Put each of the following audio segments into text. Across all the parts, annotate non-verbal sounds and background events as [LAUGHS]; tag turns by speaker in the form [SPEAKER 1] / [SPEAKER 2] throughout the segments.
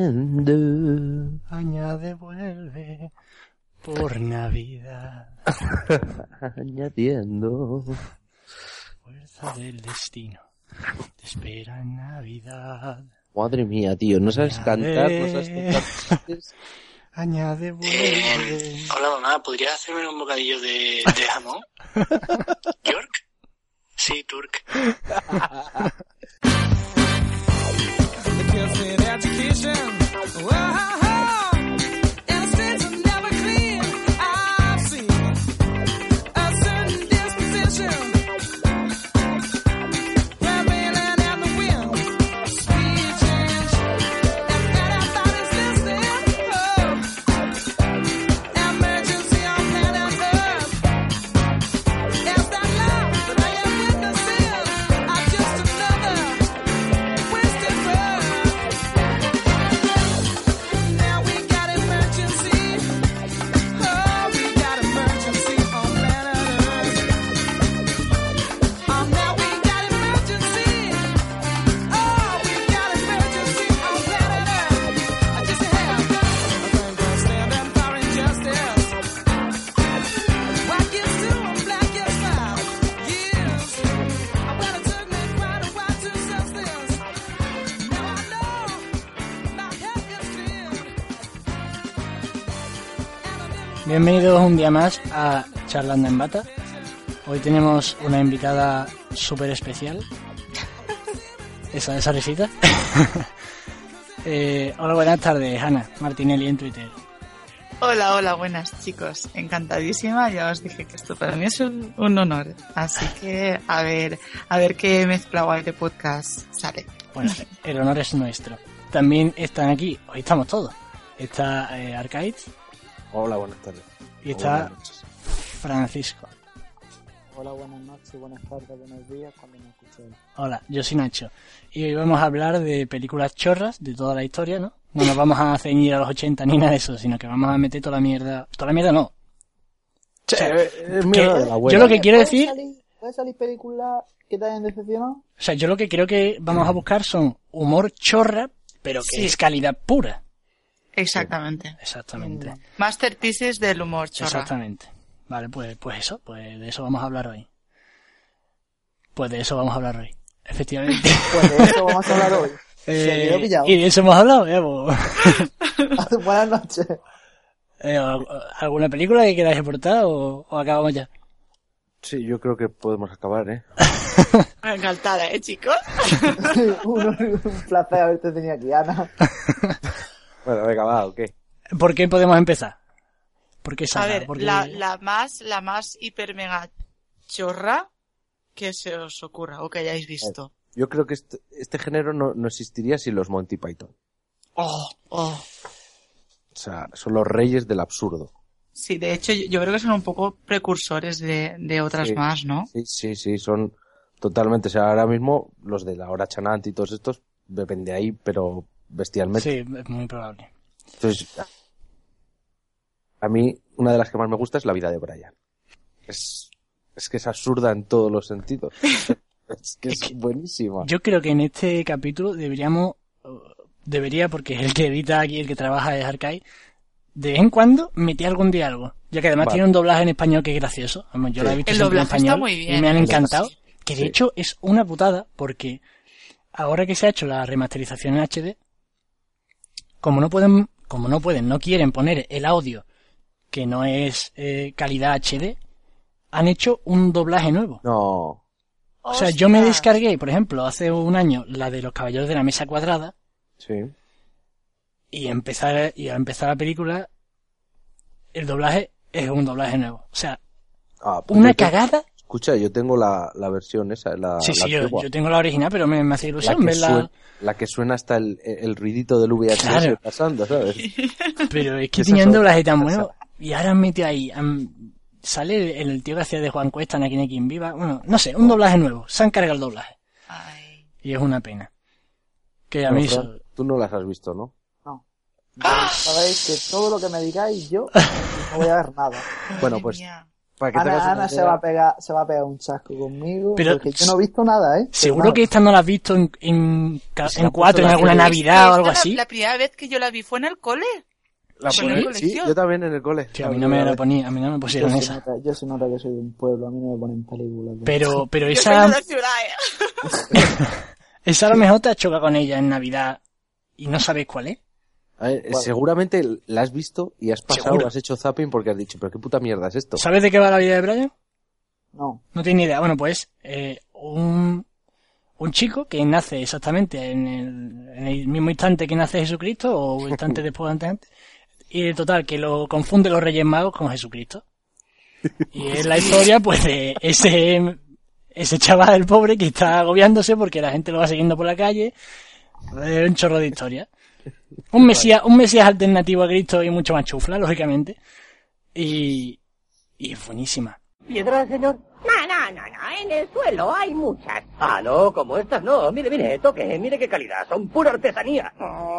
[SPEAKER 1] Añadiendo.
[SPEAKER 2] Añade, vuelve por Navidad,
[SPEAKER 1] Añadiendo.
[SPEAKER 2] fuerza del destino. Te espera en Navidad.
[SPEAKER 1] Madre mía, tío, no sabes cantar, no sabes contar chistes.
[SPEAKER 2] Añade,
[SPEAKER 3] Eh,
[SPEAKER 2] vuelve.
[SPEAKER 3] hola mamá, ¿podrías hacerme un bocadillo de, de
[SPEAKER 2] [LAUGHS]
[SPEAKER 3] jamón? ¿York? Sí, Turk.
[SPEAKER 4] Now
[SPEAKER 5] Oh.
[SPEAKER 4] we got emergency. Oh, we got emergency on planet Earth. Oh, now we got emergency. Oh, we got emergency on planet Earth. I just have a friend that's standing for injustice. Black is two and black is five years. I bet it took me quite a while to sense this. Now I know my head is clear.
[SPEAKER 2] Bienvenidos un día más a Charlando en Bata. Hoy tenemos una invitada súper especial. Esa esa risita. [LAUGHS] Eh, hola, buenas tardes, Ana Martinelli en Twitter.
[SPEAKER 5] Hola, hola, buenas chicos. Encantadísima. Ya os dije que esto para mí es un, un honor. Así que a ver, a ver qué mezcla guay de podcast sale.
[SPEAKER 2] Bueno, el honor es nuestro. También están aquí, hoy estamos todos. Está eh, Arcade
[SPEAKER 6] Hola, buenas tardes.
[SPEAKER 2] y
[SPEAKER 6] O
[SPEAKER 2] está
[SPEAKER 6] buenas noches.
[SPEAKER 2] Francisco.
[SPEAKER 7] Hola, buenas noches, buenas tardes, buenos días, cuando me escuchéis.
[SPEAKER 2] Hola, yo soy Nacho. Y hoy vamos a hablar de películas chorras, de toda la historia, ¿no? No nos vamos a ceñir a los 80 ni nada de eso, sino que vamos a meter toda la mierda. Toda la mierda no.
[SPEAKER 6] Che, eh,
[SPEAKER 2] sea,
[SPEAKER 6] es
[SPEAKER 2] que-
[SPEAKER 6] mierda de la abuela.
[SPEAKER 2] yo lo que quiero decir-
[SPEAKER 7] ¿Puede salir, puede salir películas que te hayan decepcionado?
[SPEAKER 2] O sea, yo lo que creo que vamos a buscar son humor chorra, pero que
[SPEAKER 5] Sí.
[SPEAKER 2] es calidad pura.
[SPEAKER 5] Exactamente.
[SPEAKER 2] Exactamente.
[SPEAKER 5] Masterpieces del humor chorra.
[SPEAKER 2] Exactamente. Vale, pues, pues eso, pues de eso vamos a hablar hoy. Pues de eso vamos a hablar hoy.
[SPEAKER 5] [LAUGHS]
[SPEAKER 2] Efectivamente. [LAUGHS]
[SPEAKER 7] Pues de eso vamos a hablar hoy. [LAUGHS] Se me
[SPEAKER 2] Eh,
[SPEAKER 7] había pillado.
[SPEAKER 2] y de eso hemos hablado, ¿eh? Pues,
[SPEAKER 7] buenas noches. [LAUGHS]
[SPEAKER 2] eh, ¿al- ¿Alguna película que queráis aportar o, o acabamos ya?
[SPEAKER 6] Sí, yo creo que podemos acabar, ¿eh?
[SPEAKER 5] Encantada, ¿eh, chicos?
[SPEAKER 7] un, un placer haberte tenido aquí, Ana.
[SPEAKER 6] Bueno, venga, va, ok.
[SPEAKER 2] ¿Por qué podemos empezar? ¿Por qué Sara?
[SPEAKER 5] a ver,
[SPEAKER 2] ¿Por qué-
[SPEAKER 5] la, la más, la más hiper mega chorra que se os ocurra o que hayáis visto.
[SPEAKER 6] Yo creo que este, este género no, no existiría sin los Monty Python.
[SPEAKER 5] Oh, oh.
[SPEAKER 6] O sea, son los reyes del absurdo.
[SPEAKER 5] Sí, de hecho, yo, yo creo que son un poco precursores de, de otras
[SPEAKER 6] Sí.
[SPEAKER 5] más, ¿no?
[SPEAKER 6] Sí, sí, sí, son totalmente. O sea, ahora mismo los de la hora chanante y todos estos beben de ahí, pero bestialmente.
[SPEAKER 2] Sí, es muy probable.
[SPEAKER 6] Entonces, a mí, una de las que más me gusta es la vida de Brian. Es, es que es absurda en todos los
[SPEAKER 2] [LAUGHS]
[SPEAKER 6] sentidos. es que es buenísima.
[SPEAKER 2] Yo creo que en este capítulo deberíamos, uh, debería, porque el que edita aquí, el que trabaja es Arcai, de vez en cuando metí algún diálogo. Ya que además
[SPEAKER 6] Vale.
[SPEAKER 2] tiene un doblaje en español que es gracioso. Vamos, Yo
[SPEAKER 6] Sí.
[SPEAKER 2] lo he visto
[SPEAKER 5] El
[SPEAKER 2] siempre en
[SPEAKER 5] doblaje
[SPEAKER 2] español
[SPEAKER 5] está muy bien,
[SPEAKER 2] y me han
[SPEAKER 5] ¿eh?
[SPEAKER 2] encantado. Que de
[SPEAKER 6] Sí.
[SPEAKER 2] hecho es una putada porque ahora que se ha hecho la remasterización en HD, como no pueden, como no pueden, no quieren poner el audio que no es eh, calidad HD, han hecho un doblaje nuevo.
[SPEAKER 6] No.
[SPEAKER 2] O sea, yo me
[SPEAKER 5] Ostras.
[SPEAKER 2] descargué, por ejemplo, hace un año la de los caballeros de la mesa cuadrada
[SPEAKER 6] Sí.
[SPEAKER 2] y empezar y al empezar la película el doblaje es un doblaje nuevo. O sea,
[SPEAKER 6] Ah, pues
[SPEAKER 2] una
[SPEAKER 6] yo te-
[SPEAKER 2] cagada.
[SPEAKER 6] Escucha, yo tengo la, la versión esa, la,
[SPEAKER 2] sí,
[SPEAKER 6] la
[SPEAKER 2] sí, yo,
[SPEAKER 6] antigua.
[SPEAKER 2] yo tengo la original, pero me, me hace
[SPEAKER 6] la,
[SPEAKER 2] ilusión
[SPEAKER 6] que
[SPEAKER 2] verla.
[SPEAKER 6] suena, la que suena hasta el, el ruidito del VHS
[SPEAKER 2] Claro.
[SPEAKER 6] pasando, ¿sabes?
[SPEAKER 2] Pero
[SPEAKER 6] [LAUGHS]
[SPEAKER 2] es que
[SPEAKER 6] Esas
[SPEAKER 2] tenía un
[SPEAKER 6] son-
[SPEAKER 2] doblaje tan
[SPEAKER 6] esas-
[SPEAKER 2] bueno y ahora han metido ahí. han- sale el, el tío que hacía de Juan Cuesta en Aquí en Quien Viva. Bueno, no sé, un doblaje nuevo. Se han cargado el doblaje
[SPEAKER 5] Ay.
[SPEAKER 2] y es una pena. Que a
[SPEAKER 6] Bueno,
[SPEAKER 2] mí
[SPEAKER 6] Fran,
[SPEAKER 2] eso-
[SPEAKER 6] Tú no las has visto, ¿no?
[SPEAKER 7] Sabéis que todo lo que me digáis yo no voy a ver nada.
[SPEAKER 6] Bueno,
[SPEAKER 5] Madre
[SPEAKER 6] pues
[SPEAKER 5] mía.
[SPEAKER 6] Para [LAUGHS] que te hagas
[SPEAKER 7] Ana,
[SPEAKER 6] una
[SPEAKER 7] Ana se
[SPEAKER 6] idea.
[SPEAKER 7] va a pegar, se va a pegar un chasco conmigo,
[SPEAKER 2] Pero-
[SPEAKER 7] porque yo no he visto nada, ¿eh?
[SPEAKER 2] Seguro que esta no la has visto en, en, ca-
[SPEAKER 6] Si la
[SPEAKER 2] en
[SPEAKER 6] has puesto
[SPEAKER 2] cuatro, en
[SPEAKER 6] la
[SPEAKER 2] alguna
[SPEAKER 6] tele.
[SPEAKER 2] Navidad o
[SPEAKER 5] Esta
[SPEAKER 2] algo
[SPEAKER 5] la-
[SPEAKER 2] así.
[SPEAKER 5] La primera vez que yo la vi fue en el cole.
[SPEAKER 6] La
[SPEAKER 2] Sí.
[SPEAKER 6] ponen-
[SPEAKER 5] ¿En el
[SPEAKER 6] sí,
[SPEAKER 5] colegio?
[SPEAKER 6] yo también en el cole.
[SPEAKER 2] Tío, a mí no me la ponía, a mí no me
[SPEAKER 7] Yo
[SPEAKER 2] pusieron
[SPEAKER 7] soy,
[SPEAKER 2] esa.
[SPEAKER 7] nota, yo soy nota que soy de un pueblo, a mí no me ponen películas. de-
[SPEAKER 2] Pero, pero
[SPEAKER 5] Yo soy de
[SPEAKER 2] esa,
[SPEAKER 5] la ciudad, ¿eh?
[SPEAKER 2] esa a lo mejor te has chocado con ella en Navidad y no sabes cuál es.
[SPEAKER 6] A ver, Ah, eh, Seguramente la has visto y has pasado,
[SPEAKER 2] Seguro.
[SPEAKER 6] has hecho zapping porque has dicho, pero qué puta mierda es esto.
[SPEAKER 2] ¿Sabes de qué va la vida de Brian?
[SPEAKER 7] No,
[SPEAKER 2] No tiene ni idea. Bueno, pues eh, un, un chico que nace exactamente en el, en el mismo instante que nace Jesucristo o instante después antes, antes. Y en total, que lo confunde los Reyes Magos con Jesucristo. Y es la historia, pues, de ese, ese chaval, el pobre, que está agobiándose porque la gente lo va siguiendo por la calle. Eh, un chorro de historia. Un mesías, un mesías alternativo a Cristo y mucho más chufla, lógicamente. Y, y es buenísima.
[SPEAKER 8] No, no, no, no, en el suelo hay muchas. Ah, no, como estas no. Mire, mire, toque, mire qué calidad. Son pura artesanía.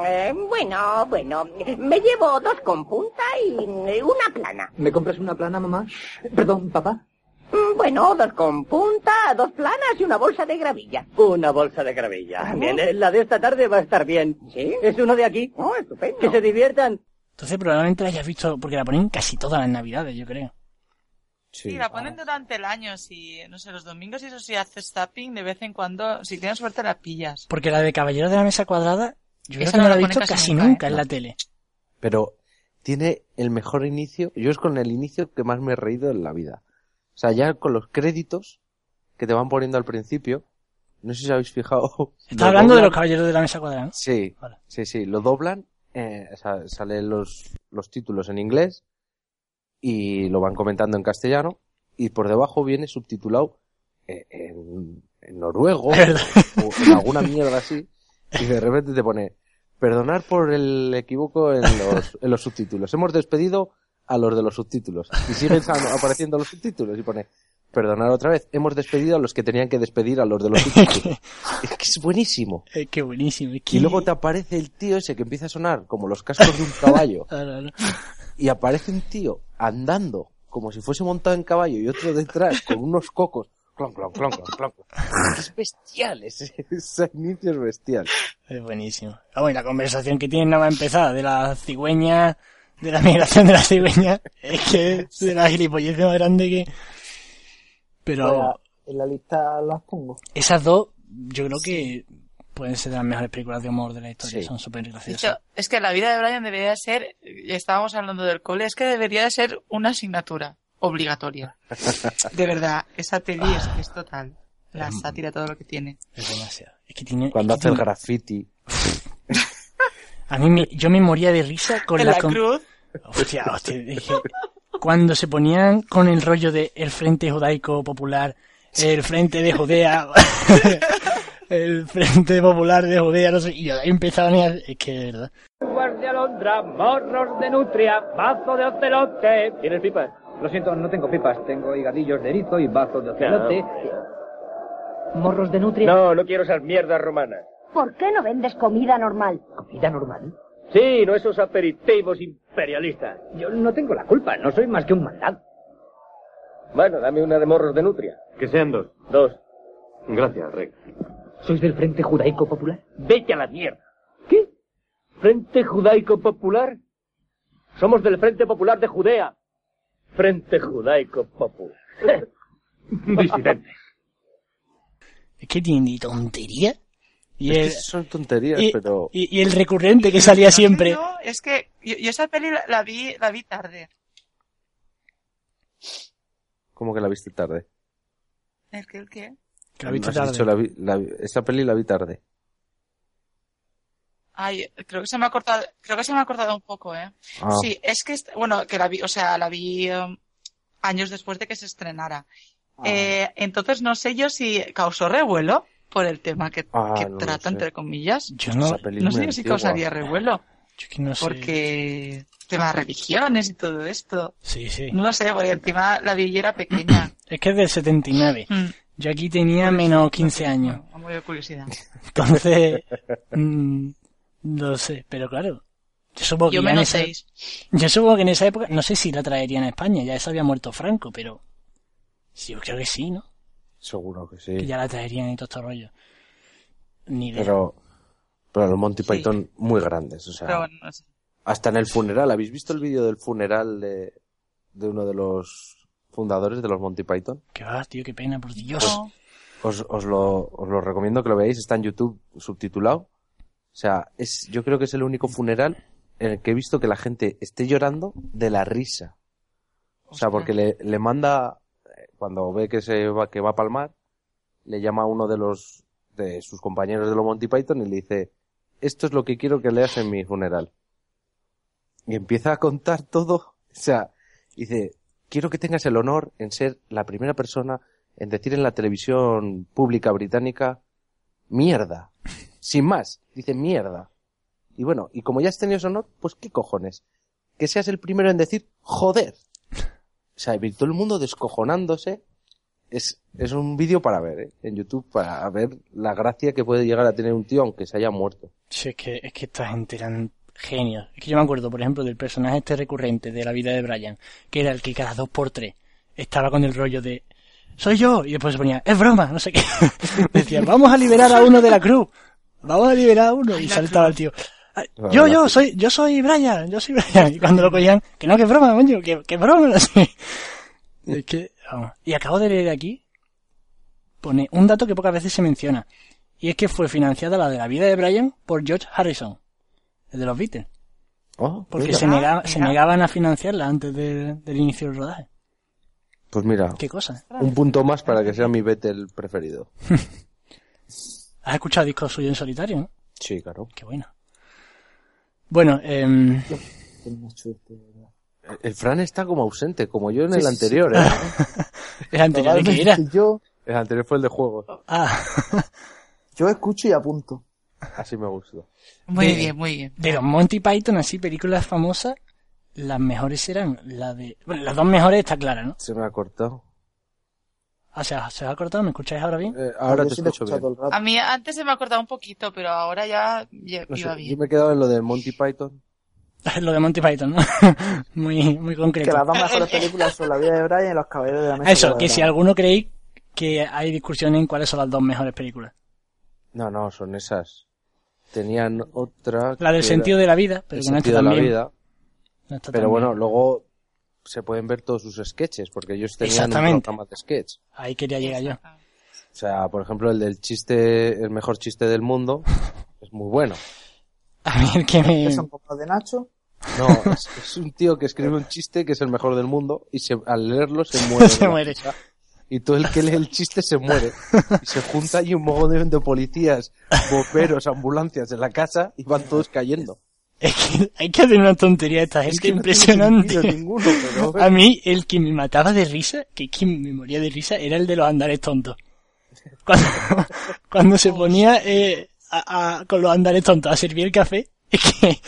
[SPEAKER 8] Eh, bueno, bueno, me llevo dos con punta y eh, una plana.
[SPEAKER 9] ¿Me compras una plana, mamá? Perdón, papá.
[SPEAKER 8] Mm, Bueno, dos con punta, dos planas y una bolsa de gravilla.
[SPEAKER 9] Una bolsa de gravilla. Bien, eh, la de esta tarde va a estar bien.
[SPEAKER 8] ¿Sí?
[SPEAKER 9] Es uno de aquí.
[SPEAKER 8] Oh, estupendo.
[SPEAKER 9] Que se diviertan.
[SPEAKER 2] Entonces probablemente la hayas visto porque la ponen casi todas las navidades, yo creo.
[SPEAKER 5] Sí, la ponen durante el año, si, no sé, los domingos y eso si haces tapping, de vez en cuando, si tienes suerte la pillas.
[SPEAKER 2] Porque la de Caballero de la Mesa Cuadrada, yo creo
[SPEAKER 5] Esa
[SPEAKER 2] que no
[SPEAKER 5] no
[SPEAKER 2] la he
[SPEAKER 5] la
[SPEAKER 2] visto
[SPEAKER 5] ponen
[SPEAKER 2] casi,
[SPEAKER 5] casi
[SPEAKER 2] nunca,
[SPEAKER 5] nunca, ¿eh?
[SPEAKER 2] en la tele.
[SPEAKER 6] Pero tiene el mejor inicio. Yo es con el inicio que más me he reído en la vida. O sea, ya con los créditos que te van poniendo al principio. No sé si habéis fijado.
[SPEAKER 2] Estás hablando de los
[SPEAKER 6] doblan.
[SPEAKER 2] Caballeros de la Mesa Cuadrada, ¿no?
[SPEAKER 6] Sí,
[SPEAKER 2] Vale.
[SPEAKER 6] sí, sí. Lo doblan. Eh, sa- salen los, los títulos en inglés. Y lo van comentando en castellano. Y por debajo viene subtitulado eh, en, en noruego.
[SPEAKER 2] Es [LAUGHS] verdad.
[SPEAKER 6] o en alguna mierda así, y de repente te pone, perdonar por el equivoco en los, en los subtítulos. Hemos despedido a los de los subtítulos. Y siguen sa- apareciendo los subtítulos y pone, perdonar otra vez. Hemos despedido a los que tenían que despedir a los de los
[SPEAKER 2] [LAUGHS]
[SPEAKER 6] subtítulos. es que es buenísimo.
[SPEAKER 2] Eh, qué buenísimo. es que-
[SPEAKER 6] Y luego
[SPEAKER 2] [LAUGHS]
[SPEAKER 6] te aparece el tío ese que empieza a sonar como los cascos de un caballo.
[SPEAKER 2] Ah, no, no.
[SPEAKER 6] Y aparece un tío andando como si fuese montado en caballo y otro detrás con unos cocos. Clon, clon, clon, clon, clon. Es bestial, ese, [LAUGHS] ese inicio es bestial.
[SPEAKER 2] Es buenísimo. Ah, bueno, y la conversación que tienen nada más empezada de la cigüeña, de la migración de la cigüeña, [LAUGHS] es que es de la gilipollez más grande que... Pero
[SPEAKER 7] Vaya, en la lista las pongo.
[SPEAKER 2] esas dos, yo creo que pueden ser de las mejores películas de humor de la historia.
[SPEAKER 6] Sí.
[SPEAKER 2] Son súper
[SPEAKER 5] De
[SPEAKER 2] graciosas.
[SPEAKER 5] hecho, es que la vida de Brian debería ser, y estábamos hablando del cole, es que debería de ser una asignatura
[SPEAKER 2] [LAUGHS]
[SPEAKER 5] obligatoria. De verdad, esa peli es que es total.
[SPEAKER 2] Em,
[SPEAKER 5] La sátira, todo lo que tiene.
[SPEAKER 2] Es demasiado. Es que tiene...
[SPEAKER 6] Cuando
[SPEAKER 2] es que
[SPEAKER 6] hace el
[SPEAKER 2] tiene-
[SPEAKER 6] graffiti.
[SPEAKER 2] A mí me- yo me moría de risa con
[SPEAKER 5] En
[SPEAKER 2] la...
[SPEAKER 5] la
[SPEAKER 2] com-
[SPEAKER 5] cruz,
[SPEAKER 2] Hostia, hostia, dije, cuando se ponían con el rollo de el Frente Judaico Popular, el Frente de Judea, [LAUGHS] el Frente Popular de Judea, no sé, y yo ahí empezaban a... Es que, de verdad,
[SPEAKER 9] Guardia de alondra, morros de nutria, bazo de ocelote. ¿Tienes pipas? Lo siento, no tengo pipas. Tengo higadillos de erizo y bazos de ocelote. ¿Morros de nutria? No, no quiero esas mierdas romanas.
[SPEAKER 8] ¿Por qué no vendes comida normal?
[SPEAKER 9] ¿Comida normal? Sí, no esos aperitivos imperialistas. Yo no tengo la culpa, no soy más que un mandado. Bueno, dame una de morros de nutria. Que sean dos. Dos. Gracias, Rick. ¿Sois del Frente Judaico Popular? Vete a la mierda. ¿Qué? ¿Frente Judaico Popular? Somos del Frente Popular de Judea. Frente Judaico Popular. Disidentes.
[SPEAKER 2] es que tiene ni tontería. Y
[SPEAKER 6] Es
[SPEAKER 2] el,
[SPEAKER 6] que son tonterías,
[SPEAKER 2] y,
[SPEAKER 6] pero
[SPEAKER 2] y- y el recurrente que salía siempre.
[SPEAKER 5] No, es que yo, yo esa peli la, la vi, la vi tarde.
[SPEAKER 6] como que la viste tarde.
[SPEAKER 5] ¿El qué? ¿El qué?
[SPEAKER 2] Que la viste
[SPEAKER 6] Has dicho,
[SPEAKER 2] tarde.
[SPEAKER 6] la vi- la vi- esa peli la vi tarde.
[SPEAKER 5] Ay, creo que se me ha cortado, creo que se me ha cortado un poco, eh.
[SPEAKER 6] Ah,
[SPEAKER 5] Sí, es que, est- bueno, que la vi, o sea, la vi em, años después de que se estrenara.
[SPEAKER 6] Ah.
[SPEAKER 7] Ah,
[SPEAKER 5] Eh, entonces no sé yo si causó revuelo por el tema que,
[SPEAKER 6] Ah,
[SPEAKER 5] que
[SPEAKER 6] no lo
[SPEAKER 5] trata,
[SPEAKER 6] sé.
[SPEAKER 5] entre comillas.
[SPEAKER 2] Yo no,
[SPEAKER 6] esa
[SPEAKER 2] yo
[SPEAKER 6] peli
[SPEAKER 5] No
[SPEAKER 6] es
[SPEAKER 5] sé
[SPEAKER 6] muy
[SPEAKER 5] yo si
[SPEAKER 6] antigua.
[SPEAKER 5] causaría revuelo,
[SPEAKER 2] es que no sé.
[SPEAKER 5] porque temas religiones y todo esto.
[SPEAKER 2] Sí, sí.
[SPEAKER 5] No lo sé, porque encima la vi y
[SPEAKER 2] [CLEARS THROAT]
[SPEAKER 5] era pequeña.
[SPEAKER 2] Es que es del 79.
[SPEAKER 5] Mm.
[SPEAKER 2] Yo aquí tenía menos 15 años.
[SPEAKER 5] Bueno, muy de curiosidad.
[SPEAKER 2] Entonces, mm, no sé, pero claro. Yo supongo que
[SPEAKER 5] Yo
[SPEAKER 2] ya en
[SPEAKER 5] menos
[SPEAKER 2] esa-
[SPEAKER 5] seis.
[SPEAKER 2] Yo supongo que en esa época, no sé si la traerían a España, ya esa había muerto Franco, pero Sí, yo creo que sí, ¿no?
[SPEAKER 6] Seguro que
[SPEAKER 2] Que
[SPEAKER 6] sí.
[SPEAKER 2] ya la traerían y todo este rollo. Ni idea.
[SPEAKER 6] Pero, pero los Monty
[SPEAKER 5] Sí.
[SPEAKER 6] Python muy grandes. O sea,
[SPEAKER 5] Pero bueno, no sé.
[SPEAKER 6] hasta en el funeral. ¿Habéis visto el vídeo del funeral de, de uno de los fundadores de los Monty Python?
[SPEAKER 2] Qué va, tío, qué pena, por Dios.
[SPEAKER 6] Pues Os,
[SPEAKER 5] No,
[SPEAKER 6] os, lo, os lo recomiendo que lo veáis. Está en YouTube subtitulado. O sea, es, yo creo que es el único funeral en el que he visto que la gente esté llorando de la risa. O sea,
[SPEAKER 5] ostras.
[SPEAKER 6] porque le, le manda, eh, cuando ve que se va, que va a palmar, le llama a uno de los, de sus compañeros de los Monty Python y le dice, esto es lo que quiero que leas en mi funeral. Y empieza a contar todo, o sea, dice, quiero que tengas el honor en ser la primera persona en decir en la televisión pública británica, mierda. Sin más, dice mierda. Y bueno, y como ya has tenido ese honor, pues qué cojones. Que seas el primero en decir, joder. O sea, y todo el mundo descojonándose. Es, es un vídeo para ver, ¿eh? En YouTube, para ver la gracia que puede llegar a tener un tío aunque se haya muerto.
[SPEAKER 2] Sí, es que, es que esta gente eran genios. Es que yo me acuerdo, por ejemplo, del personaje este recurrente de la vida de Brian, que era el que cada dos por tres estaba con el rollo de soy yo, y después se ponía, es broma, no sé qué. [LAUGHS] Decía, vamos a liberar a uno de la cruz. Vamos a liberar a uno.
[SPEAKER 5] Ay,
[SPEAKER 2] Y
[SPEAKER 5] la
[SPEAKER 2] saltaba el
[SPEAKER 5] cruz.
[SPEAKER 2] tío. "Ah,
[SPEAKER 6] La
[SPEAKER 2] Yo,
[SPEAKER 6] verdad
[SPEAKER 2] yo,
[SPEAKER 6] que-
[SPEAKER 2] soy, yo soy Brian, yo soy Brian. Y cuando lo cogían, que no, que es broma, coño, que, que es broma, [LAUGHS] no sé. Es que, vamos. Y acabo de leer aquí, pone un dato que pocas veces se menciona. Y es que fue financiada la de la vida de Brian por George Harrison, el de los Beatles.
[SPEAKER 6] Oh,
[SPEAKER 2] Porque
[SPEAKER 6] mira.
[SPEAKER 2] se,
[SPEAKER 5] Ah,
[SPEAKER 2] negaba- se
[SPEAKER 5] mira.
[SPEAKER 2] negaban a financiarla antes del- del inicio del rodaje.
[SPEAKER 6] Pues mira,
[SPEAKER 2] Qué cosa. ¿eh?
[SPEAKER 6] un punto más para que sea mi Vettel preferido.
[SPEAKER 2] Has escuchado discos suyos en solitario, ¿no?
[SPEAKER 6] Sí, claro.
[SPEAKER 2] Qué bueno. Bueno, [LAUGHS] em,
[SPEAKER 7] Tiene una suerte, de verdad.
[SPEAKER 6] El- El Eh, Fran está como ausente, como yo en el
[SPEAKER 7] sí,
[SPEAKER 6] anterior, ¿eh?
[SPEAKER 2] el anterior de que era.
[SPEAKER 7] Yo,
[SPEAKER 6] El anterior fue el de juegos.
[SPEAKER 2] Ah,
[SPEAKER 7] yo escucho y apunto.
[SPEAKER 6] Así me gustó.
[SPEAKER 5] Muy
[SPEAKER 2] de-
[SPEAKER 5] bien, muy bien.
[SPEAKER 2] de los Monty Python, así, películas famosas, las mejores eran la de... Bueno, las dos mejores está clara, ¿no?
[SPEAKER 6] Se me ha cortado.
[SPEAKER 2] O sea, ¿se os ha cortado? ¿Me escucháis ahora bien? [LAUGHS]
[SPEAKER 6] Eh, ahora
[SPEAKER 7] Ah, Yo
[SPEAKER 6] te
[SPEAKER 7] sí lo
[SPEAKER 6] escucho
[SPEAKER 7] escucho
[SPEAKER 6] bien.
[SPEAKER 7] todo el rato.
[SPEAKER 5] A mí antes se me ha cortado un poquito, pero ahora ya ya
[SPEAKER 6] No sé,
[SPEAKER 5] iba
[SPEAKER 6] yo
[SPEAKER 5] bien.
[SPEAKER 6] me he quedado en lo de Monty Python.
[SPEAKER 2] Lo de Monty Python, ¿no? [LAUGHS] muy, muy
[SPEAKER 7] Que
[SPEAKER 2] concreto.
[SPEAKER 7] las dos mejores películas son La vida de Brian y Los caballeros de la mesa.
[SPEAKER 2] Eso, que
[SPEAKER 7] Dorada.
[SPEAKER 2] si alguno creéis que hay discusión en cuáles son las dos mejores películas.
[SPEAKER 6] No, no, son esas. Tenían otra.
[SPEAKER 2] La del
[SPEAKER 6] que
[SPEAKER 2] sentido de la vida,
[SPEAKER 6] era
[SPEAKER 2] pero
[SPEAKER 6] El
[SPEAKER 2] con esta
[SPEAKER 6] sentido de la
[SPEAKER 2] también.
[SPEAKER 6] vida.
[SPEAKER 2] No está
[SPEAKER 6] Pero
[SPEAKER 2] tan
[SPEAKER 6] bueno,
[SPEAKER 2] bien.
[SPEAKER 6] luego se pueden ver todos sus sketches, porque ellos tenían un
[SPEAKER 2] Exactamente.
[SPEAKER 6] programa de sketch.
[SPEAKER 2] ahí quería llegar yo. [LAUGHS]
[SPEAKER 6] O sea, por ejemplo, el del chiste, el mejor chiste del
[SPEAKER 2] [LAUGHS]
[SPEAKER 6] mundo, es muy bueno.
[SPEAKER 2] A mí el que me...
[SPEAKER 7] Que son como los de Nacho.
[SPEAKER 6] No, es, es un tío que escribe un chiste que es el mejor del mundo y se- al leerlo
[SPEAKER 2] [LAUGHS]
[SPEAKER 6] se muere.
[SPEAKER 2] [LAUGHS] Se
[SPEAKER 6] de la
[SPEAKER 2] muere.
[SPEAKER 6] risa. Y todo el que lee el chiste se muere. Y se junta allí un mogollón de policías, bomberos, ambulancias en la casa y van todos cayendo.
[SPEAKER 2] Es que hay que hacer una tontería esta
[SPEAKER 6] que
[SPEAKER 2] gente,
[SPEAKER 6] no tiene
[SPEAKER 2] impresionante.
[SPEAKER 6] sentido ninguno,
[SPEAKER 2] [LAUGHS]
[SPEAKER 6] pero bueno.
[SPEAKER 2] A mí el que me mataba de risa, que, que me moría de risa, era el de los andares tontos. Cuando, [LAUGHS] cuando se ponía eh, a- a- con los andares tontos a servir el café, [LAUGHS] es que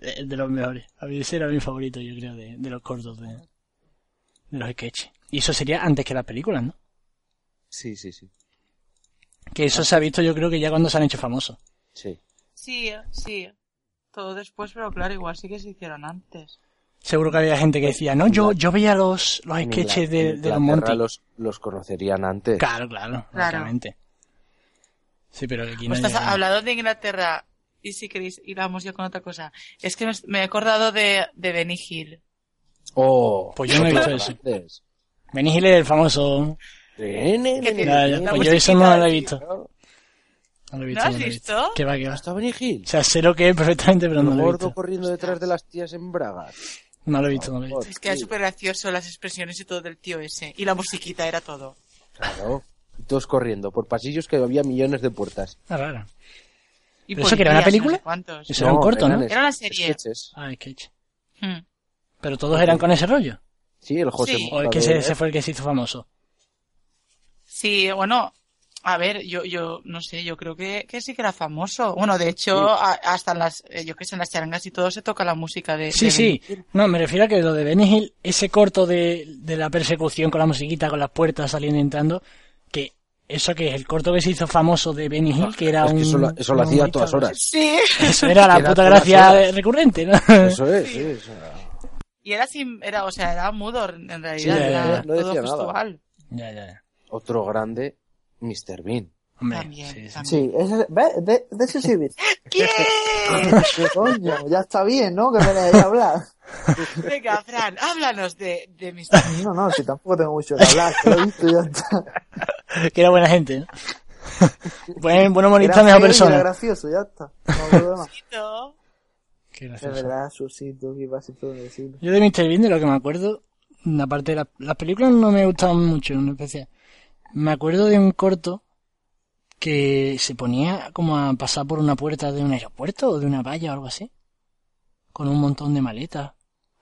[SPEAKER 2] eh, de los mejores. A mí ese era mi favorito, yo creo, de, de los cortos, de, de los sketches. Y eso sería antes que las películas, ¿no?
[SPEAKER 6] Sí, sí, sí.
[SPEAKER 2] Que eso se ha visto yo creo que ya cuando se han hecho famosos.
[SPEAKER 6] Sí.
[SPEAKER 5] Sí, eh, sí. Todo después, pero claro, igual sí que se hicieron antes.
[SPEAKER 2] Seguro que había gente que decía, no, yo, yo veía los, los
[SPEAKER 6] En
[SPEAKER 2] sketches
[SPEAKER 6] Ingla-
[SPEAKER 2] de,
[SPEAKER 6] en
[SPEAKER 2] de los
[SPEAKER 6] Inglaterra
[SPEAKER 2] Monty.
[SPEAKER 6] Los, los conocerían antes.
[SPEAKER 2] Claro, claro, lógicamente. Sí, pero aquí no
[SPEAKER 5] Pues estás
[SPEAKER 2] llega.
[SPEAKER 5] hablando de Inglaterra. Y si queréis, íbamos yo con otra cosa. Es que me, me he acordado de, de Benny Hill.
[SPEAKER 6] Oh,
[SPEAKER 2] Pues yo no he
[SPEAKER 6] otros
[SPEAKER 2] visto eso.
[SPEAKER 6] grandes.
[SPEAKER 2] Benny Hill es el famoso.
[SPEAKER 6] Eh, ne, ne, ne,
[SPEAKER 5] tiene?
[SPEAKER 2] Ya,
[SPEAKER 6] ne,
[SPEAKER 2] ya,
[SPEAKER 6] ne.
[SPEAKER 5] la
[SPEAKER 2] pues yo eso no
[SPEAKER 5] musiquita,
[SPEAKER 2] lo he
[SPEAKER 5] tío.
[SPEAKER 2] visto. No lo he visto.
[SPEAKER 5] ¿No has
[SPEAKER 2] lo he
[SPEAKER 5] visto?
[SPEAKER 2] Que va, que
[SPEAKER 6] ¿No
[SPEAKER 2] va.
[SPEAKER 6] está Benny Hill?
[SPEAKER 2] O sea, sé lo que es perfectamente, pero no
[SPEAKER 6] El
[SPEAKER 2] lo he visto.
[SPEAKER 6] gordo corriendo detrás de las tías en bragas.
[SPEAKER 2] No lo he visto, no lo he visto.
[SPEAKER 5] Es que era súper gracioso las expresiones y todo del tío ese. Y la musiquita era todo.
[SPEAKER 6] Claro. Y Todos corriendo por pasillos que había millones de puertas.
[SPEAKER 2] Ah, raro.
[SPEAKER 5] Y
[SPEAKER 2] ¿Pero eso que era
[SPEAKER 5] policías,
[SPEAKER 2] una película?
[SPEAKER 5] no sé cuántos.
[SPEAKER 2] Eso era un corto,
[SPEAKER 6] eran
[SPEAKER 2] ¿no?
[SPEAKER 6] es-
[SPEAKER 5] Era una serie.
[SPEAKER 6] sketches.
[SPEAKER 2] Ah, sketch.
[SPEAKER 5] Hmm.
[SPEAKER 2] Pero todos eran con ese rollo.
[SPEAKER 6] Sí, el José
[SPEAKER 5] Sí.
[SPEAKER 2] O es
[SPEAKER 6] Mota
[SPEAKER 2] que
[SPEAKER 6] de-
[SPEAKER 2] ese, ese fue el que se hizo famoso.
[SPEAKER 5] Sí, bueno, a ver, yo, yo no sé, yo creo que, que sí que era famoso. Bueno, de hecho, a- hasta en las, eh, yo que sé, en las charangas y todo se toca la música de.
[SPEAKER 2] Sí,
[SPEAKER 5] de
[SPEAKER 2] sí. No, me refiero a que lo de Benny Hill, ese corto de, de la persecución con la musiquita, con las puertas saliendo y entrando, que eso que es el corto que se hizo famoso de Benny Hill, que era
[SPEAKER 6] Es
[SPEAKER 2] un...
[SPEAKER 6] que eso lo, eso lo
[SPEAKER 2] un
[SPEAKER 6] hacía a
[SPEAKER 2] grito,
[SPEAKER 6] todas
[SPEAKER 2] ¿no?
[SPEAKER 6] horas.
[SPEAKER 5] Sí.
[SPEAKER 2] Eso
[SPEAKER 6] [LAUGHS]
[SPEAKER 2] era la
[SPEAKER 6] Era
[SPEAKER 2] puta
[SPEAKER 6] todas
[SPEAKER 2] gracia
[SPEAKER 6] horas.
[SPEAKER 2] recurrente, ¿no?
[SPEAKER 6] Eso es, sí. eso era.
[SPEAKER 5] Y era sin, era, o sea, era mudo en realidad,
[SPEAKER 2] Sí,
[SPEAKER 5] era
[SPEAKER 2] no-
[SPEAKER 6] no
[SPEAKER 5] todo
[SPEAKER 6] decía nada.
[SPEAKER 5] gestual.
[SPEAKER 2] Ya, ya, ya.
[SPEAKER 6] Otro grande, Mr. Bean.
[SPEAKER 2] Hombre,
[SPEAKER 5] También,
[SPEAKER 2] sí, sí.
[SPEAKER 5] también.
[SPEAKER 7] Sí, ese- ve, de, de eso sí vi.
[SPEAKER 5] ¿Quién?
[SPEAKER 7] ¿Qué coño? Ya está bien, ¿no? Que me dejes hablar.
[SPEAKER 5] Venga, Fran, háblanos de, de Mr. Bean.
[SPEAKER 7] No, no, si tampoco tengo mucho que hablar. que Lo he visto y ya está.
[SPEAKER 2] Que era buena gente, [LAUGHS] ¿no? Buen, buen humorista,
[SPEAKER 7] Era
[SPEAKER 2] mejor
[SPEAKER 7] feo y Era
[SPEAKER 2] persona.
[SPEAKER 7] gracioso, ya está. No me
[SPEAKER 2] [LAUGHS]
[SPEAKER 7] acuerdo más.
[SPEAKER 5] No.
[SPEAKER 2] Qué
[SPEAKER 7] De
[SPEAKER 2] gracioso.
[SPEAKER 7] verdad, Susito, que iba a ser todo decirlo.
[SPEAKER 2] Yo de Mr. Bean, de lo que me acuerdo, aparte de la- las películas no me gustaban mucho en especial. Me acuerdo de un corto que se ponía como a pasar por una puerta de un aeropuerto o de una valla o algo así. Con un montón de maletas.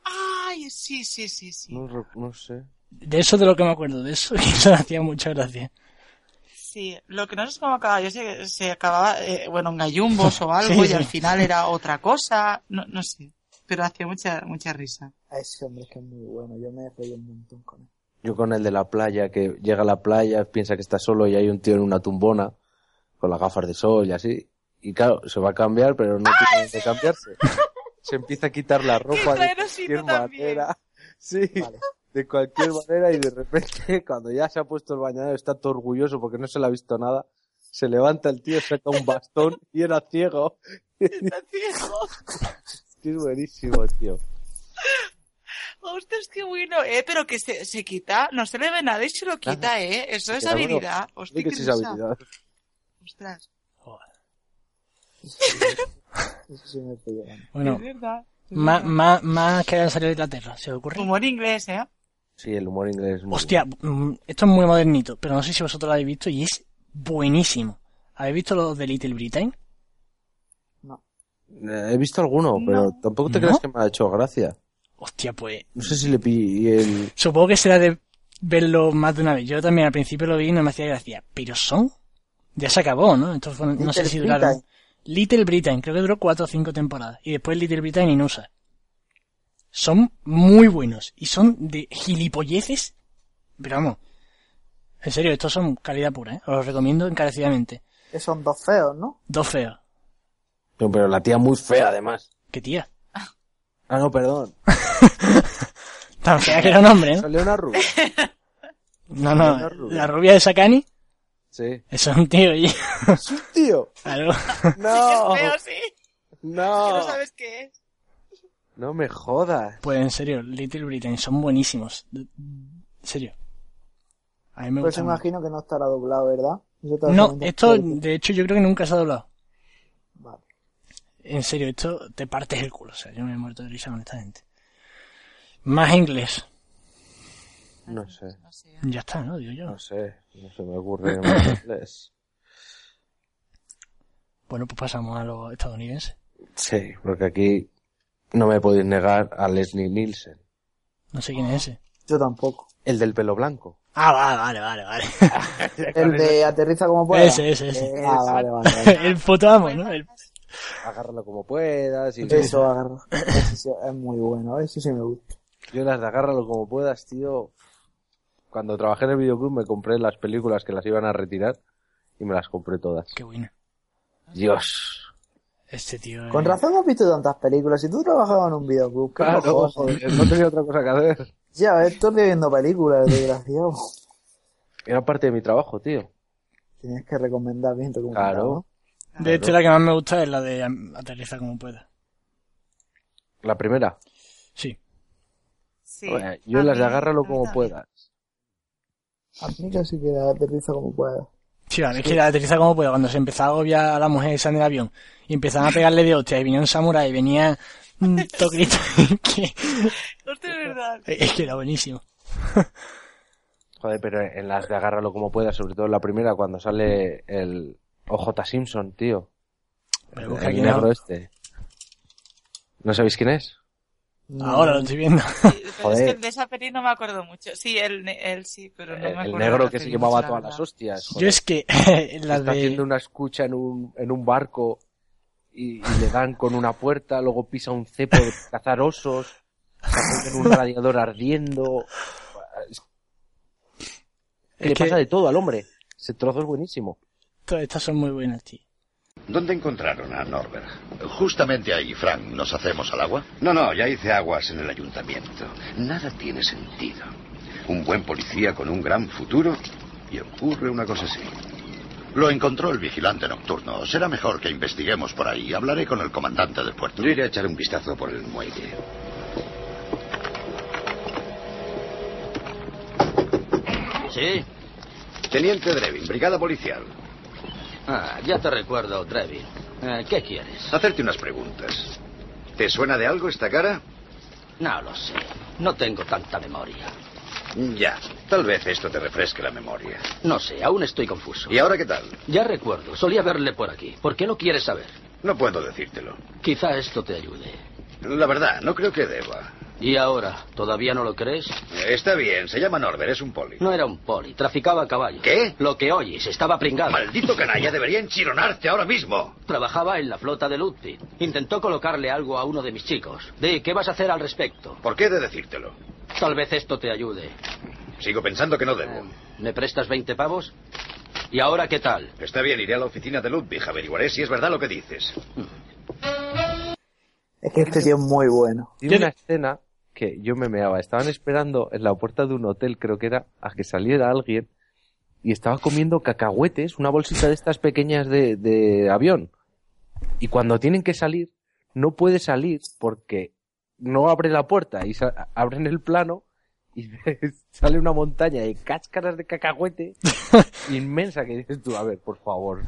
[SPEAKER 5] Ay, sí, sí, sí, sí.
[SPEAKER 6] No, re- no sé.
[SPEAKER 2] De eso de lo que me acuerdo, de eso, [LAUGHS] que eso le hacía mucha gracia.
[SPEAKER 5] Sí, lo que no sé cómo acababa, yo sé que se acababa, eh, bueno, en gallumbos o algo,
[SPEAKER 2] Sí,
[SPEAKER 5] y
[SPEAKER 2] sí.
[SPEAKER 5] al final era otra cosa, no, no sé, pero hacía mucha, mucha risa.
[SPEAKER 7] Ah, Ese hombre es que es muy bueno. Yo me reí un montón con él.
[SPEAKER 6] Yo con el de la playa, que llega a la playa, piensa que está solo y hay un tío en una tumbona, con las gafas de sol y así. Y claro, se va a cambiar, pero
[SPEAKER 5] Ah,
[SPEAKER 6] no tiene que
[SPEAKER 5] [LAUGHS]
[SPEAKER 6] cambiarse. Se empieza a quitar la ropa de
[SPEAKER 5] Caerosito
[SPEAKER 6] cualquier
[SPEAKER 5] también. [LAUGHS]
[SPEAKER 6] manera. Sí,
[SPEAKER 7] Vale.
[SPEAKER 6] de cualquier manera y de repente, [LAUGHS] cuando ya se ha puesto el bañador, está todo orgulloso porque no se le ha visto nada. Se levanta el tío, saca un
[SPEAKER 5] [LAUGHS]
[SPEAKER 6] bastón y era ciego.
[SPEAKER 5] Está ciego.
[SPEAKER 6] Sí, Es buenísimo, tío.
[SPEAKER 5] Ostras, qué bueno, eh, pero que se, se quita, no se le ve nada y se lo quita, eh, eso es
[SPEAKER 6] queda bueno.
[SPEAKER 5] habilidad. Hostia,
[SPEAKER 6] Sí que
[SPEAKER 5] qué
[SPEAKER 6] sí es
[SPEAKER 5] risa.
[SPEAKER 6] habilidad.
[SPEAKER 5] Ostras,
[SPEAKER 7] Eso sí me reí. bueno.
[SPEAKER 2] Bueno,
[SPEAKER 5] es verdad. es
[SPEAKER 2] más,
[SPEAKER 5] verdad.
[SPEAKER 2] más, más que hayan salido de Inglaterra, ¿se os ocurre?
[SPEAKER 5] Humor inglés, eh.
[SPEAKER 6] Sí, el humor inglés es muy
[SPEAKER 2] Hostia, mm, esto es muy modernito, pero no sé si vosotros lo habéis visto y es buenísimo. ¿Habéis visto los de Little Britain?
[SPEAKER 6] Eh, He visto alguno, pero
[SPEAKER 5] No.
[SPEAKER 6] tampoco te
[SPEAKER 2] ¿No?
[SPEAKER 6] creas que me ha hecho gracia.
[SPEAKER 2] Hostia, pues
[SPEAKER 6] No sé si le pillé el...
[SPEAKER 2] supongo que será de verlo más de una vez. Yo también al principio lo vi y no me hacía gracia, pero son... Ya se acabó, ¿no? Entonces, fueron- no sé
[SPEAKER 7] Little
[SPEAKER 2] si duraron...
[SPEAKER 7] Britain.
[SPEAKER 2] Little Britain, creo que duró cuatro o cinco temporadas. Y después Little Britain y USA. Son muy buenos y son de gilipolleces. Pero vamos, en serio, estos son calidad pura, ¿eh? Os los recomiendo encarecidamente.
[SPEAKER 7] Que son dos
[SPEAKER 2] [LAUGHS]
[SPEAKER 7] feos, ¿no?
[SPEAKER 2] Dos feos.
[SPEAKER 6] No, pero la tía muy fea, además.
[SPEAKER 2] ¿Qué tía?
[SPEAKER 6] Ah, no, perdón.
[SPEAKER 2] Tan fea que era un hombre, ¿no?
[SPEAKER 6] Salió una [LAUGHS] rubia.
[SPEAKER 2] No, no,
[SPEAKER 6] la rubia.
[SPEAKER 2] la rubia de Sakani,
[SPEAKER 6] Sí.
[SPEAKER 2] eso es un tío y [LAUGHS]
[SPEAKER 6] ¡Es un tío!
[SPEAKER 2] algo.
[SPEAKER 6] ¡No!
[SPEAKER 5] Es feo, sí, que
[SPEAKER 6] ¡No!
[SPEAKER 5] no sabes qué es.
[SPEAKER 6] No me jodas.
[SPEAKER 2] Pues en serio, Little Britain son buenísimos. En serio. A mí me
[SPEAKER 7] Pues
[SPEAKER 2] gusta.
[SPEAKER 7] imagino que no estará doblado, ¿verdad? Yo te lo
[SPEAKER 2] No,
[SPEAKER 7] recomiendo
[SPEAKER 2] esto,
[SPEAKER 7] fuerte.
[SPEAKER 2] de hecho, yo creo que nunca se ha doblado.
[SPEAKER 7] Vale.
[SPEAKER 2] En serio, esto te partes el culo. O sea, yo me he muerto de risa, honestamente. Más inglés.
[SPEAKER 6] No sé,
[SPEAKER 5] No sé.
[SPEAKER 2] Ya está, ¿no? Digo yo.
[SPEAKER 6] no sé. No se me [CLEARS THROAT] ocurre más inglés.
[SPEAKER 2] Bueno, pues pasamos a los estadounidenses.
[SPEAKER 6] Sí, porque aquí no me podéis negar a Leslie Nielsen.
[SPEAKER 2] No sé quién es ese.
[SPEAKER 7] Yo tampoco.
[SPEAKER 6] El del pelo blanco.
[SPEAKER 2] Ah, va, vale, vale, vale.
[SPEAKER 7] El de aterriza como pueda.
[SPEAKER 2] Ese, ese, ese.
[SPEAKER 7] Eh, Ah, vale, vale.
[SPEAKER 2] [LAUGHS]
[SPEAKER 7] vale.
[SPEAKER 2] el puto amo, ¿no? El-
[SPEAKER 6] Agárralo como puedas. Y
[SPEAKER 7] Eso agarro. Ese sí Es muy bueno, eso sí me gusta.
[SPEAKER 6] Yo las de agárralo como puedas, tío. Cuando trabajé en el videoclub me compré las películas que las iban a retirar y me las compré todas.
[SPEAKER 2] Qué bueno.
[SPEAKER 6] Dios.
[SPEAKER 2] Este tío. eh,
[SPEAKER 7] Con razón has visto tantas películas. Si tú trabajabas en un videoclub, qué
[SPEAKER 6] Claro,
[SPEAKER 7] cojones.
[SPEAKER 6] no tenía otra cosa que hacer.
[SPEAKER 7] Ya, ves, todo el día viendo películas, desgraciado.
[SPEAKER 6] Era parte de mi trabajo, tío.
[SPEAKER 7] Tienes que recomendar bien tu
[SPEAKER 6] Claro.
[SPEAKER 2] De este, la que más me gusta es la de am, Aterriza como pueda.
[SPEAKER 6] La primera.
[SPEAKER 2] Sí.
[SPEAKER 5] Sí.
[SPEAKER 6] Bueno, yo
[SPEAKER 5] A
[SPEAKER 6] las de
[SPEAKER 5] mí-
[SPEAKER 6] agárralo
[SPEAKER 5] a mí
[SPEAKER 6] como
[SPEAKER 5] también.
[SPEAKER 6] puedas.
[SPEAKER 7] A mí casi que la aterriza como pueda.
[SPEAKER 2] Sí, vale, es que la de Aterriza como pueda. Cuando se empezaba a obviar a la mujer esa en el avión y empezaban a pegarle de hostia y venía un samurái y venía un tocrito. que-
[SPEAKER 5] Hostia, es verdad.
[SPEAKER 2] es que era buenísimo.
[SPEAKER 6] Joder, pero en las de agárralo como puedas, sobre todo en la primera, cuando sale el OJ Simpson, tío.
[SPEAKER 2] Pero busca
[SPEAKER 6] El
[SPEAKER 2] quién era.
[SPEAKER 6] negro este. ¿No sabéis quién es?
[SPEAKER 7] No,
[SPEAKER 2] Ahora lo estoy viendo.
[SPEAKER 5] Sí, pero
[SPEAKER 6] Joder. Eh,
[SPEAKER 5] Es que de esa peli no me acuerdo mucho. Sí, él, ne- él sí, pero no me
[SPEAKER 6] El,
[SPEAKER 5] acuerdo. de
[SPEAKER 6] negro
[SPEAKER 5] la
[SPEAKER 6] que se
[SPEAKER 5] peli
[SPEAKER 6] llevaba
[SPEAKER 5] mucho, la
[SPEAKER 6] todas las
[SPEAKER 5] verdad.
[SPEAKER 6] hostias.
[SPEAKER 2] Yo
[SPEAKER 6] joder.
[SPEAKER 2] es que [LAUGHS] eh, la
[SPEAKER 6] está haciendo
[SPEAKER 2] de
[SPEAKER 6] una escucha en un, en un barco y, y le dan con una puerta, luego pisa un cepo de cazar osos, se
[SPEAKER 5] [LAUGHS]
[SPEAKER 6] pone en un radiador ardiendo.
[SPEAKER 2] es
[SPEAKER 6] le
[SPEAKER 2] que
[SPEAKER 6] pasa de todo al hombre. Ese trozo es buenísimo.
[SPEAKER 2] todas estas son muy buenas, tío.
[SPEAKER 10] ¿Dónde encontraron a Norbert? Justamente ahí, Frank. ¿Nos hacemos al agua? No, no, ya hice aguas en el ayuntamiento. Nada tiene sentido. un buen policía con un gran futuro, y ocurre una cosa así. Lo encontró el vigilante nocturno. Será mejor que investiguemos por ahí. Hablaré con el comandante del puerto. Yo iré a echar un vistazo por el muelle.
[SPEAKER 11] Sí,
[SPEAKER 10] Teniente Drevin, brigada policial.
[SPEAKER 11] ah, ya te recuerdo, Drevin. Eh, ¿Qué quieres?
[SPEAKER 10] Hacerte unas preguntas. ¿Te suena de algo esta cara?
[SPEAKER 11] No lo sé. No tengo tanta memoria.
[SPEAKER 10] Ya. Tal vez esto te refresque la memoria.
[SPEAKER 11] No sé, aún estoy confuso.
[SPEAKER 10] ¿Y ahora qué tal?
[SPEAKER 11] Ya recuerdo, solía verle por aquí. ¿Por qué no quieres saber?
[SPEAKER 10] No puedo decírtelo.
[SPEAKER 11] Quizá esto te ayude.
[SPEAKER 10] La verdad, no creo que deba. Eh,
[SPEAKER 11] ¿Y ahora? ¿Todavía no lo crees?
[SPEAKER 10] Está bien, se llama Norbert, es un poli.
[SPEAKER 11] No era un poli, traficaba caballos.
[SPEAKER 10] ¿Qué?
[SPEAKER 11] Lo que oyes, estaba pringado.
[SPEAKER 10] Maldito canalla, debería enchironarte ahora mismo.
[SPEAKER 11] Trabajaba en la flota de Ludwig. Intentó colocarle algo a uno de mis chicos. Di, ¿qué vas a hacer al respecto?
[SPEAKER 10] ¿Por qué he de decírtelo?
[SPEAKER 11] Tal vez esto te ayude. Eh,
[SPEAKER 10] Sigo pensando que no debo.
[SPEAKER 11] ¿Me prestas 20 pavos? ¿Y ahora qué tal?
[SPEAKER 10] Está bien, iré a la oficina de Ludwig, averiguaré si es verdad lo que dices.
[SPEAKER 7] Es que este tío es muy bueno.
[SPEAKER 6] Tiene una escena que yo me meaba. Estaban esperando en la puerta de un hotel, creo que era, a que saliera alguien y estaba comiendo cacahuetes, una bolsita de estas pequeñas de, de avión. Y cuando tienen que salir, no puede salir porque no abre la puerta y sa- abren el plano y [LAUGHS] sale una montaña de cáscaras de cacahuete inmensa que dices tú, a ver, por favor.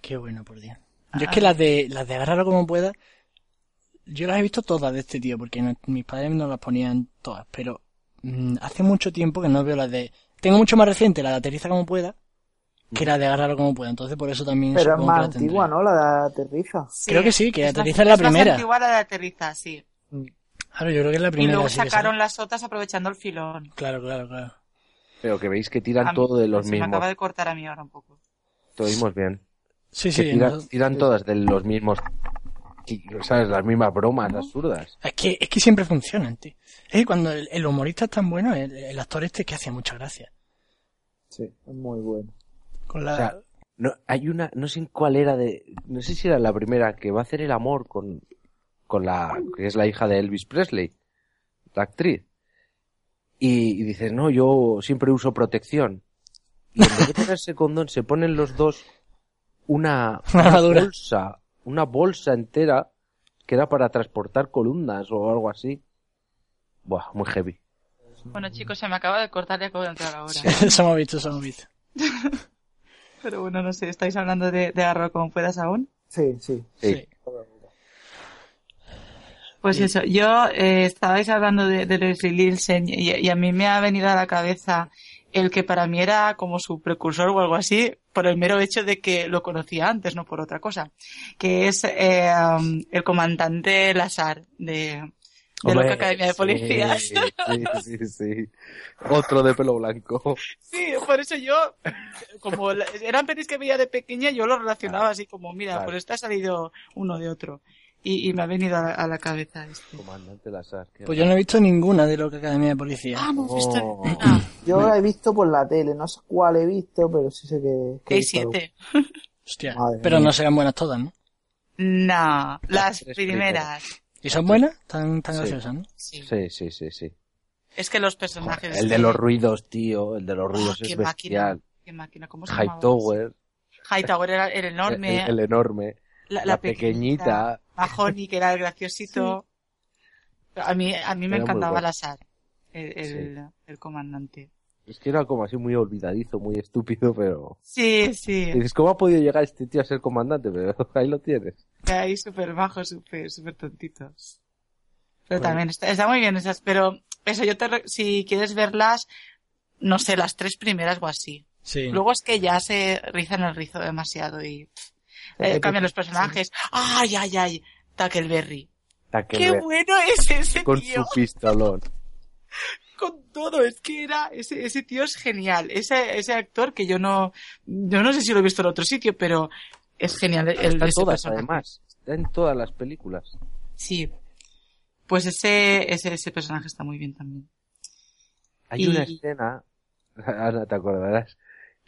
[SPEAKER 2] Qué bueno, por Dios. Yo es que las de, las de agarrarlo como pueda, yo las he visto todas de este tío, porque no- mis padres no las ponían todas, pero mm, hace mucho tiempo que no veo las de... Tengo mucho más reciente la de aterriza como pueda, que la de agarrarlo como pueda, entonces por eso también...
[SPEAKER 7] Pero es
[SPEAKER 2] supongo que
[SPEAKER 7] más
[SPEAKER 2] la tendré.
[SPEAKER 7] antigua, ¿no? La de aterriza.
[SPEAKER 2] Creo que sí, que
[SPEAKER 5] Es
[SPEAKER 2] aterriza es
[SPEAKER 5] más-
[SPEAKER 2] la
[SPEAKER 5] más
[SPEAKER 2] primera.
[SPEAKER 5] antigua la de aterriza, sí.
[SPEAKER 2] Claro, yo creo que es la
[SPEAKER 5] Y
[SPEAKER 2] primera.
[SPEAKER 5] luego
[SPEAKER 2] sí que
[SPEAKER 5] sacaron las otras aprovechando el filón.
[SPEAKER 2] sale. Claro, claro, claro.
[SPEAKER 6] Pero que veis que
[SPEAKER 5] A
[SPEAKER 6] tiran
[SPEAKER 5] mí-
[SPEAKER 6] todo de los
[SPEAKER 5] se Me
[SPEAKER 6] mismos.
[SPEAKER 5] acaba de cortar a mí ahora un poco.
[SPEAKER 6] Lo oímos bien.
[SPEAKER 2] Sí,
[SPEAKER 6] Que
[SPEAKER 2] sí.
[SPEAKER 6] tiran,
[SPEAKER 2] no-
[SPEAKER 6] tiran todas de los mismos. ¿Sabes? Las mismas bromas absurdas.
[SPEAKER 2] Es que, es que siempre funcionan, tío. Es que cuando el, el humorista es tan bueno, el, el actor este es que hace mucha gracia.
[SPEAKER 7] Sí, es muy bueno.
[SPEAKER 2] Con la...
[SPEAKER 6] O sea, no, hay una, no sé en cuál era de, no sé si era la primera que va a hacer el amor con, con la, que es la hija de Elvis Presley, la actriz. Y, y dice, no, yo siempre uso protección. Y en vez de ponerse condón, se ponen los dos
[SPEAKER 2] [LAUGHS]
[SPEAKER 6] una,
[SPEAKER 2] Una
[SPEAKER 6] una
[SPEAKER 2] armadura.
[SPEAKER 6] bolsa, una bolsa entera que era para transportar columnas o algo así. Buah, muy heavy.
[SPEAKER 5] Bueno, chicos, se me acaba de cortar y acabo de entrar ahora.
[SPEAKER 2] [LAUGHS] eso hemos visto, eso hemos visto.
[SPEAKER 5] Pero bueno, no sé, ¿estáis hablando de, de agarro como puedas aún?
[SPEAKER 7] Sí, sí.
[SPEAKER 6] Sí.
[SPEAKER 2] Sí.
[SPEAKER 5] Pues eso, yo eh, estabais hablando de, de Leslie Nielsen y, y a mí me ha venido a la cabeza el que para mí era como su precursor o algo así, por el mero hecho de que lo conocía antes, no por otra cosa, que es eh, um, el comandante Lazar de, de
[SPEAKER 6] Hombre, eh,
[SPEAKER 5] la Academia de
[SPEAKER 6] sí,
[SPEAKER 5] Policías.
[SPEAKER 6] Sí, sí, sí. Otro de pelo blanco.
[SPEAKER 5] Sí, por eso yo, como la- eran pelis que veía de pequeña, yo lo
[SPEAKER 6] Ah,
[SPEAKER 5] relacionaba así como, mira,
[SPEAKER 6] Claro.
[SPEAKER 5] por esto ha salido uno de otro. Y, y me ha venido a la, a la cabeza este. esto.
[SPEAKER 6] Comandante Lazar. qué
[SPEAKER 2] Pues yo no he visto ninguna de lo que Academia de Policía.
[SPEAKER 5] Ah, no,
[SPEAKER 6] visto
[SPEAKER 5] visto
[SPEAKER 6] Oh. ninguna.
[SPEAKER 7] Yo la he visto por la tele, no sé cuál he visto, pero sí sé que... que he visto
[SPEAKER 5] siete.
[SPEAKER 2] Hostia.
[SPEAKER 7] Madre
[SPEAKER 2] Pero
[SPEAKER 7] mía.
[SPEAKER 2] no serán buenas todas, ¿no?
[SPEAKER 5] No, las
[SPEAKER 6] tres
[SPEAKER 5] primeras.
[SPEAKER 2] ¿Y son buenas? Tan, tan
[SPEAKER 6] Sí.
[SPEAKER 2] graciosas, ¿no?
[SPEAKER 5] Sí.
[SPEAKER 6] algo. Sí, sí, sí, sí.
[SPEAKER 5] Es que los personajes. Ah,
[SPEAKER 6] El de los ruidos, tío. El de los ruidos
[SPEAKER 5] qué
[SPEAKER 6] es
[SPEAKER 5] máquina.
[SPEAKER 6] bestial.
[SPEAKER 5] Qué máquina, ¿cómo se llamaba?
[SPEAKER 6] Hightower.
[SPEAKER 5] Hightower era el
[SPEAKER 6] El,
[SPEAKER 5] enorme.
[SPEAKER 6] el enorme.
[SPEAKER 5] la,
[SPEAKER 6] La,
[SPEAKER 5] la pequeñita.
[SPEAKER 6] pequeñita.
[SPEAKER 5] Mahoney, que era el graciosito. A mí, a mí me
[SPEAKER 6] Era muy
[SPEAKER 5] encantaba
[SPEAKER 6] guapo.
[SPEAKER 5] Lazar, el, el, el comandante.
[SPEAKER 6] Es que era como así muy olvidadizo, muy estúpido, pero...
[SPEAKER 5] Sí, sí.
[SPEAKER 6] Y dices, ¿cómo ha podido llegar este tío a ser comandante? Pero [LAUGHS] ahí lo tienes.
[SPEAKER 5] Ahí súper bajos, súper, súper tontitos. Pero también está, está muy bien esas, pero eso yo te, re- si quieres verlas, no sé, las tres primeras o así.
[SPEAKER 2] Sí.
[SPEAKER 5] Luego es que ya se rizan el rizo demasiado y pff, eh,
[SPEAKER 7] Pero-
[SPEAKER 5] cambian los personajes. Ay, ay, ay, Tackleberry. Qué
[SPEAKER 6] Tackleberry,
[SPEAKER 5] bueno es ese
[SPEAKER 6] Con
[SPEAKER 5] tío,
[SPEAKER 6] su pistolón.
[SPEAKER 5] con todo, es que era, ese, ese tío es genial, ese, ese actor que yo no, yo no sé si lo he visto en otro sitio, pero es genial el,
[SPEAKER 6] Está
[SPEAKER 5] de
[SPEAKER 6] en
[SPEAKER 5] ese
[SPEAKER 6] todas,
[SPEAKER 5] personaje.
[SPEAKER 6] además. Está en todas las películas.
[SPEAKER 5] Sí. Pues ese, ese, ese personaje está muy bien también.
[SPEAKER 6] Hay
[SPEAKER 5] Y-
[SPEAKER 6] una escena, [LAUGHS] ahora te acordarás,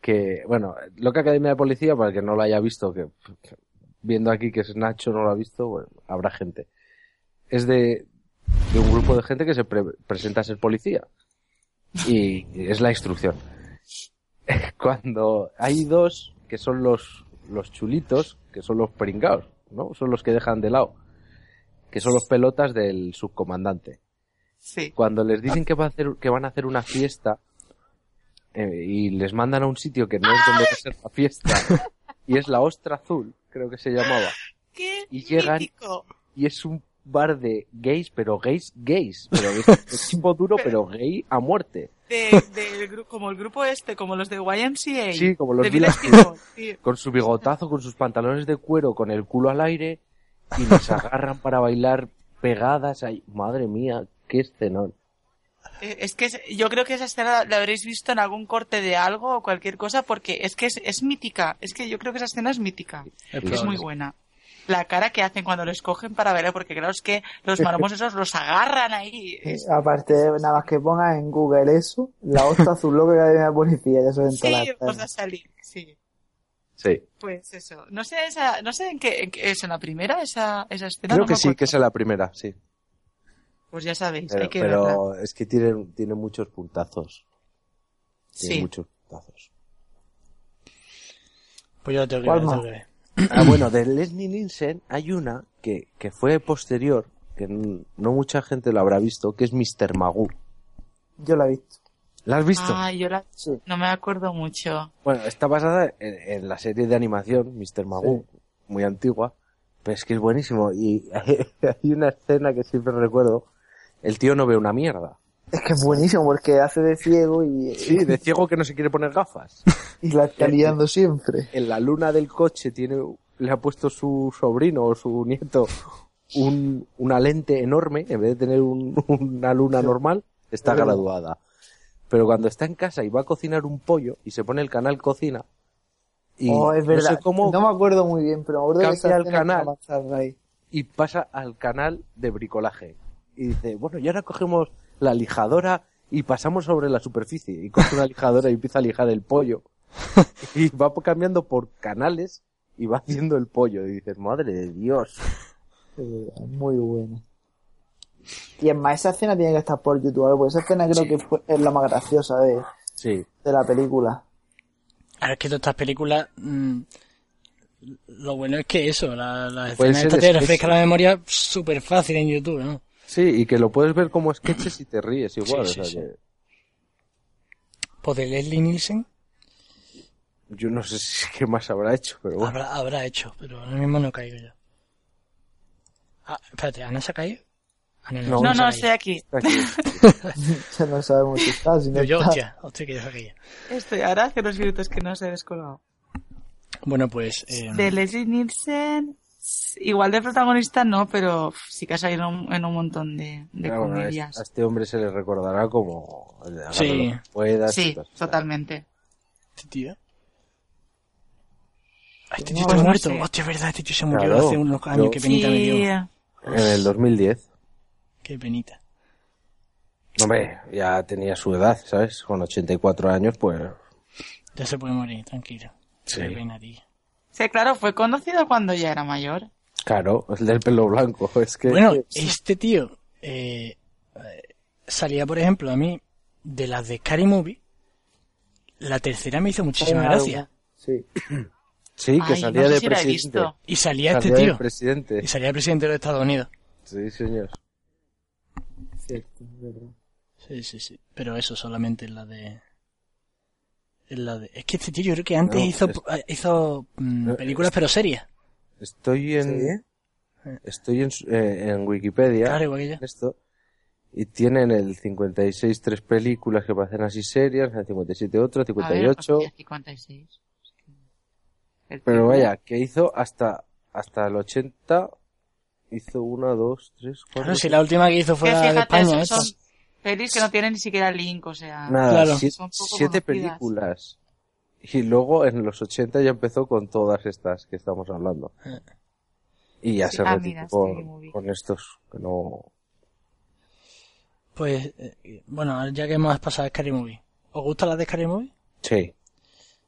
[SPEAKER 6] que, bueno, Loca Academia de Policía, para el que no lo haya visto, que que viendo aquí que es Nacho no lo ha visto, bueno, habrá gente. Es de, de un grupo de gente que se pre- presenta a ser policía. Y es la instrucción. [LAUGHS] Cuando hay dos que son los, los chulitos, que son los pringados, ¿no? Son los que dejan de lado. Que son los pelotas del subcomandante.
[SPEAKER 5] Sí.
[SPEAKER 6] Cuando les dicen que, va a hacer, que van a hacer una fiesta eh, y les mandan a un sitio que no es donde va a ser la fiesta y es la ostra azul, creo que se llamaba.
[SPEAKER 5] ¡Qué
[SPEAKER 6] Y llegan
[SPEAKER 5] mítico!
[SPEAKER 6] y es un bar de gays, pero gays, gays. Pero
[SPEAKER 5] [LAUGHS]
[SPEAKER 6] es tipo duro, pero gay a muerte.
[SPEAKER 5] De- del gru- como el grupo este, como los de YMCA.
[SPEAKER 6] Sí, como los
[SPEAKER 5] de
[SPEAKER 6] Village
[SPEAKER 5] Village People, sí.
[SPEAKER 6] Con su bigotazo, con sus pantalones de cuero, con el culo al aire y nos agarran para bailar pegadas. Ay, madre mía, qué escenón.
[SPEAKER 5] Eh, Es que es- yo creo que esa escena la habréis visto en algún corte de algo o cualquier cosa porque es que es, es mítica. Es que yo creo que esa escena es mítica.
[SPEAKER 2] Es
[SPEAKER 5] es
[SPEAKER 2] probable.
[SPEAKER 5] muy buena. La cara que hacen cuando les cogen para ver, porque claro, es que
[SPEAKER 6] [LAUGHS]
[SPEAKER 5] los marmos esos los agarran ahí.
[SPEAKER 7] Eh, Aparte, nada más que pongas en Google eso, la hosta azul lo que hay en la policía, ya saben
[SPEAKER 5] Sí,
[SPEAKER 7] todas las
[SPEAKER 5] os va a
[SPEAKER 7] tardes.
[SPEAKER 5] salir. Sí,
[SPEAKER 6] Sí.
[SPEAKER 5] pues eso. No sé, esa, no sé en qué, en qué- es en la primera esa, esa escena.
[SPEAKER 6] Creo
[SPEAKER 5] no
[SPEAKER 6] que
[SPEAKER 5] me
[SPEAKER 6] sí,
[SPEAKER 5] acuerdo.
[SPEAKER 6] que es la primera, sí.
[SPEAKER 5] Pues ya sabéis,
[SPEAKER 6] Pero,
[SPEAKER 5] hay que
[SPEAKER 6] pero
[SPEAKER 5] verla.
[SPEAKER 6] es que tiene, tiene muchos puntazos. Tiene
[SPEAKER 5] Sí.
[SPEAKER 6] muchos puntazos.
[SPEAKER 2] Pues yo lo tengo que
[SPEAKER 6] ¿Cuál
[SPEAKER 2] ver, lo
[SPEAKER 6] más?
[SPEAKER 2] tengo que ver.
[SPEAKER 6] Ah, bueno, de Leslie Nielsen hay una que, que fue posterior, que n- no mucha gente lo habrá visto, que es Mr. Magoo.
[SPEAKER 7] Yo la he visto.
[SPEAKER 6] ¿La has visto?
[SPEAKER 5] Ah, yo la- no me acuerdo mucho.
[SPEAKER 6] Bueno, está basada en, en la serie de animación Mr. Magoo, muy antigua, pero es que es buenísimo. Y [LAUGHS] hay, una escena que siempre recuerdo, el tío no ve una mierda.
[SPEAKER 7] Es que es buenísimo porque hace de ciego y,
[SPEAKER 6] Sí, de ciego que no se quiere poner gafas.
[SPEAKER 7] [LAUGHS] y la está liando siempre.
[SPEAKER 6] En la luna del coche tiene, le ha puesto su sobrino o su nieto un- una lente enorme, en vez de tener un- [LAUGHS] una luna normal, está
[SPEAKER 7] Sí.
[SPEAKER 6] graduada. Pero cuando está en casa y va a cocinar un pollo y se pone el canal cocina, y
[SPEAKER 7] oh, es
[SPEAKER 6] no sé
[SPEAKER 7] verdad. No,
[SPEAKER 6] cómo
[SPEAKER 7] me acuerdo muy bien, pero me acuerdo que esa
[SPEAKER 6] Cambia al
[SPEAKER 7] escena
[SPEAKER 6] canal.
[SPEAKER 7] estaba basada ahí.
[SPEAKER 6] y pasa al canal de bricolaje. Y dice, bueno, y ahora cogemos la lijadora y pasamos sobre la superficie. Y coge una lijadora y empieza a lijar el
[SPEAKER 7] [LAUGHS]
[SPEAKER 6] pollo. Y va po- cambiando por canales y va haciendo el pollo. Y dices, madre de Dios.
[SPEAKER 7] Es verdad, Eh, Muy buena. Y es más, esa escena tiene que estar por YouTube, ¿vale? porque esa escena creo que fue- es la más graciosa de,
[SPEAKER 6] Sí.
[SPEAKER 7] de la película. [LAUGHS]
[SPEAKER 2] Ahora es que todas estas películas. mm, lo bueno es que eso, la, la
[SPEAKER 6] Pueden
[SPEAKER 2] escena
[SPEAKER 6] ser
[SPEAKER 2] esta te
[SPEAKER 6] sketches.
[SPEAKER 2] refresca la memoria súper fácil en YouTube, ¿no?
[SPEAKER 6] Sí, y que lo puedes ver como sketches y te ríes igual.
[SPEAKER 2] Sí,
[SPEAKER 6] o
[SPEAKER 2] sí,
[SPEAKER 6] sea
[SPEAKER 2] sí.
[SPEAKER 6] que
[SPEAKER 2] Pues de Leslie Nielsen
[SPEAKER 6] yo no sé [LAUGHS] si- qué más habrá hecho, pero bueno.
[SPEAKER 2] habrá, habrá hecho, pero ahora mismo no caigo yo. Ah, espérate, ¿Ana se ha caído? Ah,
[SPEAKER 6] No,
[SPEAKER 5] No,
[SPEAKER 2] se ha
[SPEAKER 5] no,
[SPEAKER 2] caído.
[SPEAKER 5] estoy aquí. [LAUGHS]
[SPEAKER 7] ya no sabemos si está, si no
[SPEAKER 2] Yo, yo,
[SPEAKER 7] está.
[SPEAKER 2] hostia, hostia, que ya se ha caído.
[SPEAKER 5] Estoy ahora hace unos minutos que no se ha descolgado.
[SPEAKER 2] Bueno, pues. eh,
[SPEAKER 5] De Leslie Nielsen, igual de protagonista no, pero sí que ha salido en un- en un montón de, de
[SPEAKER 6] Pero bueno, es-
[SPEAKER 5] comedias.
[SPEAKER 6] a este hombre se le recordará como... el de Hágalo
[SPEAKER 2] Sí.
[SPEAKER 6] como puedas, y
[SPEAKER 5] Sí,
[SPEAKER 6] tal.
[SPEAKER 5] totalmente.
[SPEAKER 2] Este tío. Ah, este
[SPEAKER 5] No,
[SPEAKER 2] tío está
[SPEAKER 5] no
[SPEAKER 2] muerto.
[SPEAKER 5] sé.
[SPEAKER 2] Hostia, es verdad, este tío se murió
[SPEAKER 6] Claro.
[SPEAKER 2] hace unos años.
[SPEAKER 6] Yo-
[SPEAKER 2] Qué penita me
[SPEAKER 5] Sí,
[SPEAKER 2] dio.
[SPEAKER 6] En el 2010.
[SPEAKER 2] Qué penita.
[SPEAKER 6] Hombre, ya tenía su edad, ¿sabes? Con 84 años, pues...
[SPEAKER 2] Ya se puede morir, tranquilo.
[SPEAKER 6] Sí.
[SPEAKER 2] Qué pena, tío.
[SPEAKER 5] Sí, claro, fue conocido cuando ya era mayor.
[SPEAKER 6] Claro, el del pelo blanco, [LAUGHS] es que...
[SPEAKER 2] Bueno, este tío eh, eh, salía, por ejemplo, a mí de las de Scary Movie. La tercera me hizo
[SPEAKER 6] Ah,
[SPEAKER 2] muchísima
[SPEAKER 7] Era
[SPEAKER 2] gracia.
[SPEAKER 7] algo- Sí.
[SPEAKER 6] sí, que
[SPEAKER 5] Ay,
[SPEAKER 6] salía
[SPEAKER 5] no sé
[SPEAKER 6] de
[SPEAKER 5] si la he
[SPEAKER 6] presidente.
[SPEAKER 5] visto.
[SPEAKER 2] Y salía este
[SPEAKER 6] Salía de
[SPEAKER 2] tío.
[SPEAKER 6] presidente.
[SPEAKER 2] Y salía el presidente de los Estados Unidos.
[SPEAKER 6] Sí, señor.
[SPEAKER 7] Cierto, es verdad.
[SPEAKER 2] Sí, sí, sí. Pero eso solamente en la de. En la de... Es que este tío yo creo que antes
[SPEAKER 6] No,
[SPEAKER 2] hizo,
[SPEAKER 6] es-
[SPEAKER 2] eh, hizo mm,
[SPEAKER 6] No,
[SPEAKER 2] películas pero serias.
[SPEAKER 6] Estoy en... Estoy en, su- eh, en Wikipedia.
[SPEAKER 2] Claro, igual que yo.
[SPEAKER 6] Esto. Y tienen el 56 tres películas que parecen así serias, el 57 otra,
[SPEAKER 5] A ver,
[SPEAKER 6] 58...
[SPEAKER 5] hostia, 56. El
[SPEAKER 6] Pero
[SPEAKER 5] tipo-
[SPEAKER 6] vaya, que hizo hasta, hasta el 80... Hizo una, dos, tres, cuatro...
[SPEAKER 2] Claro, si la última que hizo
[SPEAKER 5] Que
[SPEAKER 2] fue la de
[SPEAKER 5] fíjate,
[SPEAKER 2] España,
[SPEAKER 5] son-
[SPEAKER 2] esa.
[SPEAKER 5] son pelis que no tienen ni siquiera link, o sea.
[SPEAKER 6] Nada,
[SPEAKER 2] Claro.
[SPEAKER 6] siete,
[SPEAKER 5] Son poco
[SPEAKER 6] siete
[SPEAKER 5] conocidas.
[SPEAKER 6] películas. Y luego en los 80 ya empezó con todas estas que estamos hablando.
[SPEAKER 2] Eh.
[SPEAKER 6] Y ya
[SPEAKER 5] Sí,
[SPEAKER 6] se
[SPEAKER 5] ah,
[SPEAKER 6] retiró
[SPEAKER 5] mira, Scary
[SPEAKER 6] con,
[SPEAKER 5] Movie.
[SPEAKER 6] con estos que no...
[SPEAKER 2] Pues, eh, bueno, ya que hemos pasado a Scary Movie. ¿Os gusta la de Scary Movie?
[SPEAKER 6] Sí.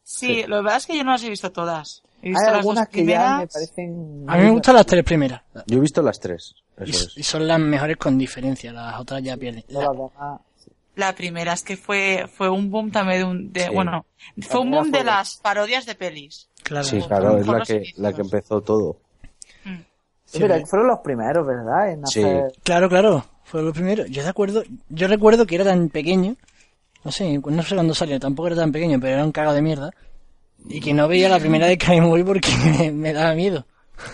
[SPEAKER 5] Sí, lo verdad es que yo no las he visto todas. He visto las
[SPEAKER 7] Hay
[SPEAKER 5] dos
[SPEAKER 7] algunas que ya
[SPEAKER 5] primeras.
[SPEAKER 7] me parecen.
[SPEAKER 2] A mí me gustan las tres primeras.
[SPEAKER 6] Yo he visto las tres.
[SPEAKER 2] Y,
[SPEAKER 6] Eso
[SPEAKER 2] y son las mejores con diferencia. Las otras ya pierden.
[SPEAKER 5] La primera es que fue, fue un boom también de un, de,
[SPEAKER 6] Sí.
[SPEAKER 5] bueno, fue un
[SPEAKER 2] primera
[SPEAKER 5] boom de
[SPEAKER 2] fue-
[SPEAKER 5] las parodias de pelis.
[SPEAKER 2] Claro.
[SPEAKER 6] es. Sí, claro, es
[SPEAKER 5] Por
[SPEAKER 6] la
[SPEAKER 5] los
[SPEAKER 6] que, la que empezó todo.
[SPEAKER 7] Es verdad que fueron los primeros, ¿verdad? En
[SPEAKER 6] Sí.
[SPEAKER 7] hacer-
[SPEAKER 2] Claro, claro, fue lo primero. Yo de acuerdo, yo recuerdo que era tan pequeño, no sé, no sé cuándo salió, tampoco era tan pequeño, pero era un cagado de mierda. Y que no veía la primera de Karim Boy porque [LAUGHS] me, me daba miedo.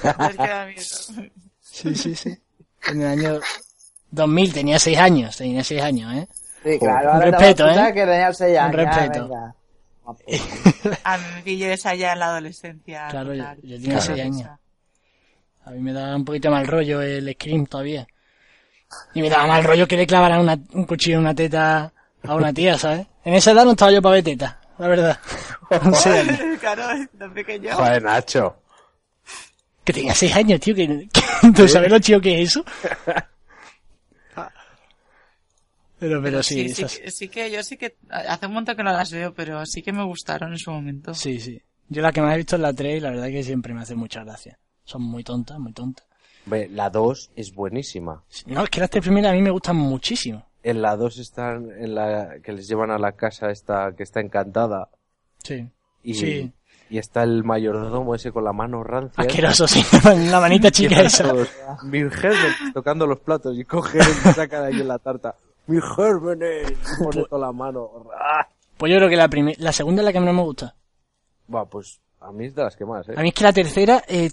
[SPEAKER 5] Es que da miedo. [LAUGHS]
[SPEAKER 2] Sí, sí, sí. En el año 2000 tenía 6 años, tenía 6 años, ¿eh?
[SPEAKER 7] Sí, claro,
[SPEAKER 2] Un
[SPEAKER 7] ahora
[SPEAKER 2] respeto,
[SPEAKER 7] te vas a
[SPEAKER 2] ¿eh?
[SPEAKER 7] que tenía seis
[SPEAKER 2] Un
[SPEAKER 7] años, ya,
[SPEAKER 2] respeto.
[SPEAKER 7] venga.
[SPEAKER 5] A mí me pilló esa ya en la adolescencia.
[SPEAKER 2] Claro, yo,
[SPEAKER 5] total.
[SPEAKER 2] yo tenía 6 años.
[SPEAKER 5] [LAUGHS]
[SPEAKER 2] A mí me daba un poquito mal rollo el Scream todavía. Y me daba mal rollo que le clavaran una- un cuchillo en una teta a una tía, ¿sabes? En esa edad no estaba yo para ver teta, la [LAUGHS] verdad. Con seis años.
[SPEAKER 5] claro, tan pequeño.
[SPEAKER 6] Joder, Nacho.
[SPEAKER 2] Que tenía 6 años, tío. Que, [LAUGHS] que- ¿Tú sabes lo chido que es [LAUGHS] eso? Pero, pero sí,
[SPEAKER 5] Sí, sí,
[SPEAKER 2] esas- sí,
[SPEAKER 5] que- sí que yo sí que hace un montón que no las veo, pero sí que me gustaron en su momento.
[SPEAKER 2] sí, Yo la que más he visto es la 3 y la verdad que siempre me hace mucha gracia. Son muy tontas, muy tontas.
[SPEAKER 6] Ve, La 2 es buenísima.
[SPEAKER 2] No, es que las tres primeras a mí me gustan muchísimo.
[SPEAKER 6] En la 2 están en la que les llevan a la casa esta que está encantada.
[SPEAKER 2] Sí.
[SPEAKER 6] Y,
[SPEAKER 2] Sí.
[SPEAKER 6] y está el mayordomo ese con la mano rancia. [LAUGHS]
[SPEAKER 2] Asqueroso, sí. [LAUGHS] La manita [LAUGHS] chica
[SPEAKER 6] Llevan
[SPEAKER 2] esa.
[SPEAKER 6] todos, "Mir Herbert", tocando los platos y coge y saca de ahí la tarta. Mi Herbert eh", y pone toda la mano. ¡Ah!
[SPEAKER 2] Pues yo creo que la, prime- la segunda es la que menos me gusta.
[SPEAKER 6] Va, pues a mí es de las que más, ¿eh?
[SPEAKER 2] A mí es que la tercera, eh,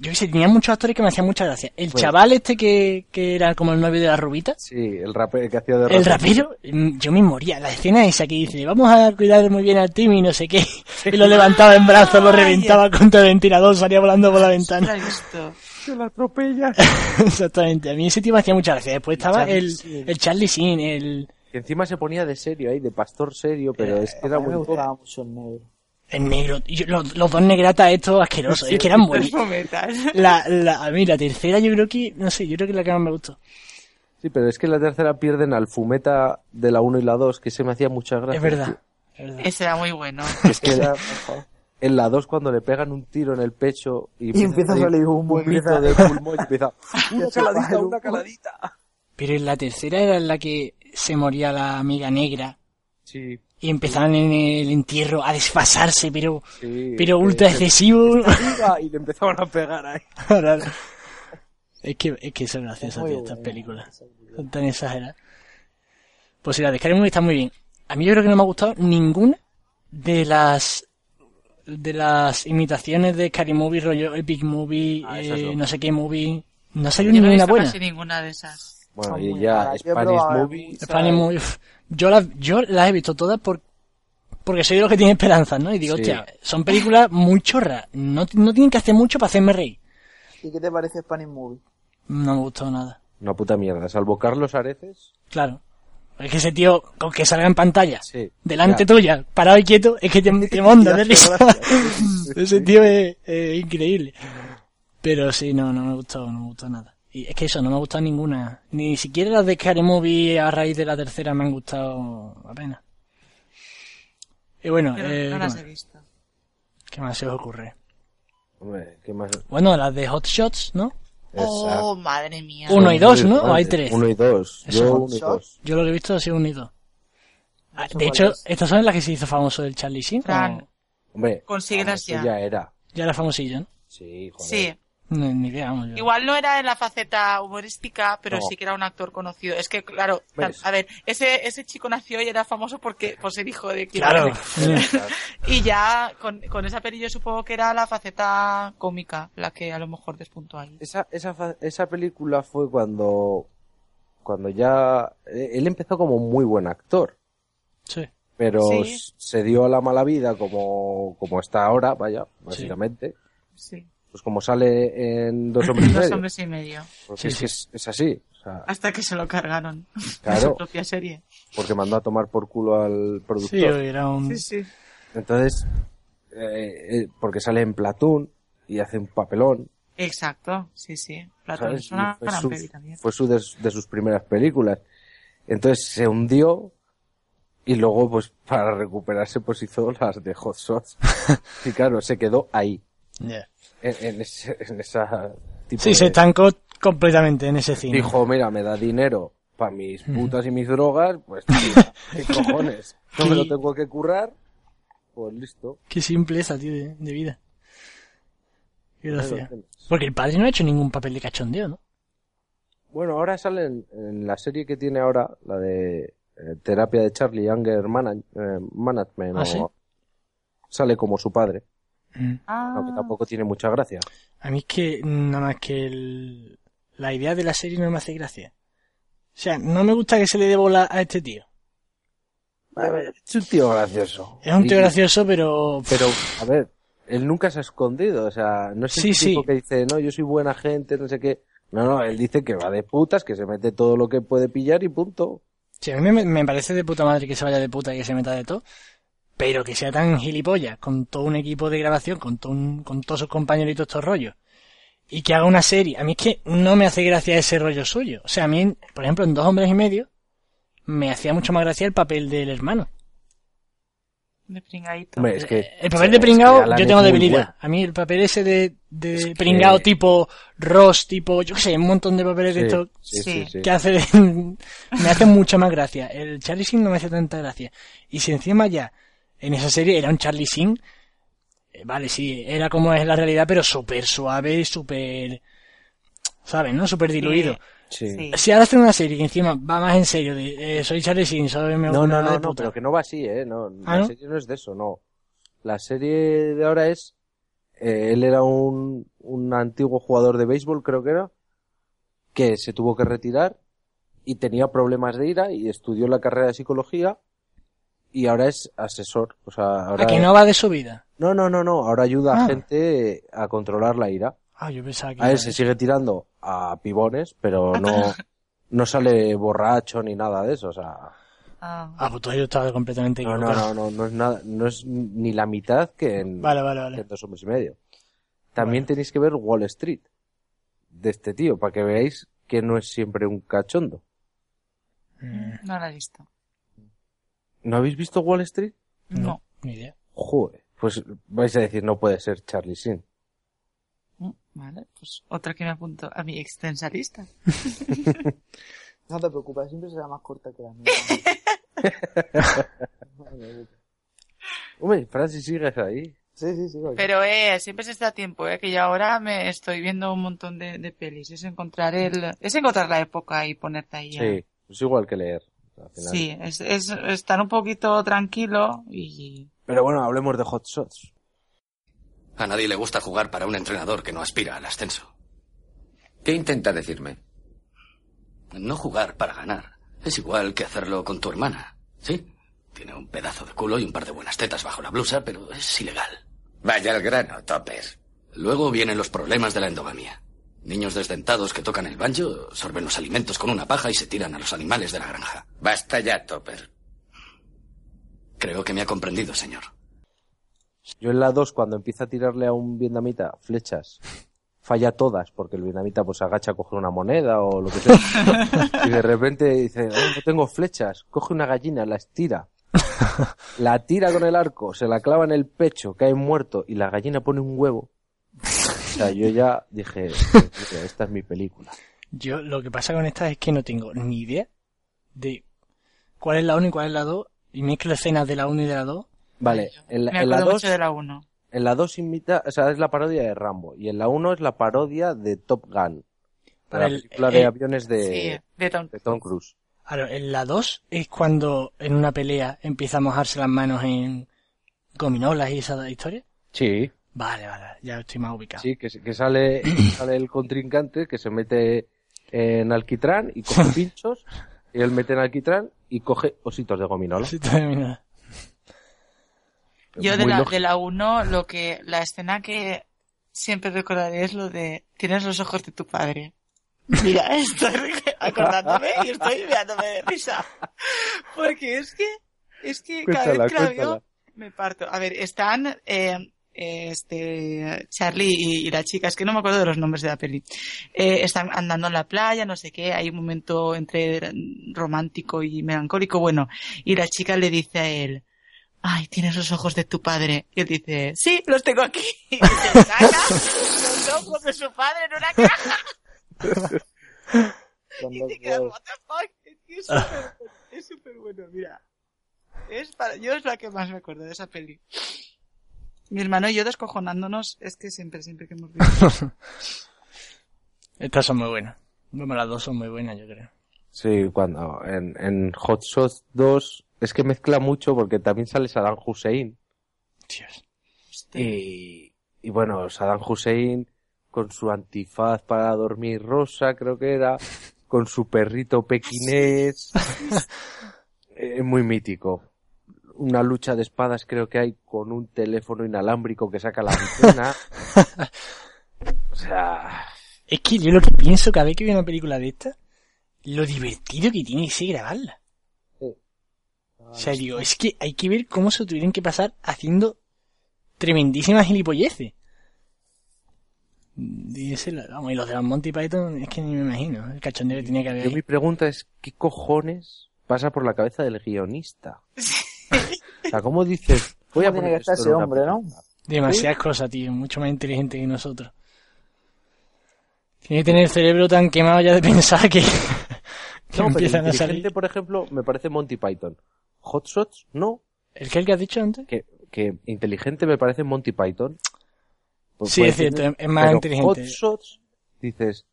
[SPEAKER 2] yo qué sé, tenía muchos actores que me hacían mucha gracia. El
[SPEAKER 6] Bueno.
[SPEAKER 2] chaval este que, que era como el novio de la rubita.
[SPEAKER 6] Sí, el rapero que hacía de
[SPEAKER 2] El
[SPEAKER 6] rapero.
[SPEAKER 2] rapero, mm, yo me moría. La escena esa que dice, vamos a cuidar muy bien al Timmy, no sé qué. [LAUGHS] Y lo levantaba en brazos, lo reventaba contra el ventilador, salía volando por la
[SPEAKER 5] Lo
[SPEAKER 2] ventana.
[SPEAKER 5] he visto.
[SPEAKER 6] Que lo atropella.
[SPEAKER 2] [LAUGHS] Exactamente. A mí ese tío me hacía muchas gracias. Después estaba
[SPEAKER 6] Charlie
[SPEAKER 2] el,
[SPEAKER 6] Sheen.
[SPEAKER 2] el Charlie Sheen, el,
[SPEAKER 6] Que encima se ponía de serio ahí, de pastor serio, pero es que
[SPEAKER 7] A
[SPEAKER 6] era
[SPEAKER 7] mí me
[SPEAKER 6] muy...
[SPEAKER 7] gustaba mucho el negro.
[SPEAKER 2] el negro. Y yo- los, los dos negratas estos asquerosos. Es que eran
[SPEAKER 5] Los
[SPEAKER 2] buenísimos. [LAUGHS]
[SPEAKER 5] fumetas.
[SPEAKER 2] La, la, a mí la tercera yo creo que, no sé, yo creo que es la que más me gustó.
[SPEAKER 6] Sí, pero es que en la tercera pierden al fumeta de la 1 y la 2, que se me hacía mucha gracia.
[SPEAKER 2] Es verdad.
[SPEAKER 6] tío.
[SPEAKER 2] Es verdad.
[SPEAKER 5] Ese era muy bueno.
[SPEAKER 6] Es
[SPEAKER 7] [LAUGHS]
[SPEAKER 6] que era- en la 2 cuando le pegan un tiro en el pecho y,
[SPEAKER 7] empieza a
[SPEAKER 6] salir
[SPEAKER 7] salir humo,
[SPEAKER 6] humito
[SPEAKER 7] empieza-
[SPEAKER 6] de pulmón y empieza...
[SPEAKER 7] [LAUGHS] Una
[SPEAKER 6] caladita, una caladita.
[SPEAKER 2] Pero en la tercera era en la que se moría la amiga negra.
[SPEAKER 6] Sí,
[SPEAKER 2] Y empezaban en el entierro a desfasarse, pero
[SPEAKER 6] sí.
[SPEAKER 2] Pero
[SPEAKER 6] que-
[SPEAKER 2] ultra
[SPEAKER 6] que-
[SPEAKER 2] excesivo.
[SPEAKER 6] viva, y le empezaban a pegar ahí.
[SPEAKER 2] es que, es que son graciosas,
[SPEAKER 7] Muy
[SPEAKER 2] tío, estas
[SPEAKER 7] buena,
[SPEAKER 2] películas. Son tan exageradas. Pues sí, la de Scary Movie está muy bien. A mí yo creo que no me ha gustado ninguna de las de las imitaciones de Scary Movie, rollo Epic Movie,
[SPEAKER 6] Ah, esas
[SPEAKER 2] eh,
[SPEAKER 6] no.
[SPEAKER 2] no sé qué movie. No salió
[SPEAKER 5] Yo no he
[SPEAKER 2] ninguna
[SPEAKER 5] visto
[SPEAKER 2] buena.
[SPEAKER 5] casi ninguna de esas.
[SPEAKER 6] Bueno,
[SPEAKER 7] Son
[SPEAKER 6] y
[SPEAKER 7] muy
[SPEAKER 6] ya,
[SPEAKER 7] malas. Yo he
[SPEAKER 6] Spanish
[SPEAKER 7] probado
[SPEAKER 6] Movie...
[SPEAKER 7] muchas.
[SPEAKER 2] Spanish Movie, uf. Yo las yo las he visto todas por, porque soy de los que tienen esperanzas, ¿no? Y digo,
[SPEAKER 6] Sí.
[SPEAKER 2] hostia, son películas muy chorras. No, no tienen que hacer mucho para hacerme reír.
[SPEAKER 7] ¿Y qué te parece Spanish Movie?
[SPEAKER 2] No me gustó nada.
[SPEAKER 6] Una puta mierda, salvo Carlos Areces...
[SPEAKER 2] Claro. Es que ese tío, con que salga en pantalla,
[SPEAKER 6] Sí,
[SPEAKER 2] delante
[SPEAKER 6] ya.
[SPEAKER 2] tuya, parado y quieto, es que te,
[SPEAKER 6] [LAUGHS]
[SPEAKER 2] te monda de
[SPEAKER 6] hace
[SPEAKER 2] risa. [LAUGHS]
[SPEAKER 6] gracia.
[SPEAKER 2] ese tío es, es increíble. Pero sí, no, no me gustó, no me gustó nada. Y es que eso, no me ha gustado ninguna. Ni siquiera las de Scary Movie a raíz de la tercera me han gustado apenas. Y bueno,
[SPEAKER 5] Yo no-
[SPEAKER 2] eh,
[SPEAKER 5] no
[SPEAKER 2] ¿qué,
[SPEAKER 5] las
[SPEAKER 2] más?
[SPEAKER 5] he visto.
[SPEAKER 2] ¿Qué más se os ocurre?
[SPEAKER 6] Hombre, ¿qué más?
[SPEAKER 2] Bueno, las de Hot Shots, ¿no?
[SPEAKER 5] Oh, madre mía.
[SPEAKER 2] Uno y dos, ¿no?
[SPEAKER 6] Muy
[SPEAKER 2] ¿O hay
[SPEAKER 6] grande.
[SPEAKER 2] tres?
[SPEAKER 6] Uno y dos.
[SPEAKER 2] Eso.
[SPEAKER 6] Yo uno y dos.
[SPEAKER 2] Yo lo que he visto ha sido un y dos. Ah,
[SPEAKER 7] sé
[SPEAKER 2] De
[SPEAKER 7] cuál
[SPEAKER 2] hecho,
[SPEAKER 7] es.
[SPEAKER 2] estas son las que se hizo famoso el Charlie Sheen. ¿o?
[SPEAKER 5] Fran,
[SPEAKER 6] Hombre, ah,
[SPEAKER 5] Consíguelas
[SPEAKER 6] eso
[SPEAKER 5] ya.
[SPEAKER 6] ya era.
[SPEAKER 2] Ya era famosillo, ¿no?
[SPEAKER 6] Sí, joder.
[SPEAKER 5] Sí.
[SPEAKER 2] No, ni idea, vamos. Yo.
[SPEAKER 5] Igual no era en la faceta humorística, pero
[SPEAKER 6] No.
[SPEAKER 5] sí que era un actor conocido. Es que, claro,
[SPEAKER 6] ¿Ves?
[SPEAKER 5] a ver, ese, ese chico nació y era famoso porque pues, ser hijo de Kira
[SPEAKER 2] Claro.
[SPEAKER 5] Knightley.
[SPEAKER 6] [LAUGHS]
[SPEAKER 5] Y ya con, con esa peli yo supongo que era la faceta cómica la que a lo mejor despuntó ahí.
[SPEAKER 6] Esa, esa, fa- esa película fue cuando, cuando ya... eh, Él empezó como muy buen actor,
[SPEAKER 2] [LAUGHS] sí.
[SPEAKER 6] pero
[SPEAKER 5] Sí.
[SPEAKER 6] s- se dio a la mala vida como, como está ahora, vaya, básicamente.
[SPEAKER 5] Sí.
[SPEAKER 6] Pues como sale en Dos Hombres y
[SPEAKER 5] Dos
[SPEAKER 6] Medio.
[SPEAKER 5] hombres y medio.
[SPEAKER 6] Porque
[SPEAKER 2] Sí,
[SPEAKER 6] es,
[SPEAKER 2] sí.
[SPEAKER 6] que es, es así. O sea,
[SPEAKER 5] Hasta que se lo cargaron. En su
[SPEAKER 6] claro,
[SPEAKER 5] propia serie.
[SPEAKER 6] porque mandó a tomar por culo al productor.
[SPEAKER 2] Sí, era un...
[SPEAKER 6] Mm.
[SPEAKER 5] Sí, sí.
[SPEAKER 6] Entonces, eh, eh, porque sale en Platoon y hace un papelón.
[SPEAKER 5] Exacto. Sí, sí. Platón
[SPEAKER 6] ¿sabes?
[SPEAKER 5] es una
[SPEAKER 6] Y fue
[SPEAKER 5] gran
[SPEAKER 6] su,
[SPEAKER 5] peli también.
[SPEAKER 6] fue su de, de sus primeras películas. Entonces se hundió y
[SPEAKER 5] [LAUGHS]
[SPEAKER 6] luego, pues para recuperarse, pues hizo las de Hot Shots. y claro, se quedó ahí. En, en ese- en esa tipo
[SPEAKER 2] Sí,
[SPEAKER 6] de-
[SPEAKER 2] se estancó completamente en ese cine.
[SPEAKER 6] Dijo, mira, me da dinero para mis
[SPEAKER 5] Mm.
[SPEAKER 6] putas y mis drogas,
[SPEAKER 5] [LAUGHS]
[SPEAKER 6] pues tío, qué cojones. No me lo tengo que currar, pues listo.
[SPEAKER 2] Qué simpleza, tío, de, de vida. Qué gracia.
[SPEAKER 6] Bueno,
[SPEAKER 2] Porque el padre no ha hecho ningún papel de cachondeo, ¿no?
[SPEAKER 6] Bueno, ahora sale en, en la serie que tiene ahora, la de eh, terapia de Charlie Younger Manag- eh, Management.
[SPEAKER 2] Ah,
[SPEAKER 6] o-
[SPEAKER 2] ¿sí?
[SPEAKER 6] Sale como su padre,
[SPEAKER 2] Mm.
[SPEAKER 5] Ah.
[SPEAKER 6] aunque tampoco tiene mucha gracia.
[SPEAKER 2] A mí es que nada más que el- la idea de la serie no me hace gracia. O sea, no me gusta que se le dé bola a este tío.
[SPEAKER 6] A ver, Es un tío gracioso.
[SPEAKER 2] Es un tío
[SPEAKER 6] Y-
[SPEAKER 2] gracioso, pero...
[SPEAKER 6] Pero, a ver, él nunca se ha escondido, o sea, no es el
[SPEAKER 2] Sí,
[SPEAKER 6] tipo
[SPEAKER 2] sí.
[SPEAKER 6] que dice, no, yo soy buena gente, no sé qué. No, no, él dice que va de putas, que se mete todo lo que puede pillar y punto.
[SPEAKER 2] Sí, a mí me, me parece de puta madre que se vaya de puta y que se meta de todo, pero que sea tan gilipollas, con todo un equipo de grabación, con, todo un- con todos sus compañeritos, estos rollos, y que haga una serie. A mí es que no me hace gracia ese rollo suyo. O sea, a mí, en- por ejemplo, en Dos Hombres y Medio, me hacía mucho más gracia el papel del hermano.
[SPEAKER 5] De pringadito.
[SPEAKER 6] Hombre, eh, es que,
[SPEAKER 2] El papel de
[SPEAKER 6] es que
[SPEAKER 2] pringao,
[SPEAKER 6] Alan
[SPEAKER 2] yo
[SPEAKER 6] es
[SPEAKER 2] tengo
[SPEAKER 6] muy
[SPEAKER 2] debilidad. A mí el papel ese de, de pringao tipo Ross, tipo, yo qué sé, un montón de papeles de
[SPEAKER 6] Sí,
[SPEAKER 2] estos
[SPEAKER 6] sí, sí, sí.
[SPEAKER 2] que hace de- [LAUGHS] me hace mucha más gracia. El Charlie Sheen no me hace tanta gracia. Y si encima ya, en esa serie era un Charlie Sheen, eh, vale, sí, era como es la realidad, pero súper suave, y súper, ¿sabes, no? Súper diluido.
[SPEAKER 5] Eh,
[SPEAKER 6] Sí.
[SPEAKER 2] Si ahora hacen una serie que encima va más en serio, de, eh, soy Charlie Sheen, soy me
[SPEAKER 6] No, no,
[SPEAKER 2] de
[SPEAKER 6] no, no,
[SPEAKER 2] puta.
[SPEAKER 6] pero que no va así, ¿eh? No,
[SPEAKER 2] ¿Ah,
[SPEAKER 6] la
[SPEAKER 2] no?
[SPEAKER 6] serie no es de eso, no. La serie de ahora es... eh, él era un, un antiguo jugador de béisbol, creo que era, que se tuvo que retirar y tenía problemas de ira y estudió la carrera de psicología y ahora es asesor. O sea, ahora...
[SPEAKER 2] A que no va de su vida.
[SPEAKER 6] no, no, no, no, ahora ayuda
[SPEAKER 2] Ah.
[SPEAKER 6] a gente a controlar la ira.
[SPEAKER 2] Ah, yo pensaba que...
[SPEAKER 6] A
[SPEAKER 2] iba
[SPEAKER 6] él se sigue tirando a pibones,
[SPEAKER 2] Ah,
[SPEAKER 6] pero no, no sale borracho ni nada de eso, o sea...
[SPEAKER 5] Ah,
[SPEAKER 2] Ah, pues entonces yo estaba completamente
[SPEAKER 6] No,
[SPEAKER 2] equivocado.
[SPEAKER 6] no, no, no, no es nada, no es ni la mitad que en,
[SPEAKER 2] Vale, vale, vale.
[SPEAKER 6] que en dos hombres y medio. También tenéis que ver Wall Street de este tío para que veáis que no es siempre un cachondo. Eh,
[SPEAKER 5] mm, no la he visto.
[SPEAKER 6] ¿No habéis visto Wall Street?
[SPEAKER 5] No.
[SPEAKER 2] Mm, Ni idea.
[SPEAKER 6] Joder, pues vais a decir no puede ser Charlie Sheen.
[SPEAKER 5] Mm, Vale, pues otra que me apunto a mi extensa lista.
[SPEAKER 7] No te preocupes, siempre será más corta que
[SPEAKER 2] [LAUGHS]
[SPEAKER 7] la mía.
[SPEAKER 6] Hombre, Francis sigues ahí.
[SPEAKER 7] Sí, sí, sí. oye.
[SPEAKER 5] Pero eh, siempre se está a tiempo, eh, que yo ahora me estoy viendo un montón de, de pelis. Es encontrar el, es encontrar la época y ponerte ahí. a-
[SPEAKER 6] Sí, es igual que leer. al final.
[SPEAKER 5] Sí, es, es estar un poquito tranquilo y
[SPEAKER 6] Pero bueno, hablemos de Hot Shots.
[SPEAKER 11] A nadie le gusta jugar para un entrenador que no aspira al ascenso.
[SPEAKER 12] ¿Qué intenta decirme?
[SPEAKER 11] No jugar para ganar. Es igual que hacerlo con tu hermana. ¿Sí? Tiene un pedazo de culo y un par de buenas tetas bajo la blusa, pero es ilegal.
[SPEAKER 12] Vaya al grano, Topper.
[SPEAKER 11] Luego vienen los problemas de la endogamia. Niños desdentados que tocan el banjo, sorben los alimentos con una paja y se tiran a los animales de la granja.
[SPEAKER 12] Basta ya, Topper.
[SPEAKER 11] Creo que me ha comprendido, señor.
[SPEAKER 6] Yo en la 2, cuando empieza a tirarle a un vietnamita flechas, falla todas, porque el vietnamita pues agacha, coge una moneda o lo que sea. y de repente dice, "Oh, no tengo flechas, coge una gallina, la estira. La tira con el arco, se la clava en el pecho, cae muerto y la gallina pone un huevo. O sea, yo ya dije, "Mira, esta es mi película.
[SPEAKER 2] Yo lo que pasa con estas es que no tengo ni idea de cuál es la 1 y cuál es la 2 y mezclo escenas de la 1 y de la 2.
[SPEAKER 6] Vale, en
[SPEAKER 5] me
[SPEAKER 6] la, en la
[SPEAKER 5] acuerdo
[SPEAKER 6] dos,
[SPEAKER 5] mucho de la 1.
[SPEAKER 6] en la 2 imita, o sea, es la parodia de Rambo y en la 1 es la parodia de Top Gun. La
[SPEAKER 2] A ver,
[SPEAKER 6] película de
[SPEAKER 2] eh,
[SPEAKER 6] aviones de,
[SPEAKER 5] Sí, de Tom-
[SPEAKER 6] de Tom Cruise.
[SPEAKER 2] Ahora, en la 2 es cuando en una pelea empieza a mojarse las manos en gominolas y esa historia.
[SPEAKER 6] Sí,
[SPEAKER 2] Vale, vale, ya estoy más ubicado.
[SPEAKER 6] sí, que, que sale, [COUGHS] sale el contrincante que se mete en alquitrán y [LAUGHS] coge pinchos, y él mete en alquitrán y coge ositos de gominola.
[SPEAKER 2] Sí, termina.
[SPEAKER 5] Yo de
[SPEAKER 6] Muy
[SPEAKER 5] la,
[SPEAKER 6] lógico.
[SPEAKER 5] de la 1, lo que, la escena que siempre recordaré es lo de, tienes los ojos de tu padre. Mira, estoy acordándome y estoy mirándome de risa. Porque es que, es que cada
[SPEAKER 6] Cuéntala,
[SPEAKER 5] vez que la
[SPEAKER 6] cuéntala.
[SPEAKER 5] veo, me parto. A ver, están, eh, este, Charlie y, y la chica, es que no me acuerdo de los nombres de la peli. Eh, están andando en la playa, no sé qué, hay un momento entre romántico y melancólico, bueno, y la chica le dice a él, ay, tienes los ojos de tu padre. Y él dice, sí, los tengo aquí. [LAUGHS] Y se saca los ojos de su padre en una caja. Y te quedas, what the fuck. Es que es súper bueno, es súper bueno, mira. Es para, yo es la que más me acuerdo de esa peli. Mi hermano y yo descojonándonos, es que siempre, siempre que hemos
[SPEAKER 6] [LAUGHS]
[SPEAKER 5] visto.
[SPEAKER 2] [LAUGHS] Estas son muy buenas. Bueno, las dos son muy buenas, yo creo.
[SPEAKER 6] Sí, cuando en, en Hot Shots 2 es que mezcla mucho porque también sale Saddam Hussein. Y, y bueno, Saddam Hussein con su antifaz para dormir rosa, creo que
[SPEAKER 7] [LAUGHS]
[SPEAKER 6] era, con su perrito pequinés. Eh, muy mítico. Una lucha de espadas creo que hay con un teléfono inalámbrico que saca la
[SPEAKER 7] [LAUGHS]
[SPEAKER 6] antena. o sea,
[SPEAKER 2] Es que yo lo que pienso cada vez que veo una película de esta, lo divertido que tiene que ser grabarla.
[SPEAKER 6] Ah,
[SPEAKER 2] O sea, digo, es que hay que ver cómo se tuvieron que pasar haciendo tremendísimas gilipolleces. Dísela, vamos, y los de los Monty Python, es que ni me imagino, el cachondeo que tenía que haber.
[SPEAKER 7] Eh.
[SPEAKER 6] yo
[SPEAKER 2] ahí.
[SPEAKER 6] mi pregunta es, ¿qué cojones pasa por la cabeza del
[SPEAKER 7] [LAUGHS]
[SPEAKER 6] guionista? o sea, ¿cómo dices? Voy a
[SPEAKER 7] ¿Cómo tiene
[SPEAKER 6] poner
[SPEAKER 7] que estar
[SPEAKER 6] esto en
[SPEAKER 7] ese
[SPEAKER 6] una
[SPEAKER 7] hombre, no?
[SPEAKER 2] Demasiadas cosas, tío, mucho más inteligente que nosotros. Tiene que tener el cerebro tan quemado ya de [LAUGHS] pensar que, que
[SPEAKER 6] No, pero
[SPEAKER 2] empiezan a
[SPEAKER 6] inteligente,
[SPEAKER 2] salir.
[SPEAKER 6] por ejemplo, me parece Monty Python. Hot Shots, no.
[SPEAKER 2] ¿El que, el que has dicho antes?
[SPEAKER 6] Que, que inteligente me parece Monty Python. Pu-
[SPEAKER 2] Sí,
[SPEAKER 6] Pues puede
[SPEAKER 2] es cierto,
[SPEAKER 6] ser,
[SPEAKER 2] es más
[SPEAKER 6] pero
[SPEAKER 2] inteligente.
[SPEAKER 6] Hot Shots, dices...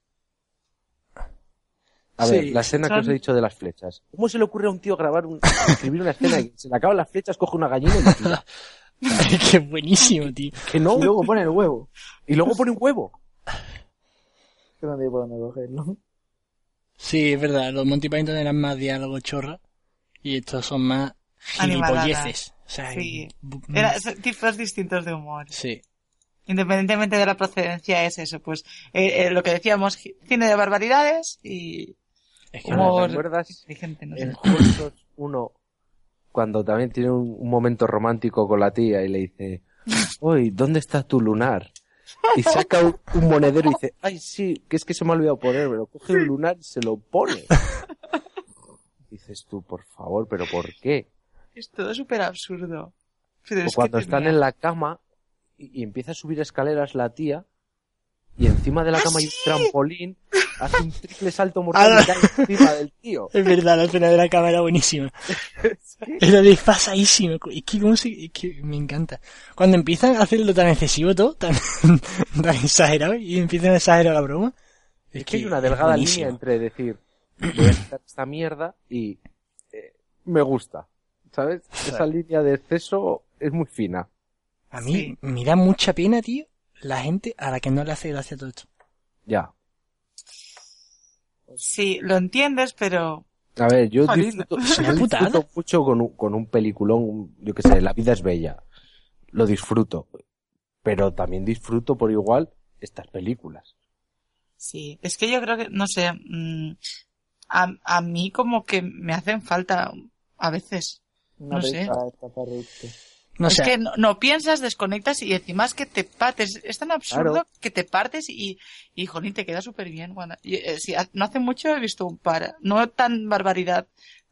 [SPEAKER 6] A
[SPEAKER 2] Sí,
[SPEAKER 6] ver, la escena que os he
[SPEAKER 2] son-
[SPEAKER 6] dicho de las flechas. ¿Cómo se le ocurre a un tío grabar un, escribir una escena y se le acaban las flechas, coge una gallina y la tira?
[SPEAKER 2] [LAUGHS] Qué buenísimo, tío.
[SPEAKER 6] Que
[SPEAKER 2] [LAUGHS]
[SPEAKER 6] no.
[SPEAKER 7] Y luego pone el huevo.
[SPEAKER 6] Y luego pone un huevo.
[SPEAKER 7] Que no tiene por dónde cogerlo.
[SPEAKER 2] Sí, es verdad, los Monty Python eran más diálogos chorra y estos son más gilipolleces. O sea,
[SPEAKER 5] Sí.
[SPEAKER 2] bu- mm,
[SPEAKER 5] Era, son tipos distintos de humor.
[SPEAKER 2] Sí.
[SPEAKER 5] Independientemente de la procedencia es eso, pues eh, eh, lo que decíamos, gi- cine de barbaridades y
[SPEAKER 6] que no, ¿te acuerdas?
[SPEAKER 5] inteligente, no sé.
[SPEAKER 6] En Hot Shots 1, cuando también tiene un, un momento romántico con la tía y le dice, uy, ¿dónde está tu lunar? Y saca un, un monedero y dice, ay, sí, que es que se me ha olvidado ponérmelo. Coge un lunar y se lo pone. Dices tú, por favor, ¿pero por qué?
[SPEAKER 5] Es todo súper absurdo. Pero
[SPEAKER 6] O
[SPEAKER 5] es que
[SPEAKER 6] cuando
[SPEAKER 5] tenía-
[SPEAKER 6] están en la cama y, y empieza a subir escaleras la tía y encima de la
[SPEAKER 5] ¡Ah,
[SPEAKER 6] cama hay un
[SPEAKER 5] sí!
[SPEAKER 6] trampolín, hace un triple
[SPEAKER 5] [LAUGHS]
[SPEAKER 6] salto mortal y cae encima del tío.
[SPEAKER 2] Es verdad, la escena de la cámara era
[SPEAKER 5] [LAUGHS]
[SPEAKER 2] buenísima. Era desfasadísimo. Es que, cómo se- es que me encanta. Cuando empiezan a hacerlo tan excesivo todo, tan, [LAUGHS] tan exagerado, y empiezan a exagerar la broma.
[SPEAKER 6] Es que hay una delgada línea entre decir, voy a quitar esta mierda y eh, me gusta. ¿Sabes? Esa línea de exceso es muy fina.
[SPEAKER 2] A mí me da mucha pena, tío, la gente a la que no le hace gracia todo esto.
[SPEAKER 6] Ya.
[SPEAKER 5] pues, Sí, lo entiendes, pero...
[SPEAKER 6] A ver, yo
[SPEAKER 5] Jolín,
[SPEAKER 6] disfruto,
[SPEAKER 5] es una
[SPEAKER 6] yo
[SPEAKER 5] putada.
[SPEAKER 6] disfruto mucho con un, con un peliculón, un- yo que sé, La vida es bella. Lo disfruto. Pero también disfruto por igual estas películas.
[SPEAKER 5] Sí, es que yo creo que, no sé, mm, a, a mí como que me hacen falta a veces.
[SPEAKER 7] Una
[SPEAKER 5] no sé.
[SPEAKER 7] película esta para reírte.
[SPEAKER 2] No
[SPEAKER 5] es
[SPEAKER 2] sé.
[SPEAKER 5] que no, no piensas, desconectas y encima es que te partes. Es tan absurdo
[SPEAKER 2] Claro.
[SPEAKER 5] que te partes y, y jolín, te queda súper bien. Bueno, y, eh, sí, ha- no hace mucho he visto un par, no tan barbaridad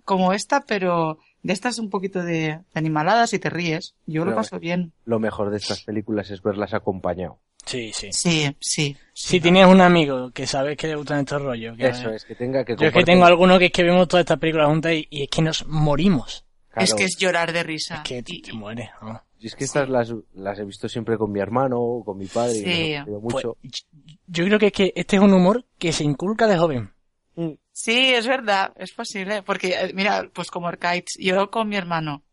[SPEAKER 5] como esta, pero de estas un poquito de, de animaladas y te ríes. Yo lo
[SPEAKER 6] Pero,
[SPEAKER 5] paso bien.
[SPEAKER 6] Lo mejor de estas películas es verlas acompañado.
[SPEAKER 2] Sí, sí.
[SPEAKER 5] Sí, sí.
[SPEAKER 2] Si tienes un amigo que sabes que le gustan estos rollos. que-
[SPEAKER 5] eh.
[SPEAKER 6] Eso es, que tenga que
[SPEAKER 2] Yo es que
[SPEAKER 6] compartir.
[SPEAKER 2] tengo alguno que es que vemos todas estas películas juntas y, y es que nos morimos.
[SPEAKER 5] Es que es llorar de risa.
[SPEAKER 2] Es que te, te mueres, ¿no?
[SPEAKER 6] Y es que estas las, las he visto siempre con mi hermano o con mi padre. y nos
[SPEAKER 5] Sí. pues,
[SPEAKER 6] hemos reído mucho.
[SPEAKER 2] Pues, Yo creo que es que este es un humor que se inculca de joven.
[SPEAKER 5] Sí, es verdad, es posible, porque eh, mira, pues como Arcades, yo con mi hermano,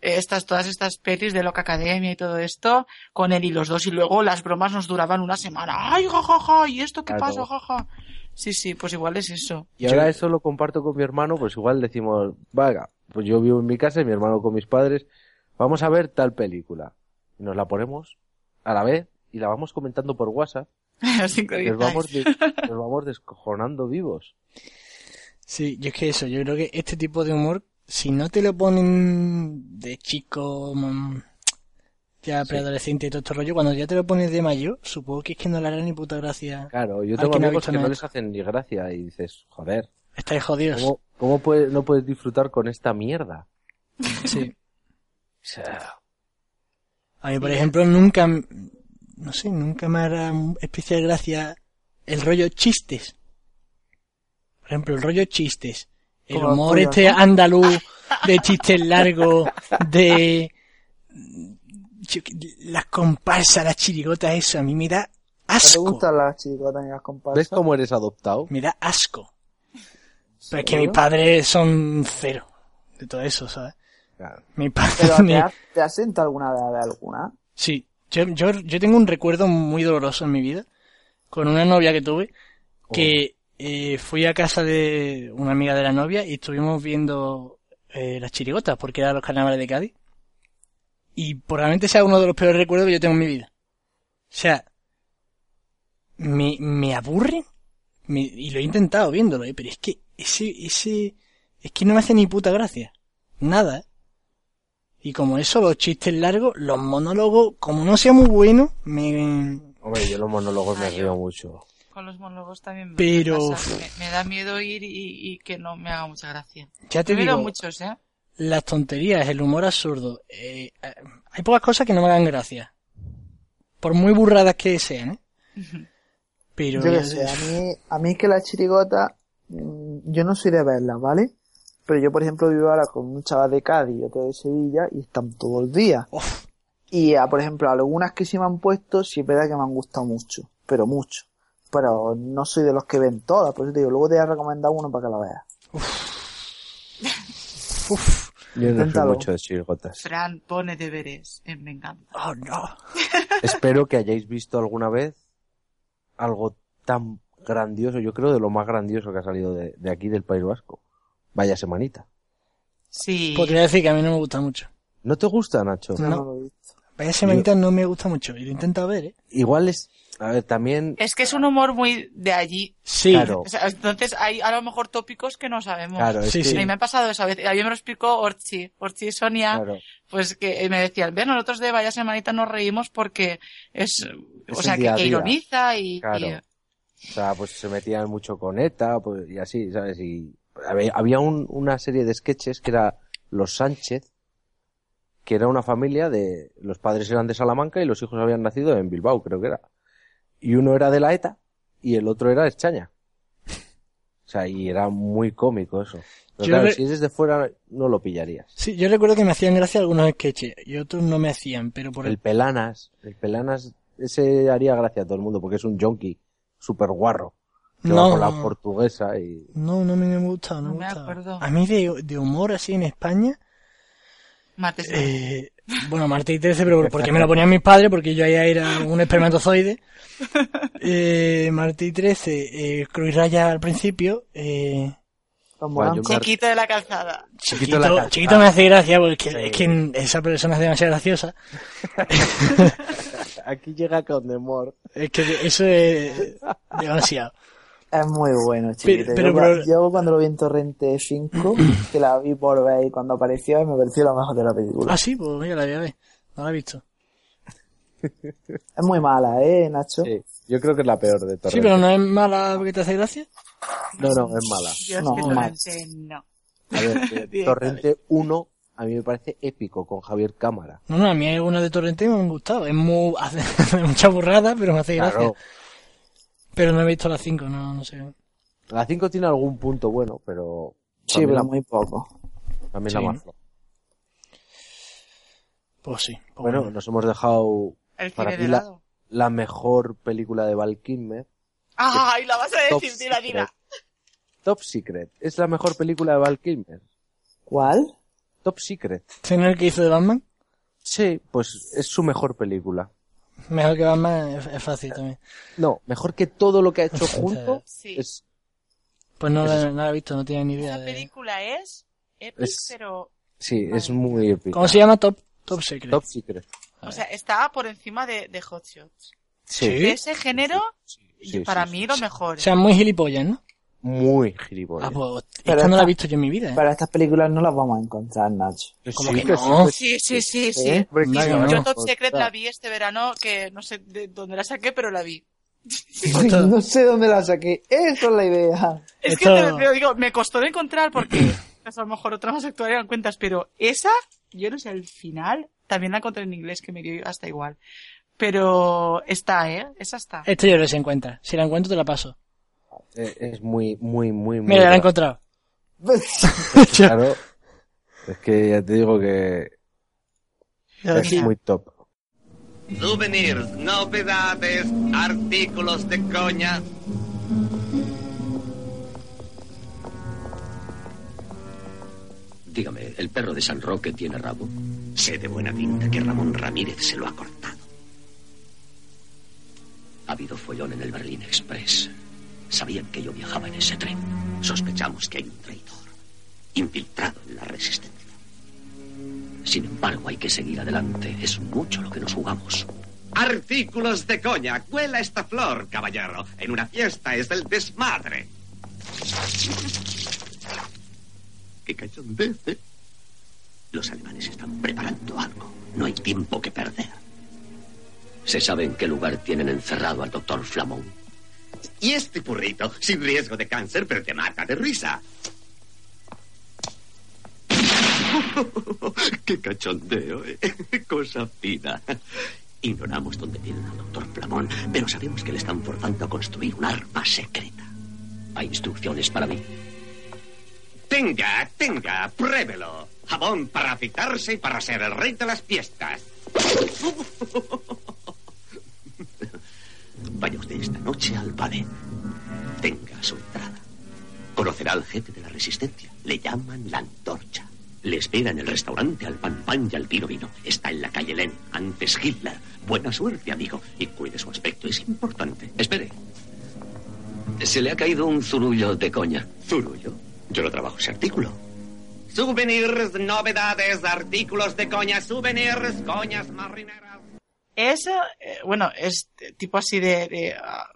[SPEAKER 5] eh, estas, todas estas pelis de Loca Academia y todo esto, con él y los dos, y luego las bromas nos duraban una semana. ¡Ay, jajaja! ¿Y esto qué
[SPEAKER 6] Claro.
[SPEAKER 5] pasa, jaja? Sí, sí, pues igual es eso. [LAUGHS]
[SPEAKER 6] Y ahora eso lo comparto con mi hermano, pues igual decimos, vaga, pues yo vivo en mi casa y mi hermano con mis padres, vamos a ver tal película. Y nos la ponemos a la vez y la vamos comentando por WhatsApp.
[SPEAKER 5] Nos
[SPEAKER 6] Nos vamos, de- nos vamos descojonando vivos.
[SPEAKER 2] Sí, yo es que eso, yo creo que este tipo de humor, si no te lo ponen de chico, mm, ya preadolescente y todo este rollo, cuando ya te lo pones de mayor, supongo que es que no le hará ni puta gracia.
[SPEAKER 6] Claro, yo
[SPEAKER 2] Al
[SPEAKER 6] tengo
[SPEAKER 2] que no ha
[SPEAKER 6] amigos
[SPEAKER 2] visto
[SPEAKER 6] que no
[SPEAKER 2] nada.
[SPEAKER 6] les hacen ni gracia y dices, joder, Pues
[SPEAKER 2] Estáis jodidos.
[SPEAKER 6] ¿cómo, cómo puede- no puedes disfrutar con esta mierda?
[SPEAKER 2] Sí.
[SPEAKER 11] sea,
[SPEAKER 2] A mí, por ejemplo, nunca, no sé, nunca me hará especial gracia el rollo chistes. Por ejemplo, el rollo chistes. El
[SPEAKER 4] Como
[SPEAKER 2] humor
[SPEAKER 4] tuyo,
[SPEAKER 2] este
[SPEAKER 4] ¿no?
[SPEAKER 7] [LAUGHS]
[SPEAKER 2] andaluz de chistes largos, de yo qué- las comparsas, las chirigotas, eso, a mí me da
[SPEAKER 7] ¿Te
[SPEAKER 2] asco.
[SPEAKER 7] gustan las chirigotas y las comparsas?
[SPEAKER 2] ¿Ves cómo
[SPEAKER 6] eres adoptado?
[SPEAKER 2] Me da asco. Pero es que
[SPEAKER 7] ¿Seguro?
[SPEAKER 2] mis padres son cero de todo eso, ¿sabes? Mi padre... [LAUGHS]
[SPEAKER 7] ¿Pero te has, te has sentado alguna vez a ver alguna?
[SPEAKER 2] Sí, yo, yo, yo tengo un recuerdo muy doloroso en mi vida con una novia que tuve que eh, fui a casa de una amiga de la novia y estuvimos viendo eh, las chirigotas porque eran los carnavales de Cádiz y probablemente sea uno de los peores recuerdos que yo tengo en mi vida. O sea, me, me aburre me- y lo he intentado viéndolo, eh, pero es que ese, ese, es que no me hace ni puta gracia. Nada. eh. Y como eso, los chistes largos, los monólogos, como no sea muy bueno, me...
[SPEAKER 6] Hombre, yo los monólogos me río mucho.
[SPEAKER 5] Con los monólogos también me
[SPEAKER 2] Pero-
[SPEAKER 5] pasa. Me, me da miedo ir y, y que no me haga mucha gracia.
[SPEAKER 2] Ya te
[SPEAKER 5] Yo miro
[SPEAKER 2] digo.
[SPEAKER 5] muchos, ¿eh?
[SPEAKER 2] Las tonterías, el humor absurdo. eh, eh, hay pocas cosas que no me hagan gracia. Por muy burradas que sean, ¿eh? Pero...
[SPEAKER 7] yo qué sé, a mí, a mí es que las chirigotas, mm, yo no soy de verlas, ¿vale? Pero yo, por ejemplo, vivo ahora con un chaval de Cádiz y otro de Sevilla y están todo el día. Y, a, por ejemplo, algunas que sí me han puesto, sí es verdad que me han gustado mucho, pero mucho. Pero no soy de los que ven todas, por eso te digo, luego te voy a recomendar uno para que la veas.
[SPEAKER 6] Yo no soy
[SPEAKER 7] Inténtalo.
[SPEAKER 6] mucho de chirigotas.
[SPEAKER 5] Fran pone deberes. Eh, Me encanta.
[SPEAKER 2] Oh, no.
[SPEAKER 6] Espero que hayáis visto alguna vez algo tan grandioso, yo creo de lo más grandioso que ha salido de, de aquí del País Vasco. Vaya semanita.
[SPEAKER 5] Sí.
[SPEAKER 2] Podría decir que a mí no me gusta mucho.
[SPEAKER 6] ¿No te gusta, Nacho?
[SPEAKER 2] No. Vaya semanita no me gusta mucho. Y lo intento ver, ¿eh?
[SPEAKER 6] Igual es, a ver, también
[SPEAKER 5] Es que es un humor muy de allí.
[SPEAKER 2] Sí.
[SPEAKER 6] Claro.
[SPEAKER 5] O sea, entonces hay a lo mejor tópicos que no sabemos.
[SPEAKER 6] Claro, es Sí, que- sí.
[SPEAKER 5] A mí me ha pasado eso. A veces- a mí me lo explicó Orchi. Orchi y Sonia,
[SPEAKER 6] Claro.
[SPEAKER 5] pues que me decían, ven, nosotros de Vaya Semanita nos reímos porque es,
[SPEAKER 6] Es
[SPEAKER 5] o
[SPEAKER 6] el
[SPEAKER 5] sea, que-
[SPEAKER 6] día a
[SPEAKER 5] que,
[SPEAKER 6] día.
[SPEAKER 5] ironiza y,
[SPEAKER 6] Claro.
[SPEAKER 5] y-
[SPEAKER 6] O sea, pues se metían mucho con ETA pues, y así, ¿sabes? Y había, había un- una serie de sketches que era Los Sánchez, que era una familia de... Los padres eran de Salamanca y los hijos habían nacido en Bilbao, creo que era. Y uno era de la ETA y el otro era de España. O sea, y era muy cómico eso. Pero
[SPEAKER 2] Yo
[SPEAKER 6] claro,
[SPEAKER 2] re-
[SPEAKER 6] si es desde fuera no lo pillarías.
[SPEAKER 2] Sí, yo recuerdo que me hacían gracia algunos sketches y otros no me hacían, pero por
[SPEAKER 6] El
[SPEAKER 2] el...
[SPEAKER 6] Pelanas, el Pelanas, ese haría gracia a todo el mundo porque es un junkie super guarro. Que va
[SPEAKER 2] No.
[SPEAKER 6] con la portuguesa y...
[SPEAKER 2] No, no me, no me gusta, no,
[SPEAKER 5] No
[SPEAKER 2] me,
[SPEAKER 5] me
[SPEAKER 2] gusta.
[SPEAKER 5] acuerdo.
[SPEAKER 2] A mí de, de humor así en España,
[SPEAKER 5] Martes.
[SPEAKER 2] eh, bueno, Martes y 13, pero porque me lo ponían mis padres, porque yo ya era un espermatozoide. Eh, Martes y 13, eh, Cruz Raya al principio, eh,
[SPEAKER 6] Buah, yo me-
[SPEAKER 5] Chiquito de la calzada.
[SPEAKER 6] Chiquito la calzada.
[SPEAKER 2] Chiquito me hace gracia porque es que esa persona es demasiado graciosa.
[SPEAKER 6] Aquí llega con demor.
[SPEAKER 2] Es que eso es demasiado.
[SPEAKER 7] Es muy bueno, chiquito.
[SPEAKER 2] pero,
[SPEAKER 7] yo, cua-
[SPEAKER 2] pero-
[SPEAKER 7] yo cuando lo vi en
[SPEAKER 2] [CLEARS THROAT]
[SPEAKER 7] Torrente 5, que la vi por ver y cuando apareció, me pareció lo mejor de la película.
[SPEAKER 2] Ah, sí, pues mira, la voy a ver. No la he visto.
[SPEAKER 7] Es muy mala, ¿eh, Nacho?
[SPEAKER 6] Yo creo que es la peor de todas.
[SPEAKER 2] Sí, pero no es mala porque te hace gracia.
[SPEAKER 6] No, Ah, no, es mala.
[SPEAKER 5] Dios,
[SPEAKER 7] No,
[SPEAKER 5] que
[SPEAKER 7] mal.
[SPEAKER 5] Torrente no.
[SPEAKER 6] A [LAUGHS] ver, eh, Torrente 1 a mí me parece épico con Javier Cámara.
[SPEAKER 2] No, no, a mí hay algunos de Torrente que me han gustado. Es muy, [LAUGHS] hace, hace mucha burrada, pero me hace gracia.
[SPEAKER 6] Claro.
[SPEAKER 2] Pero no he visto las 5, no, no sé.
[SPEAKER 6] La 5 tiene algún punto bueno, pero...
[SPEAKER 7] Sí, pero
[SPEAKER 6] muy
[SPEAKER 7] poco.
[SPEAKER 6] También
[SPEAKER 2] Sí.
[SPEAKER 6] la más floja.
[SPEAKER 2] Pues sí. pues
[SPEAKER 6] Bueno, nos hemos dejado
[SPEAKER 5] El
[SPEAKER 6] para
[SPEAKER 5] cine
[SPEAKER 6] ti
[SPEAKER 5] de
[SPEAKER 6] la,
[SPEAKER 5] lado.
[SPEAKER 6] la mejor película de Val [LAUGHS] Kilmer.
[SPEAKER 5] ¡Ay, la vas a
[SPEAKER 6] Top
[SPEAKER 5] decir, dila, dila!
[SPEAKER 6] Secret. Top Secret. Es la mejor película de Val Kilmer.
[SPEAKER 7] ¿Cuál?
[SPEAKER 6] Top Secret.
[SPEAKER 2] ¿Tiene el que hizo de Batman?
[SPEAKER 6] Sí, pues es su mejor película.
[SPEAKER 2] Mejor que Batman es, es fácil también.
[SPEAKER 6] No, mejor que todo lo que ha [LAUGHS] hecho junto.
[SPEAKER 5] Sí.
[SPEAKER 6] Es,
[SPEAKER 2] Pues no, la- no la he visto, no tenía ni idea de...
[SPEAKER 5] película es epic,
[SPEAKER 6] Es-
[SPEAKER 5] pero...
[SPEAKER 6] sí, es muy épica.
[SPEAKER 2] ¿Cómo se llama? Top, Top Secret.
[SPEAKER 6] Top Secret.
[SPEAKER 5] O sea, está por encima de, de Hot Shots. De
[SPEAKER 6] Sí.
[SPEAKER 5] ese género,
[SPEAKER 6] Sí,
[SPEAKER 5] para
[SPEAKER 6] sí,
[SPEAKER 5] mí lo mejor.
[SPEAKER 2] O sea, muy gilipollas, ¿no?
[SPEAKER 6] Muy
[SPEAKER 2] Ah,
[SPEAKER 6] gilipollas.
[SPEAKER 2] pues esta
[SPEAKER 7] Pero
[SPEAKER 2] no la
[SPEAKER 7] esta-
[SPEAKER 2] he visto yo en mi vida, ¿eh?
[SPEAKER 7] Pero estas películas no las vamos a encontrar, [LAUGHS] Nacho.
[SPEAKER 2] ¿Cómo que no?
[SPEAKER 5] Sí, sí, sí, sí.
[SPEAKER 7] ¿Eh?
[SPEAKER 6] Porque
[SPEAKER 2] Venga,
[SPEAKER 6] no.
[SPEAKER 5] Yo
[SPEAKER 2] no.
[SPEAKER 5] Top Secret la vi este verano, que no sé de dónde la saqué, pero la vi.
[SPEAKER 7] no sé dónde la saqué. Esa es la [LAUGHS] idea.
[SPEAKER 5] Es
[SPEAKER 2] Esto-
[SPEAKER 5] pues, que te lo digo, me costó de encontrar porque quizás a lo mejor otra más actual eran cuentas, pero esa yo no sé, al final, también la encontré en inglés que me dio hasta igual. Pero está, ¿eh? Esa está.
[SPEAKER 2] Esta yo les encuentra. Si la encuentro, te la paso.
[SPEAKER 6] Es, pues, eh, es muy, muy, muy, muy.
[SPEAKER 2] Mira, ya la he
[SPEAKER 6] raro.
[SPEAKER 2] encontrado.
[SPEAKER 7] Pues,
[SPEAKER 6] Claro. Es que ya te digo que.
[SPEAKER 2] Ya,
[SPEAKER 6] Es
[SPEAKER 2] mira.
[SPEAKER 6] muy top.
[SPEAKER 13] Souvenirs, novedades, artículos de coña.
[SPEAKER 14] Dígame, ¿el perro de San Roque tiene rabo? Sé de buena pinta que Ramón Ramírez se lo ha cortado. Ha habido follón en el Berlín Express. Sabían que yo viajaba en ese tren. Sospechamos que hay un traidor infiltrado en la resistencia. Sin embargo, hay que seguir adelante. Es mucho lo que nos jugamos.
[SPEAKER 13] Artículos de coña. Cuela esta flor, caballero. En una fiesta es del desmadre.
[SPEAKER 14] ¿Qué cachondez, eh? Los alemanes están preparando algo. No hay tiempo que perder. ¿Se sabe en qué lugar tienen encerrado al doctor Flamón?
[SPEAKER 13] Y este burrito, sin riesgo de cáncer, pero te mata de risa.
[SPEAKER 14] [LAUGHS] ¡Qué cachondeo! eh! [LAUGHS] Cosa fina. Ignoramos dónde tienen al doctor Flamón, pero sabemos que le están forzando a construir un arma secreta. Hay instrucciones para mí.
[SPEAKER 13] Tenga, tenga, pruébelo. Jabón para afeitarse y para ser el rey de las
[SPEAKER 14] [LAUGHS]
[SPEAKER 13] fiestas.
[SPEAKER 14] Vaya usted esta noche al ballet. Tenga su entrada. Conocerá al jefe de la resistencia. Le llaman la antorcha. Le espera en el restaurante al pan pan y al vino vino. Está en la calle Len, antes Hitler. Buena suerte, amigo. Y cuide su aspecto, es importante. Espere. Se le ha caído un zurullo de coña. ¿Zurullo? Yo no trabajo ese artículo.
[SPEAKER 13] Souvenirs, novedades, artículos de coña, souvenirs, coñas marineras.
[SPEAKER 5] Eso, eh, bueno, es eh, tipo así de, de, ah,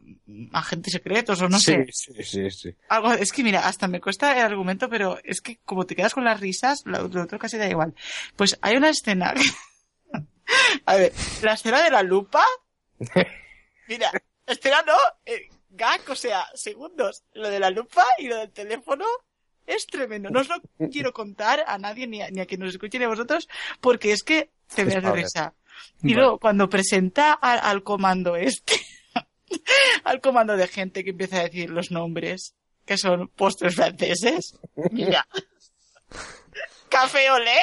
[SPEAKER 5] agentes secretos o no sé.
[SPEAKER 6] Sí, sí, sí, sí.
[SPEAKER 5] Algo, es que mira, hasta me cuesta el argumento, pero es que como te quedas con las risas, lo, lo otro casi da igual. Pues hay una escena. que- [LAUGHS] A ver, la escena de la lupa. Mira, escena no, eh, gag, o sea, segundos. Lo de la lupa y lo del teléfono es tremendo. No os lo quiero contar a nadie ni a, ni a quien nos escuche ni a vosotros, porque es que te
[SPEAKER 4] Es
[SPEAKER 5] veas de
[SPEAKER 4] padre.
[SPEAKER 5] risa. Y luego, cuando presenta al, al comando este, [LAUGHS] al comando de gente que empieza a decir los nombres, que son postres
[SPEAKER 6] [LAUGHS]
[SPEAKER 5] franceses, mira. Café olé,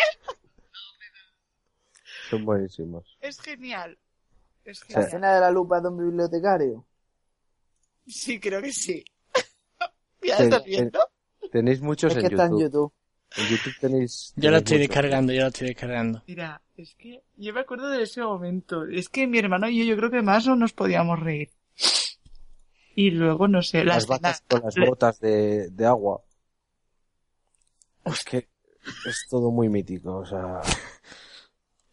[SPEAKER 6] Son buenísimos.
[SPEAKER 5] es genial. Es
[SPEAKER 7] La
[SPEAKER 5] genial.
[SPEAKER 7] escena de la lupa de un bibliotecario.
[SPEAKER 5] Sí, creo que sí. [LAUGHS] Mira,
[SPEAKER 6] Ten- ten-
[SPEAKER 5] ¿estás viendo?
[SPEAKER 6] Tenéis muchos
[SPEAKER 7] Es
[SPEAKER 6] en
[SPEAKER 7] que
[SPEAKER 6] YouTube.
[SPEAKER 7] está en YouTube.
[SPEAKER 6] En YouTube tenéis.
[SPEAKER 2] Yo la
[SPEAKER 6] tenéis
[SPEAKER 2] estoy
[SPEAKER 6] muchos.
[SPEAKER 2] descargando, yo la estoy descargando.
[SPEAKER 5] Mira, es que yo me acuerdo de ese momento. Es que mi hermano y yo, yo creo que más no nos podíamos reír. Y luego, no sé, la
[SPEAKER 6] Las
[SPEAKER 5] escena-
[SPEAKER 6] vacas con las
[SPEAKER 5] la-
[SPEAKER 6] botas de, de agua. Es que es todo muy mítico, o sea.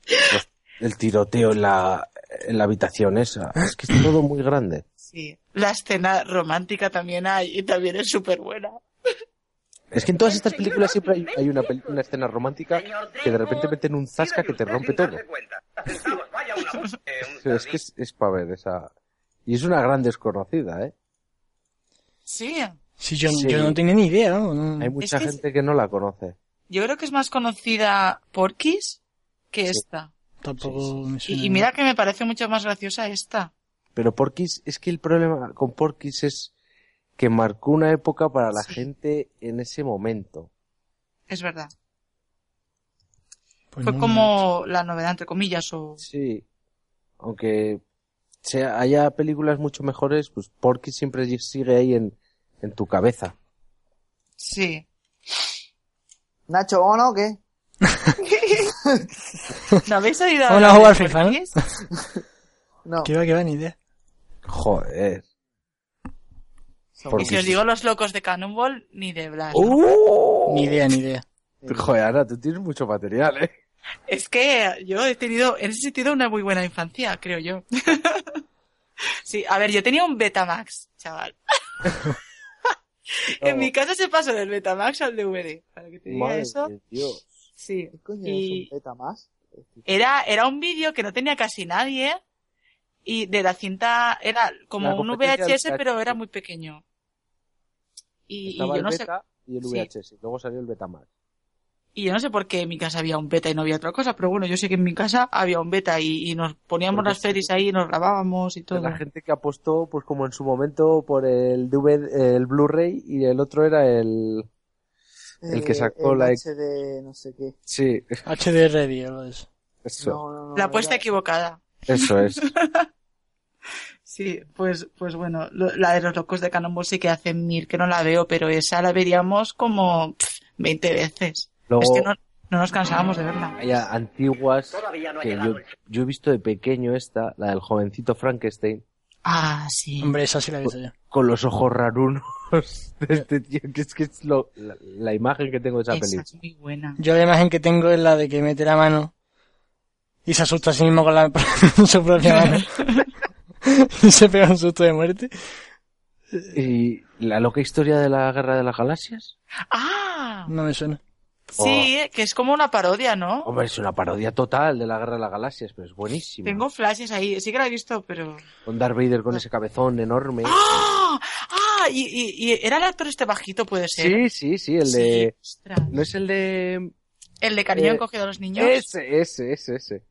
[SPEAKER 6] pues, el tiroteo en la, en la habitación esa. Es que es todo muy grande.
[SPEAKER 5] sí, la escena romántica también hay y también es súper buena.
[SPEAKER 6] Es que en todas estas películas siempre hay, hay una, peli- una escena romántica que de repente meten un zasca que te rompe todo. Pero es que es, es para ver esa. Y es una gran desconocida, ¿eh?
[SPEAKER 5] Sí,
[SPEAKER 2] Sí, yo,
[SPEAKER 6] Sí.
[SPEAKER 2] yo no tenía ni idea. ¿no? No.
[SPEAKER 6] Hay mucha
[SPEAKER 5] Mm. Es que es-
[SPEAKER 6] gente que no la conoce.
[SPEAKER 5] yo creo que es más conocida por Kiss que esta.
[SPEAKER 2] Tampoco me
[SPEAKER 5] Y-
[SPEAKER 2] suena.
[SPEAKER 5] y mira que me parece mucho más graciosa esta.
[SPEAKER 6] Pero Porky's, es que el problema con Porky's es que marcó una época para la gente en ese momento.
[SPEAKER 5] Es verdad.
[SPEAKER 2] Pues
[SPEAKER 5] Fue
[SPEAKER 6] no,
[SPEAKER 5] como la novedad, entre comillas, o...
[SPEAKER 6] Sí. Aunque sea, haya películas mucho mejores, pues Porky siempre sigue ahí en, en tu cabeza.
[SPEAKER 5] [LAUGHS] Sí.
[SPEAKER 7] Nacho, ¿o no? ¿Qué?
[SPEAKER 5] ¿No habéis oído
[SPEAKER 2] Vamos a
[SPEAKER 5] hablar
[SPEAKER 2] jugar
[SPEAKER 5] de
[SPEAKER 2] FIFA, ¿no?
[SPEAKER 5] Porky's?
[SPEAKER 7] No.
[SPEAKER 2] Que va, que va, ni idea.
[SPEAKER 6] Joder.
[SPEAKER 5] Y si os digo los locos de Cannonball, ni de Blas.
[SPEAKER 2] Oh. Ni idea, ni idea.
[SPEAKER 7] Eh,
[SPEAKER 6] Joder, Ana, tú tienes mucho material, ¿eh?
[SPEAKER 5] Es que yo he tenido, en ese sentido, una muy buena infancia, creo yo. [LAUGHS] sí, a ver, yo tenía un Betamax, chaval.
[SPEAKER 6] [LAUGHS]
[SPEAKER 5] en mi casa se pasó del Betamax al DVD. Para que te diga
[SPEAKER 7] Madre
[SPEAKER 5] eso.
[SPEAKER 7] de
[SPEAKER 5] Sí.
[SPEAKER 7] coño
[SPEAKER 5] Y- eh,
[SPEAKER 7] es un beta más? Eh,
[SPEAKER 5] Era, era un vídeo que no tenía casi nadie y de la cinta era como
[SPEAKER 6] La
[SPEAKER 5] un
[SPEAKER 6] competencia del
[SPEAKER 5] VHS pero
[SPEAKER 6] VHS.
[SPEAKER 5] era muy pequeño. Y, y
[SPEAKER 6] Estaba
[SPEAKER 5] yo
[SPEAKER 6] el
[SPEAKER 5] no sé.
[SPEAKER 6] beta y el
[SPEAKER 5] Sí.
[SPEAKER 6] VHS. Luego salió el Betamax.
[SPEAKER 5] Y yo no sé por qué en mi casa había un beta y no había otra cosa, pero bueno, yo sé que en mi casa había un beta y, y nos poníamos
[SPEAKER 6] Porque
[SPEAKER 5] las pelis ahí y nos grabábamos y todo.
[SPEAKER 6] La gente que apostó, pues como en su momento, por el DVD, el Blu-ray y el otro era el. El que
[SPEAKER 7] Eh,
[SPEAKER 6] sacó
[SPEAKER 7] el
[SPEAKER 6] la.
[SPEAKER 7] HD no sé qué.
[SPEAKER 6] Sí,
[SPEAKER 2] HD Radio, lo es.
[SPEAKER 6] eso,
[SPEAKER 5] La apuesta equivocada.
[SPEAKER 6] eso
[SPEAKER 5] [LAUGHS]
[SPEAKER 6] es.
[SPEAKER 5] Sí, pues, pues bueno, lo- la de los locos de Cannonball sí que hace mil que no la veo, pero esa la veríamos como pff, 20 veces.
[SPEAKER 6] Luego-
[SPEAKER 5] Es que no, no nos cansábamos de verla.
[SPEAKER 6] Hay a- antiguas
[SPEAKER 5] no ha
[SPEAKER 6] que
[SPEAKER 5] llegado
[SPEAKER 6] yo, yo he visto de pequeño esta, la del jovencito Frankenstein,
[SPEAKER 5] Ah, sí.
[SPEAKER 2] Hombre, esa sí la he visto yo.
[SPEAKER 6] con los ojos rarunos [LAUGHS] de este tío, que es que es lo- la, la imagen que tengo de esa,
[SPEAKER 5] Esa
[SPEAKER 6] película.
[SPEAKER 5] es muy buena.
[SPEAKER 2] Yo la imagen que tengo es la de que mete la mano y se asusta a sí mismo con, la, [LAUGHS] con su propia mano. [LAUGHS] y se pega un susto de muerte.
[SPEAKER 6] ¿Y la loca historia de la guerra de las galaxias?
[SPEAKER 5] Ah,
[SPEAKER 2] No me suena.
[SPEAKER 5] sí, eh, que es como una parodia, ¿no?
[SPEAKER 6] Hombre, es una parodia total de la guerra de las galaxias, pero es buenísima.
[SPEAKER 5] Tengo flashes ahí, sí que la he visto, pero...
[SPEAKER 6] Con Darth Vader con ese cabezón enorme.
[SPEAKER 5] ¡Ah! ¡Ah! Y, y- y era el actor este bajito, puede
[SPEAKER 6] Sí,
[SPEAKER 5] ser.
[SPEAKER 6] sí, sí, el de...
[SPEAKER 5] Ostras.
[SPEAKER 6] ¿No es el de...?
[SPEAKER 5] El de cariño
[SPEAKER 6] Eh,
[SPEAKER 5] encogido a los niños.
[SPEAKER 6] Ese, ese, ese, ese.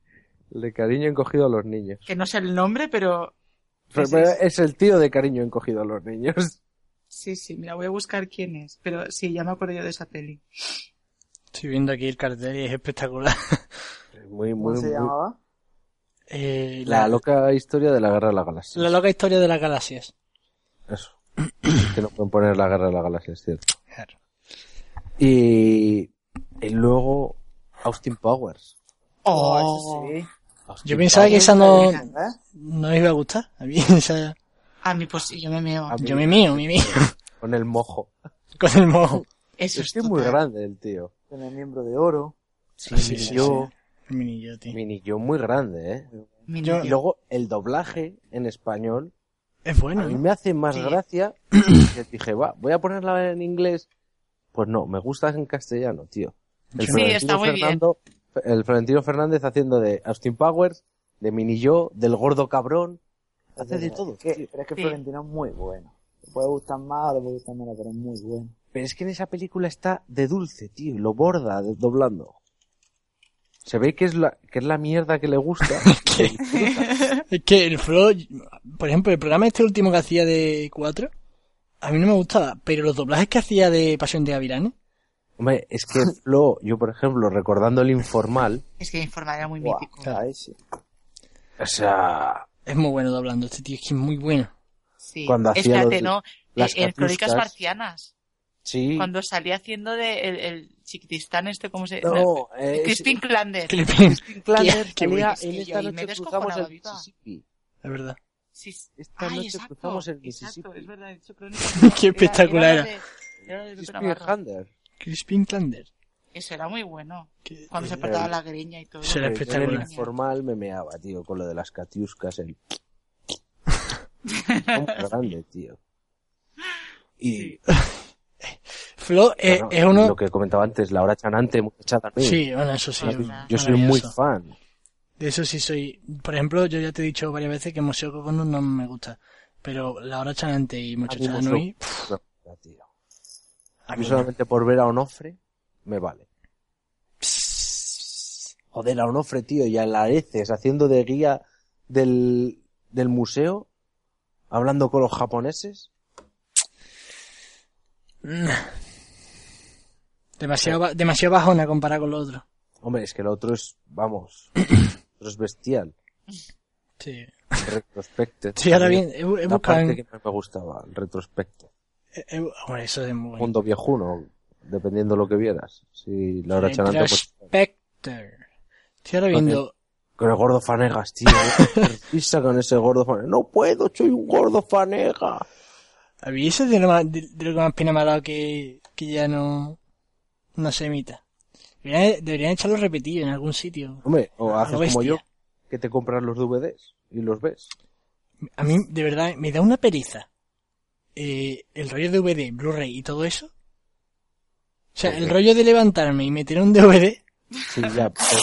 [SPEAKER 6] El de cariño encogido a los niños.
[SPEAKER 5] Que no sé el nombre, pero...
[SPEAKER 6] Pero
[SPEAKER 5] Ese es.
[SPEAKER 6] es el tío de cariño encogido a los niños.
[SPEAKER 5] Sí, sí, mira, voy a buscar quién es. Pero sí, ya me acuerdo yo de esa peli.
[SPEAKER 2] Estoy viendo aquí el cartel y es espectacular. [LAUGHS]
[SPEAKER 6] Muy, muy,
[SPEAKER 7] ¿Cómo se
[SPEAKER 6] muy-
[SPEAKER 7] llamaba?
[SPEAKER 2] Eh,
[SPEAKER 6] La loca historia de la guerra de las galaxias.
[SPEAKER 2] la loca historia de las galaxias.
[SPEAKER 6] Eso. que no pueden poner la guerra de las galaxias, cierto.
[SPEAKER 2] Claro.
[SPEAKER 6] Y, y luego Austin Powers.
[SPEAKER 7] Ah,
[SPEAKER 5] Oh,
[SPEAKER 6] Austin
[SPEAKER 2] Yo pensaba que
[SPEAKER 6] Powers.
[SPEAKER 2] esa no,
[SPEAKER 7] ¿Eh?
[SPEAKER 2] no me iba a gustar. A mí [LAUGHS] esa...
[SPEAKER 5] A mí, pues sí, yo me meo.
[SPEAKER 6] A mí-
[SPEAKER 2] Yo me mío, me mío. [LAUGHS]
[SPEAKER 6] Con el mojo.
[SPEAKER 2] Con el mojo.
[SPEAKER 5] Eso
[SPEAKER 6] Es
[SPEAKER 5] es
[SPEAKER 6] que es muy
[SPEAKER 5] total.
[SPEAKER 6] grande el tío.
[SPEAKER 7] Con el miembro de oro.
[SPEAKER 2] Sí, sí, sí.
[SPEAKER 6] Yo,
[SPEAKER 2] sí. Mini yo, tío.
[SPEAKER 6] mini yo muy grande, eh.
[SPEAKER 5] Mini
[SPEAKER 2] Yo-
[SPEAKER 6] Y
[SPEAKER 5] tío.
[SPEAKER 6] luego el doblaje en español.
[SPEAKER 2] Es bueno.
[SPEAKER 6] A mí
[SPEAKER 2] ¿no?
[SPEAKER 6] me hace más
[SPEAKER 5] Sí.
[SPEAKER 6] gracia.
[SPEAKER 5] [CLEARS THROAT]
[SPEAKER 6] que dije, va, voy a ponerla en inglés. Pues no, me gusta en castellano, tío. El
[SPEAKER 5] Sí,
[SPEAKER 6] Florentino
[SPEAKER 5] está muy bien.
[SPEAKER 6] Fernando, El Florentino Fernández haciendo de Austin Powers, de Mini Yo, del gordo cabrón. Hace de todo.
[SPEAKER 7] Que-
[SPEAKER 6] tío.
[SPEAKER 7] pero es que
[SPEAKER 5] Sí.
[SPEAKER 7] Florentino es muy bueno. Te puede gustar más o te puede gustar menos, pero es muy bueno.
[SPEAKER 6] Pero es que en esa película está de dulce, tío, y lo borda de- doblando. Se ve que es la, que es la mierda que le
[SPEAKER 5] [LAUGHS]
[SPEAKER 6] gusta.
[SPEAKER 2] Es que el Flo, por ejemplo, el programa este último que hacía de 4, a mí no me gustaba, pero los doblajes que hacía de Pasión de Gavilanes,
[SPEAKER 6] [LAUGHS] Hombre, es que Flo, yo por ejemplo, recordando el informal,
[SPEAKER 5] Es que Informal era muy mítico.
[SPEAKER 7] Ahí sí.
[SPEAKER 6] o sea,
[SPEAKER 2] es muy bueno doblando este tío, es que es muy bueno.
[SPEAKER 5] Sí.
[SPEAKER 6] Cuando hacía
[SPEAKER 5] Espérate,
[SPEAKER 6] los-
[SPEAKER 5] ¿no?
[SPEAKER 6] las
[SPEAKER 5] Eh, en Crónicas
[SPEAKER 6] catuscas.
[SPEAKER 5] Marcianas.
[SPEAKER 6] sí.
[SPEAKER 5] Cuando salía haciendo de el, el chiquitistán este, ¿cómo se
[SPEAKER 6] No, eh,
[SPEAKER 5] Crispin Clander.
[SPEAKER 2] Que le peguen.
[SPEAKER 6] Crispin Clander
[SPEAKER 2] Qué- qué
[SPEAKER 6] salía
[SPEAKER 2] buenísimo.
[SPEAKER 6] en
[SPEAKER 5] Yo
[SPEAKER 6] esta
[SPEAKER 5] ahí me
[SPEAKER 6] noche
[SPEAKER 5] descojonaba
[SPEAKER 6] cruzamos el
[SPEAKER 5] viva.
[SPEAKER 6] Mississippi.
[SPEAKER 2] Es verdad.
[SPEAKER 5] Sí, sí.
[SPEAKER 6] Esta
[SPEAKER 5] Ay,
[SPEAKER 6] noche
[SPEAKER 5] exacto,
[SPEAKER 6] cruzamos el
[SPEAKER 5] exacto,
[SPEAKER 6] Mississippi.
[SPEAKER 5] es verdad, he dicho Crónicas.
[SPEAKER 2] [LAUGHS] Qué espectacular
[SPEAKER 5] Era-
[SPEAKER 2] era.
[SPEAKER 5] era de- era de Pepe
[SPEAKER 6] Crispin
[SPEAKER 5] Navarro.
[SPEAKER 6] Clander.
[SPEAKER 2] Crispin Clander.
[SPEAKER 5] Eso era muy bueno.
[SPEAKER 2] que-
[SPEAKER 5] Cuando se
[SPEAKER 2] eh,
[SPEAKER 5] portaba la greña y todo.
[SPEAKER 2] Eso era
[SPEAKER 6] Pues yo En
[SPEAKER 2] espectacular.
[SPEAKER 6] el informal me meaba, tío, con lo de las catiuscas.
[SPEAKER 2] [LAUGHS]
[SPEAKER 6] El... Muy grande, tío. Y
[SPEAKER 2] Flo eh,
[SPEAKER 6] bueno,
[SPEAKER 2] es uno...
[SPEAKER 6] lo que comentaba antes, la hora chanante, muchacha también.
[SPEAKER 2] Sí, bueno, eso sí.
[SPEAKER 5] Yo-
[SPEAKER 6] Yo soy muy
[SPEAKER 2] maravilloso.
[SPEAKER 6] fan.
[SPEAKER 2] De eso sí soy... Por ejemplo, yo ya te he dicho varias veces que Museo Cocono no me gusta, pero La Hora Chanante y
[SPEAKER 6] A
[SPEAKER 2] Muchacha
[SPEAKER 6] mí Museo-
[SPEAKER 2] Nui, pff,
[SPEAKER 6] No, tío.
[SPEAKER 2] a
[SPEAKER 6] Yo
[SPEAKER 2] mí no.
[SPEAKER 6] solamente por ver a Onofre me vale. Joder, a Onofre, tío, y a Lareces haciendo de guía del, del museo, hablando con los japoneses.
[SPEAKER 2] [LAUGHS] Demasiado, ba- demasiado bajona comparada con lo otro.
[SPEAKER 6] Hombre, es que el otro es,
[SPEAKER 2] [CLEARS THROAT]
[SPEAKER 6] vamos, el otro es bestial.
[SPEAKER 2] Sí.
[SPEAKER 6] Retrospecto.
[SPEAKER 2] Sí, ahora bien, he, he
[SPEAKER 6] La
[SPEAKER 2] buscado en-
[SPEAKER 6] parte que más me gustaba, el retrospecto.
[SPEAKER 2] Eh, eh, hombre, eso es muy bueno.
[SPEAKER 6] Mundo viejuno, dependiendo lo que vieras. Si la hora chanante, pues.
[SPEAKER 2] Retrospector. Estoy ahora
[SPEAKER 6] Con
[SPEAKER 2] viendo.
[SPEAKER 6] Con el gordo fanegas,
[SPEAKER 2] [LAUGHS]
[SPEAKER 6] tío. Pisa con ese gordo fanegas. No puedo, soy un gordo fanega.
[SPEAKER 2] A mí eso es de lo, más, de, de lo que más pena me ha dado que, que ya no, no se emita. Deberían, deberían echarlo repetido en algún sitio.
[SPEAKER 6] Hombre, o
[SPEAKER 2] A lo
[SPEAKER 6] haces como
[SPEAKER 2] bestia.
[SPEAKER 6] yo, que te compras los DVDs y los ves.
[SPEAKER 2] A mí, de verdad, me da una pereza. Eh, el rollo de DVD, Blu-ray y todo eso. O sea, el rollo de levantarme y meter un DVD
[SPEAKER 6] Sí, ya, pero...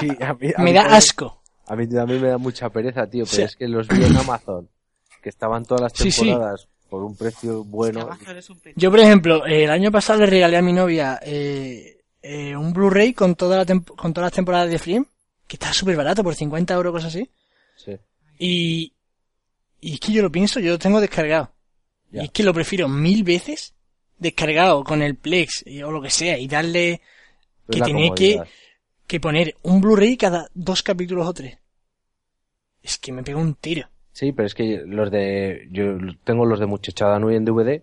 [SPEAKER 6] Sí, a mí, a
[SPEAKER 2] me
[SPEAKER 6] mí
[SPEAKER 2] da
[SPEAKER 6] también-
[SPEAKER 2] asco.
[SPEAKER 6] A mí también me da mucha pereza, tío, pero
[SPEAKER 2] sea-
[SPEAKER 6] es que los vi en Amazon, que estaban todas las
[SPEAKER 2] Sí, sí.
[SPEAKER 6] temporadas por un precio
[SPEAKER 5] Hostia,
[SPEAKER 6] bueno.
[SPEAKER 5] Mazo, eres un pete.
[SPEAKER 2] Yo, por ejemplo, eh, el año pasado le regalé a mi novia eh, eh, un Blu-ray con, toda la temp- con todas las temporadas de Flynn, que está súper barato, por 50 euros, cosas así.
[SPEAKER 6] Sí.
[SPEAKER 2] Y, y es que yo lo pienso, yo lo tengo descargado. Y es que lo prefiero mil veces descargado con el Plex y- o lo que sea y darle que
[SPEAKER 6] la
[SPEAKER 2] tenía que,
[SPEAKER 6] comodidad.
[SPEAKER 2] que poner un Blu-ray cada dos capítulos o tres. Es que me pega un tiro.
[SPEAKER 6] Sí, pero es que los de. Yo tengo los de Muchachada Nui en DVD.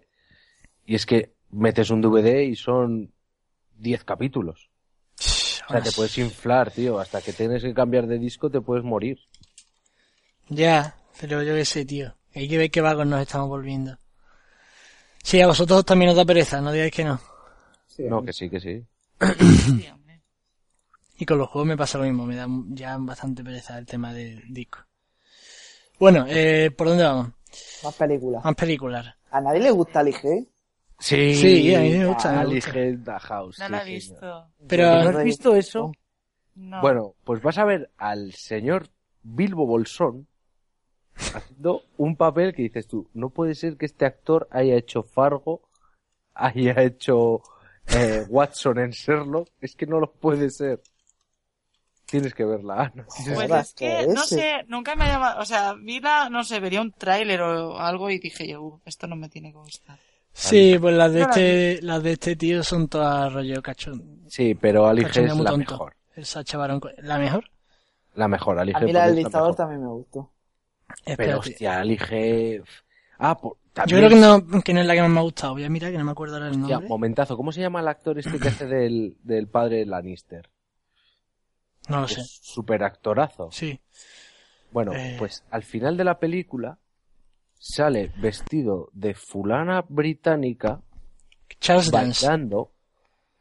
[SPEAKER 6] Y es que metes un DVD y son 10 capítulos. O sea, te puedes inflar, tío. Hasta que tienes que cambiar de disco te puedes morir.
[SPEAKER 2] Ya, pero yo qué sé, tío. Hay que ver qué vagos nos estamos volviendo. Sí, a vosotros también os da pereza, no digáis que no.
[SPEAKER 6] no, que sí, que sí.
[SPEAKER 5] ¿eh?
[SPEAKER 2] Y con los juegos me pasa lo mismo, me da ya bastante pereza el tema del disco. Bueno, eh, ¿por dónde vamos?
[SPEAKER 7] Más películas.
[SPEAKER 2] Más películas.
[SPEAKER 7] ¿A nadie le gusta ¿eh? el IG?
[SPEAKER 6] Sí,
[SPEAKER 2] Sí, a mí me gusta, me
[SPEAKER 6] Ali
[SPEAKER 2] gusta.
[SPEAKER 6] Hedda House. [LAUGHS]
[SPEAKER 5] No
[SPEAKER 6] sí,
[SPEAKER 5] la he
[SPEAKER 6] sí.
[SPEAKER 5] visto.
[SPEAKER 2] Pero-
[SPEAKER 6] ¿No has visto eso?
[SPEAKER 5] No.
[SPEAKER 6] Bueno, pues vas a ver al señor Bilbo Bolsón haciendo un papel que dices tú, no puede ser que este actor haya hecho Fargo, haya hecho eh, Watson en Sherlock, es que no lo puede ser. Tienes que verla, Ah, Ana. Tienes
[SPEAKER 5] Pues
[SPEAKER 6] que-
[SPEAKER 5] es que, no sé, nunca me ha llamado, o sea, vi la, no sé, vería un tráiler o algo y dije yo, "Uh, esto no me tiene que gustar.
[SPEAKER 2] Sí, pues las de
[SPEAKER 5] No la
[SPEAKER 2] este, las de este tío son todas rollo cachón.
[SPEAKER 6] Sí, pero Ali G
[SPEAKER 2] cachondeo
[SPEAKER 6] es
[SPEAKER 2] Pues muy
[SPEAKER 6] la
[SPEAKER 2] tonto.
[SPEAKER 6] mejor.
[SPEAKER 2] El Sacha Baron Cohen, ¿La mejor?
[SPEAKER 6] La mejor, Ali
[SPEAKER 7] A
[SPEAKER 6] G
[SPEAKER 7] mí la
[SPEAKER 6] es
[SPEAKER 7] del
[SPEAKER 6] la
[SPEAKER 7] dictador
[SPEAKER 6] mejor.
[SPEAKER 7] también me gustó.
[SPEAKER 6] Pero
[SPEAKER 2] Espérate.
[SPEAKER 6] hostia, Ali G... Ah, por-
[SPEAKER 2] Yo
[SPEAKER 6] también-
[SPEAKER 2] creo que no, que no es la que más me ha gustado. Voy a mirar que no me acuerdo ahora el
[SPEAKER 6] Hostia,
[SPEAKER 2] nombre.
[SPEAKER 6] momentazo, ¿cómo se llama el actor este que hace del, del padre Lannister?
[SPEAKER 2] No lo
[SPEAKER 6] Es
[SPEAKER 2] sé.
[SPEAKER 6] Super actorazo.
[SPEAKER 2] Sí.
[SPEAKER 6] Bueno,
[SPEAKER 2] Eh.
[SPEAKER 6] pues al final de la película sale vestido de fulana británica
[SPEAKER 2] Charles Dance.
[SPEAKER 6] bailando.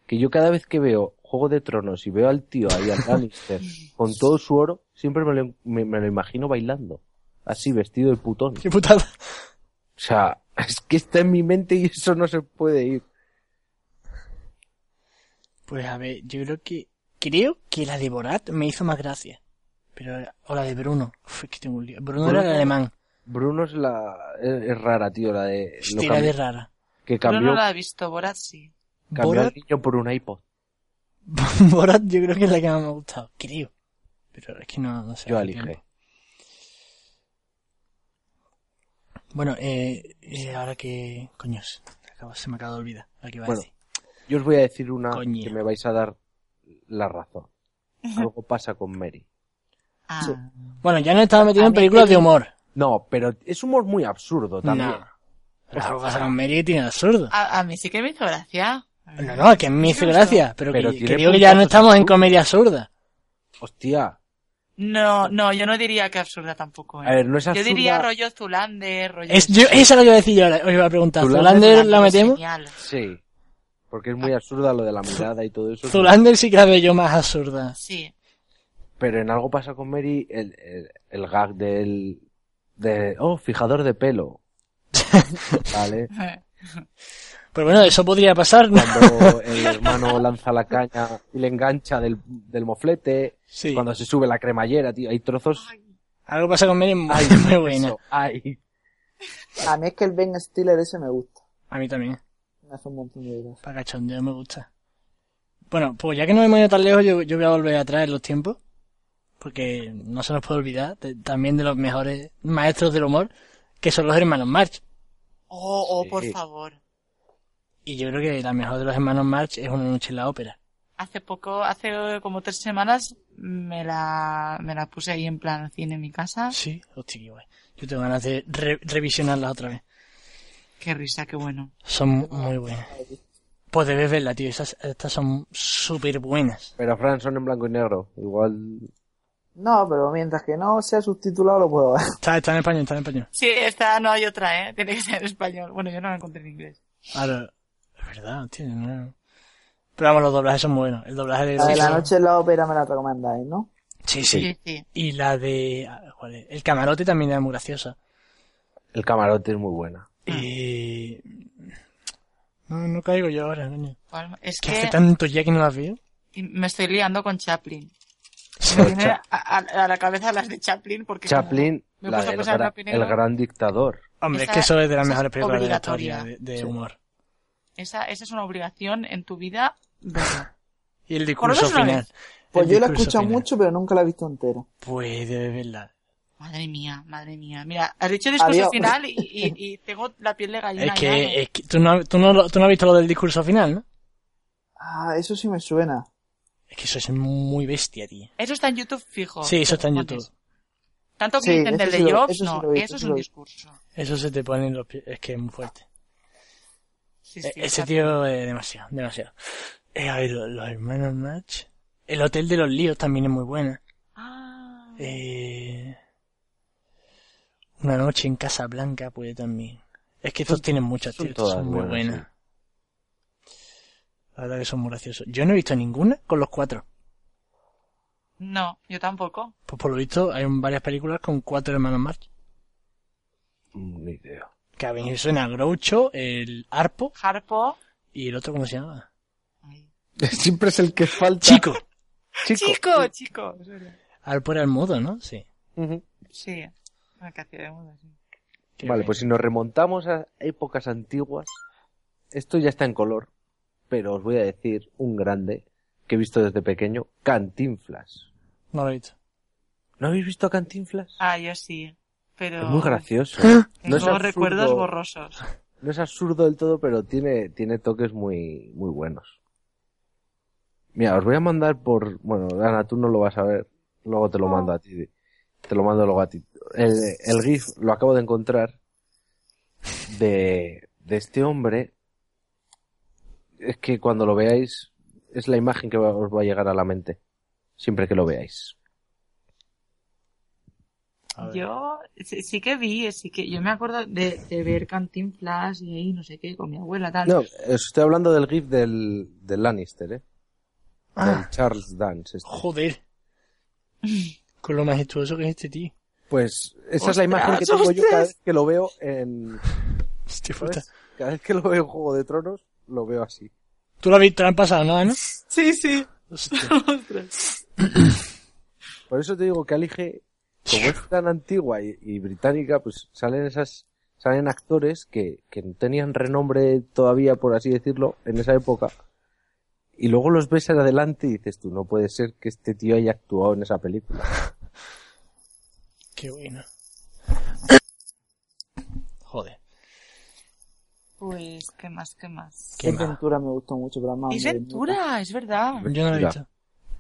[SPEAKER 6] Que yo cada vez que veo Juego de Tronos y veo al tío ahí, al
[SPEAKER 2] [LAUGHS]
[SPEAKER 6] Lannister, con todo su oro, siempre me lo, me- me lo imagino bailando. Así, vestido de putón.
[SPEAKER 2] [LAUGHS] Qué putada.
[SPEAKER 6] O sea, es que está en mi mente y eso no se puede ir.
[SPEAKER 2] Pues a ver, yo creo que, creo que la de Borat me hizo más gracia. Pero, o la de Bruno. Uf, es que tengo un lío. Bruno era el
[SPEAKER 6] Bruno-
[SPEAKER 2] alemán.
[SPEAKER 6] Bruno es la es, es rara, tío, la de... lo
[SPEAKER 2] Hostia, era de
[SPEAKER 6] cambió-
[SPEAKER 2] rara.
[SPEAKER 6] Que
[SPEAKER 5] Pero
[SPEAKER 6] cambió,
[SPEAKER 5] no la he visto, Borat sí.
[SPEAKER 6] cambió al
[SPEAKER 2] Borat- [LAUGHS]
[SPEAKER 6] niño por un iPod.
[SPEAKER 2] Borat yo creo que es la que más me ha gustado. Creo. Pero es que no, no sé.
[SPEAKER 6] Yo
[SPEAKER 2] hace
[SPEAKER 6] al IG.
[SPEAKER 2] tiempo. Bueno, eh, eh, ahora que... Coños, acabo- se me acaba de olvidar. Ahora que iba a
[SPEAKER 6] Bueno,
[SPEAKER 2] decir.
[SPEAKER 6] yo os voy a decir una
[SPEAKER 2] Coño.
[SPEAKER 6] que me vais a dar la
[SPEAKER 5] [LAUGHS]
[SPEAKER 6] razón. Algo pasa con Mary.
[SPEAKER 5] Ah.
[SPEAKER 2] Bueno, ya no estaba metido en películas de humor.
[SPEAKER 6] No, pero es humor muy absurdo también.
[SPEAKER 2] No. Pero Algo pasa con Mary que tiene de absurdo.
[SPEAKER 5] A, a mí sí que me hizo gracia.
[SPEAKER 2] No, no, que a mí me hizo
[SPEAKER 5] me
[SPEAKER 2] gracia,
[SPEAKER 5] gustó.
[SPEAKER 2] pero,
[SPEAKER 6] Pero
[SPEAKER 2] que,
[SPEAKER 6] tiene
[SPEAKER 2] que digo que ya no
[SPEAKER 6] puntazos
[SPEAKER 2] estamos en
[SPEAKER 6] absurdos.
[SPEAKER 2] comedia absurda.
[SPEAKER 6] Hostia,
[SPEAKER 5] No, no, yo no diría que absurda tampoco. ¿eh?
[SPEAKER 6] A ver, no es
[SPEAKER 5] Yo diría
[SPEAKER 6] absurda.
[SPEAKER 5] rollo Zulander, rollo...
[SPEAKER 2] Es, yo, esa es lo que iba a decir yo ahora, os iba a preguntar.
[SPEAKER 6] Zulander-
[SPEAKER 2] ¿Zulander la
[SPEAKER 5] es
[SPEAKER 2] metemos?
[SPEAKER 5] genial.
[SPEAKER 6] sí. Porque es muy absurda lo de la mirada y todo eso.
[SPEAKER 2] Zulander sí que la veo yo más absurda.
[SPEAKER 5] Sí. [LAUGHS]
[SPEAKER 6] Pero en algo pasa con Mary el, el, el gag del... De, oh, fijador de
[SPEAKER 2] [LAUGHS]
[SPEAKER 6] pelo. Vale.
[SPEAKER 2] Pero bueno, eso podría pasar, ¿no?
[SPEAKER 6] Cuando el hermano lanza la caña y le engancha del, del moflete.
[SPEAKER 2] Sí.
[SPEAKER 6] Cuando se sube la cremallera, tío. Hay trozos...
[SPEAKER 2] Algo pasa con Mary muy, [LAUGHS]
[SPEAKER 6] Ay,
[SPEAKER 2] muy buena.
[SPEAKER 6] eso, ay.
[SPEAKER 7] A mí es que el Ben Stiller ese me gusta.
[SPEAKER 2] A mí también.
[SPEAKER 7] Me hace un montón de gracia.
[SPEAKER 2] Para cachondeo me gusta. Bueno, pues ya que no hemos ido tan lejos, yo, yo voy a volver atrás en los tiempos. Porque no se nos puede olvidar de- también de los mejores maestros del humor, que son los hermanos March.
[SPEAKER 5] Oh, oh, por
[SPEAKER 6] Sí.
[SPEAKER 5] favor.
[SPEAKER 2] Y yo creo que la mejor de los hermanos March es una noche en la ópera.
[SPEAKER 5] Hace poco, hace como tres semanas, me la, me la puse ahí en plan cine en mi casa.
[SPEAKER 2] Sí, hostia, qué guay. Yo tengo ganas de re- revisionarlas otra vez.
[SPEAKER 5] Qué risa, qué bueno.
[SPEAKER 2] Son muy buenas. Pues debes verla, tío. Estas, estas son súper buenas.
[SPEAKER 6] Pero Fran son en blanco y negro. Igual
[SPEAKER 7] No, pero mientras que no sea subtitulado lo puedo ver.
[SPEAKER 2] Está, está en español, está en español.
[SPEAKER 5] Sí, esta no hay otra, ¿eh? Tiene que ser en español. Bueno, yo no la encontré en inglés.
[SPEAKER 2] Ahora, es verdad, tío. no- Pero vamos, los doblajes son buenos. El doblaje de...
[SPEAKER 7] La de la noche en la ópera me la recomendáis, ¿no?
[SPEAKER 2] Sí, sí.
[SPEAKER 5] Sí, sí.
[SPEAKER 2] Y la de... ¿cuál es? El camarote también era muy graciosa.
[SPEAKER 6] el camarote es muy buena.
[SPEAKER 2] Eh, No, no caigo yo ahora, coño.
[SPEAKER 5] ¿Cuál? Es
[SPEAKER 2] Que
[SPEAKER 5] que
[SPEAKER 2] hace tanto ya que no las veo.
[SPEAKER 5] y me estoy liando con Chaplin. Me viene a, a- a la cabeza las de Chaplin porque... como
[SPEAKER 6] Chaplin,
[SPEAKER 5] me
[SPEAKER 6] la-
[SPEAKER 5] puse a
[SPEAKER 6] el,
[SPEAKER 5] pensar en
[SPEAKER 6] gra-
[SPEAKER 5] Blanco y negro.
[SPEAKER 6] el gran dictador.
[SPEAKER 2] Hombre,
[SPEAKER 5] Esa-
[SPEAKER 2] es que eso es de las
[SPEAKER 5] esa es
[SPEAKER 2] mejores películas de la historia
[SPEAKER 5] obligatoria.
[SPEAKER 2] de, de
[SPEAKER 6] Sí.
[SPEAKER 2] humor.
[SPEAKER 5] Esa, esa es una obligación en tu vida. verla.
[SPEAKER 2] Y el
[SPEAKER 7] Por lo
[SPEAKER 2] discurso
[SPEAKER 7] menos una
[SPEAKER 2] final.
[SPEAKER 7] vez. Pues
[SPEAKER 2] El
[SPEAKER 7] yo la he
[SPEAKER 2] discurso
[SPEAKER 7] escuchado
[SPEAKER 2] final.
[SPEAKER 7] mucho, pero nunca la he visto entera.
[SPEAKER 2] Pues de verdad.
[SPEAKER 5] Madre mía, madre mía. Mira, has dicho el discurso
[SPEAKER 7] Adiós.
[SPEAKER 5] final y, y- y tengo la piel de gallina.
[SPEAKER 2] Es
[SPEAKER 5] ya,
[SPEAKER 2] que,
[SPEAKER 5] ¿eh?
[SPEAKER 2] es que tú, no, tú, no, lo- tú no has visto lo del discurso final, ¿no?
[SPEAKER 7] Ah, eso sí me suena.
[SPEAKER 2] Es que eso es muy bestia, tío.
[SPEAKER 5] Eso está en YouTube fijo.
[SPEAKER 2] Sí, eso
[SPEAKER 5] oh,
[SPEAKER 2] está en YouTube.
[SPEAKER 5] Tanto que
[SPEAKER 2] Sí,
[SPEAKER 5] dicen del
[SPEAKER 2] eso
[SPEAKER 5] de
[SPEAKER 2] sí lo-
[SPEAKER 5] Jobs,
[SPEAKER 2] eso sí
[SPEAKER 5] no.
[SPEAKER 2] lo he visto,
[SPEAKER 5] eso es
[SPEAKER 2] sí
[SPEAKER 5] un
[SPEAKER 2] lo he visto.
[SPEAKER 5] discurso.
[SPEAKER 2] Eso se te pone en los pies. Es que es muy fuerte.
[SPEAKER 6] Eh,
[SPEAKER 5] Sí,
[SPEAKER 2] E-
[SPEAKER 5] sí,
[SPEAKER 2] Ese
[SPEAKER 5] está-
[SPEAKER 2] tío es demasiado, demasiado. Eh, a ver, lo- los hermanos Match. El Hotel de los Líos también es muy buena.
[SPEAKER 5] Ah,
[SPEAKER 2] Eh, una noche en Casa Blanca puede también. Es que estos tienen muchas,
[SPEAKER 1] son
[SPEAKER 2] tío. Estos
[SPEAKER 1] todas
[SPEAKER 2] son muy
[SPEAKER 1] buenas,
[SPEAKER 2] buenas. La verdad que son muy graciosos. Yo no he visto ninguna con los cuatro.
[SPEAKER 5] No, yo tampoco.
[SPEAKER 2] Pues por lo visto hay un- varias películas con cuatro hermanos Match.
[SPEAKER 6] Mm, Ni idea.
[SPEAKER 2] Que a venir suena Groucho, el Arpo.
[SPEAKER 5] Harpo.
[SPEAKER 2] Y el otro, ¿cómo se llama?
[SPEAKER 6] Siempre es el que falta.
[SPEAKER 2] Chico.
[SPEAKER 5] Chico, chico. es verdad.
[SPEAKER 2] Arpo era el mudo, ¿no? Sí.
[SPEAKER 5] Sí. Una cantidad de modas, sí.
[SPEAKER 6] Vale, pues si nos remontamos a épocas antiguas, esto ya está en color, pero os voy a decir un grande que he visto desde pequeño, Cantinflas.
[SPEAKER 2] No lo he visto.
[SPEAKER 6] ¿No habéis visto a Cantinflas?
[SPEAKER 5] Ah, yo sí. Pero.
[SPEAKER 6] Es muy gracioso.
[SPEAKER 5] Tengo
[SPEAKER 6] absurdo-
[SPEAKER 5] recuerdos borrosos.
[SPEAKER 6] No es absurdo del todo, pero tiene, tiene toques muy, muy buenos. Mira, os voy a mandar por... Bueno, Ana, tú no lo vas a ver. Luego te lo mando a ti. Te lo mando luego a ti. El, el GIF lo acabo de encontrar de, de este hombre. Es que cuando lo veáis es la imagen que va- os va a llegar a la mente. Siempre que lo veáis.
[SPEAKER 5] Yo sí, sí que vi, sí que yo me acuerdo de, de ver Cantinflas y ahí no sé qué con mi abuela tal.
[SPEAKER 6] No, os estoy hablando del GIF del, del Lannister, ¿eh? Del Charles Dance. este.
[SPEAKER 2] Joder. Con lo majestuoso que es este tío.
[SPEAKER 6] Pues esa es la imagen que
[SPEAKER 2] ¡Ostras,
[SPEAKER 6] tengo yo cada
[SPEAKER 2] ostras!
[SPEAKER 6] vez que lo veo en.
[SPEAKER 2] Hostia
[SPEAKER 6] ¿sabes?
[SPEAKER 2] puta.
[SPEAKER 6] Cada vez que lo veo en Juego de Tronos, lo veo así.
[SPEAKER 2] Tú lo has visto, la han pasado nada, ¿no?
[SPEAKER 5] Sí, sí.
[SPEAKER 6] Por eso te digo que Alige, como es tan antigua y, y británica, pues salen esas. Salen actores que, que no tenían renombre todavía, por así decirlo, en esa época. Y luego los ves en adelante y dices tú, no puede ser que este tío haya actuado en esa película.
[SPEAKER 2] Qué bueno. Joder.
[SPEAKER 5] Pues qué más, qué más.
[SPEAKER 7] Es Ventura me gustó mucho, pero más.
[SPEAKER 5] es
[SPEAKER 7] me-
[SPEAKER 5] Ventura, es verdad.
[SPEAKER 2] Yo no lo he
[SPEAKER 6] Ya.
[SPEAKER 2] visto.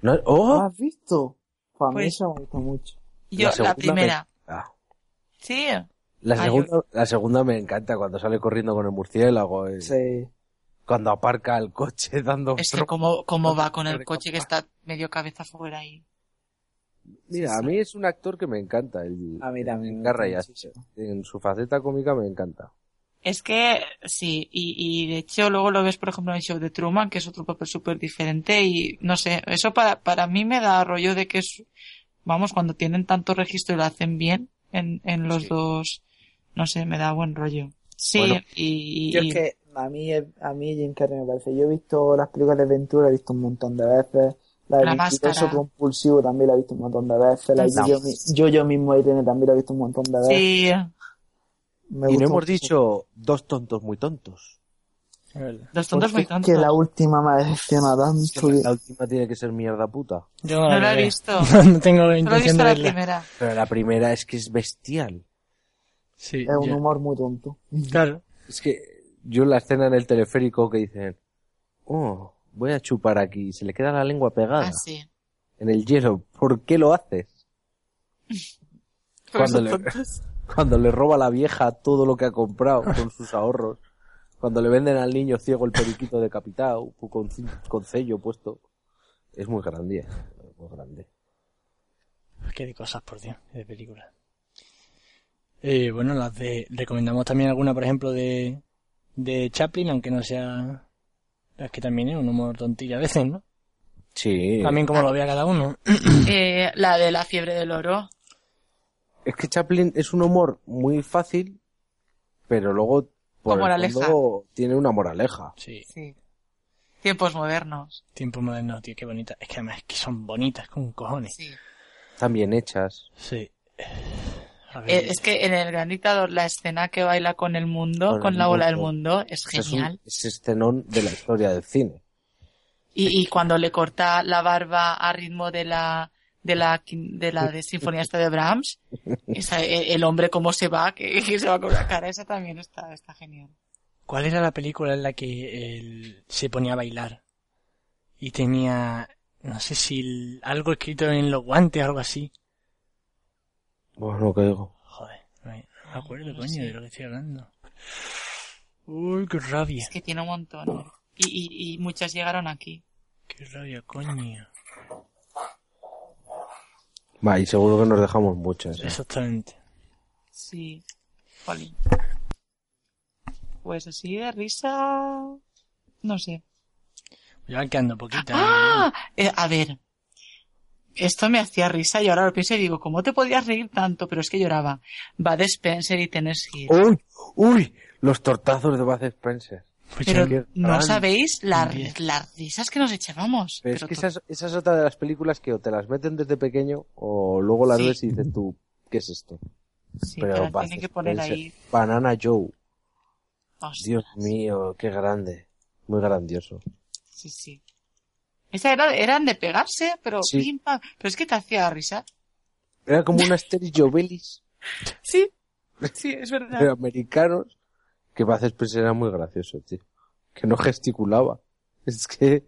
[SPEAKER 6] No- ¡Oh!
[SPEAKER 7] ¿Lo has visto? Pues a mí
[SPEAKER 5] Pues-
[SPEAKER 7] esa me gustó mucho.
[SPEAKER 5] Yo la,
[SPEAKER 6] segunda me-
[SPEAKER 5] primera.
[SPEAKER 6] Ah.
[SPEAKER 5] Sí.
[SPEAKER 6] La
[SPEAKER 5] Ah,
[SPEAKER 6] segunda, la segunda me encanta cuando sale corriendo con el murciélago. eh. Cuando aparca el coche dando.
[SPEAKER 5] Es que Este, cómo, cómo va con el coche que está medio cabeza fuera ahí.
[SPEAKER 6] Mira, a mí es un actor que me encanta. El,
[SPEAKER 7] a mí también.
[SPEAKER 6] En su faceta cómica me encanta.
[SPEAKER 5] Es que sí, y, y de hecho luego lo ves por ejemplo en el show de Truman, que es otro papel súper diferente y no sé, eso para, para mí me da rollo de que es, vamos, cuando tienen tanto registro y lo hacen bien en, en los dos, no sé, me da buen rollo. Sí,
[SPEAKER 7] Bueno.
[SPEAKER 5] y,
[SPEAKER 7] Yo
[SPEAKER 5] y-
[SPEAKER 7] es que a mí, a mí Jim Carrey me parece. Yo he visto las películas de Ventura, he visto un montón de veces. La
[SPEAKER 5] La
[SPEAKER 7] de
[SPEAKER 5] máscara.
[SPEAKER 7] Mentiroso Compulsivo también la he visto un montón de veces. La de
[SPEAKER 6] No.
[SPEAKER 7] yo, mi- yo, yo mismo a Irene también la he visto un montón de veces.
[SPEAKER 5] sí,
[SPEAKER 7] Me
[SPEAKER 6] y
[SPEAKER 7] gustó
[SPEAKER 6] no hemos
[SPEAKER 7] mucho.
[SPEAKER 6] dicho dos tontos muy tontos.
[SPEAKER 5] los tontos muy
[SPEAKER 7] Porque es
[SPEAKER 5] tontos.
[SPEAKER 7] Que la última me decepciona tanto. que-
[SPEAKER 6] La última tiene que ser mierda puta.
[SPEAKER 2] Yo
[SPEAKER 5] No la
[SPEAKER 2] veo.
[SPEAKER 5] he visto.
[SPEAKER 2] [LAUGHS] no tengo
[SPEAKER 5] Solo he
[SPEAKER 2] intención
[SPEAKER 5] visto
[SPEAKER 2] de
[SPEAKER 5] la
[SPEAKER 2] verla.
[SPEAKER 5] primera.
[SPEAKER 6] Pero la primera es que es bestial.
[SPEAKER 2] Sí,
[SPEAKER 7] Es un
[SPEAKER 2] yo-
[SPEAKER 7] humor muy tonto.
[SPEAKER 2] Claro.
[SPEAKER 6] Es que yo la escena en el teleférico que dicen, oh, voy a chupar aquí. y Se le queda la lengua pegada
[SPEAKER 5] Ah, sí.
[SPEAKER 6] en el hielo. ¿Por qué lo haces?
[SPEAKER 5] Pero
[SPEAKER 6] Cuando
[SPEAKER 5] son
[SPEAKER 6] le-
[SPEAKER 5] tontos.
[SPEAKER 6] [LAUGHS] cuando le roba a la vieja todo lo que ha comprado con
[SPEAKER 5] [LAUGHS]
[SPEAKER 6] sus ahorros, cuando le venden al niño ciego el periquito decapitado con, cin- con sello puesto, es muy grande, es muy grande.
[SPEAKER 2] Qué de cosas, por Dios, qué de películas. Eh, bueno, las de. Recomendamos también alguna, por ejemplo, de. de Chaplin, aunque no sea. Es que también es un humor tontillo a veces, ¿no?
[SPEAKER 6] Sí.
[SPEAKER 2] También como lo vea cada uno.
[SPEAKER 5] Eh, la de la fiebre del oro.
[SPEAKER 6] Es que Chaplin es un humor muy fácil, pero luego por
[SPEAKER 5] Con
[SPEAKER 6] el
[SPEAKER 5] moraleja.
[SPEAKER 6] fondo tiene una moraleja.
[SPEAKER 2] Sí.
[SPEAKER 5] Sí. Tiempos modernos.
[SPEAKER 2] Tiempo moderno, tío, qué bonita. Es que además es que son bonitas con cojones.
[SPEAKER 5] Sí.
[SPEAKER 6] Están bien hechas.
[SPEAKER 2] Sí. A ver,
[SPEAKER 5] Eh, es que en el gran dictador la escena que baila con el mundo, con, la bola del mundo, es
[SPEAKER 6] Es, un-
[SPEAKER 5] genial.
[SPEAKER 6] es escenón de la historia del cine.
[SPEAKER 5] Y, y cuando le corta la barba a ritmo de la de la de la de sinfonía esta de Brahms, esa- el, el hombre cómo se va, que, que se va con la cara, esa también está, está genial.
[SPEAKER 2] ¿Cuál era la película en la que él se ponía a bailar? Y tenía, no sé si el- algo escrito en los guantes, algo así.
[SPEAKER 6] Bueno, que digo.
[SPEAKER 2] Joder, no, me- no
[SPEAKER 5] Ah,
[SPEAKER 2] me acuerdo, coño, de lo que estoy hablando. Uy, qué rabia.
[SPEAKER 5] Es que tiene un montón. Y, y, y muchas llegaron aquí.
[SPEAKER 2] Qué rabia, coño.
[SPEAKER 6] Va, y seguro que nos dejamos muchas. ¿eh?
[SPEAKER 2] Exactamente.
[SPEAKER 5] Sí. Jolín. Pues así de risa. No sé.
[SPEAKER 2] Ya van quedando poquitas.
[SPEAKER 5] ¡Ah! Eh, a ver. Esto me hacía risa y ahora lo pienso y digo, ¿cómo te podías reír tanto? Pero es que lloraba. Va de Spencer y tenés que
[SPEAKER 6] ¡Uy! ¡Uy! Los tortazos de Bud Spencer.
[SPEAKER 5] Pero
[SPEAKER 6] Qué
[SPEAKER 5] no
[SPEAKER 6] gran-
[SPEAKER 5] sabéis la- las risas que nos echábamos.
[SPEAKER 6] Pero es
[SPEAKER 5] Pero
[SPEAKER 6] que
[SPEAKER 5] to-
[SPEAKER 6] esa es, esa es otra de las películas que o te las meten desde pequeño o luego las
[SPEAKER 5] Sí.
[SPEAKER 6] ves y dices tú, ¿qué es esto?
[SPEAKER 5] Sí, pero
[SPEAKER 6] Bud
[SPEAKER 5] tiene que poner
[SPEAKER 6] Spencer,
[SPEAKER 5] ahí- Oh,
[SPEAKER 6] Banana Joe.
[SPEAKER 5] Ostras.
[SPEAKER 6] Dios mío, qué grande. Muy grandioso.
[SPEAKER 5] Sí, sí. Esa era, eran de pegarse, pero
[SPEAKER 6] Sí.
[SPEAKER 5] pim, pam. Pero es que te hacía risa.
[SPEAKER 6] Era como una Asterix Jovelis
[SPEAKER 5] Sí, sí, es verdad.
[SPEAKER 6] de americanos que Bud Spencer era muy gracioso, tío. Que no gesticulaba. Es que...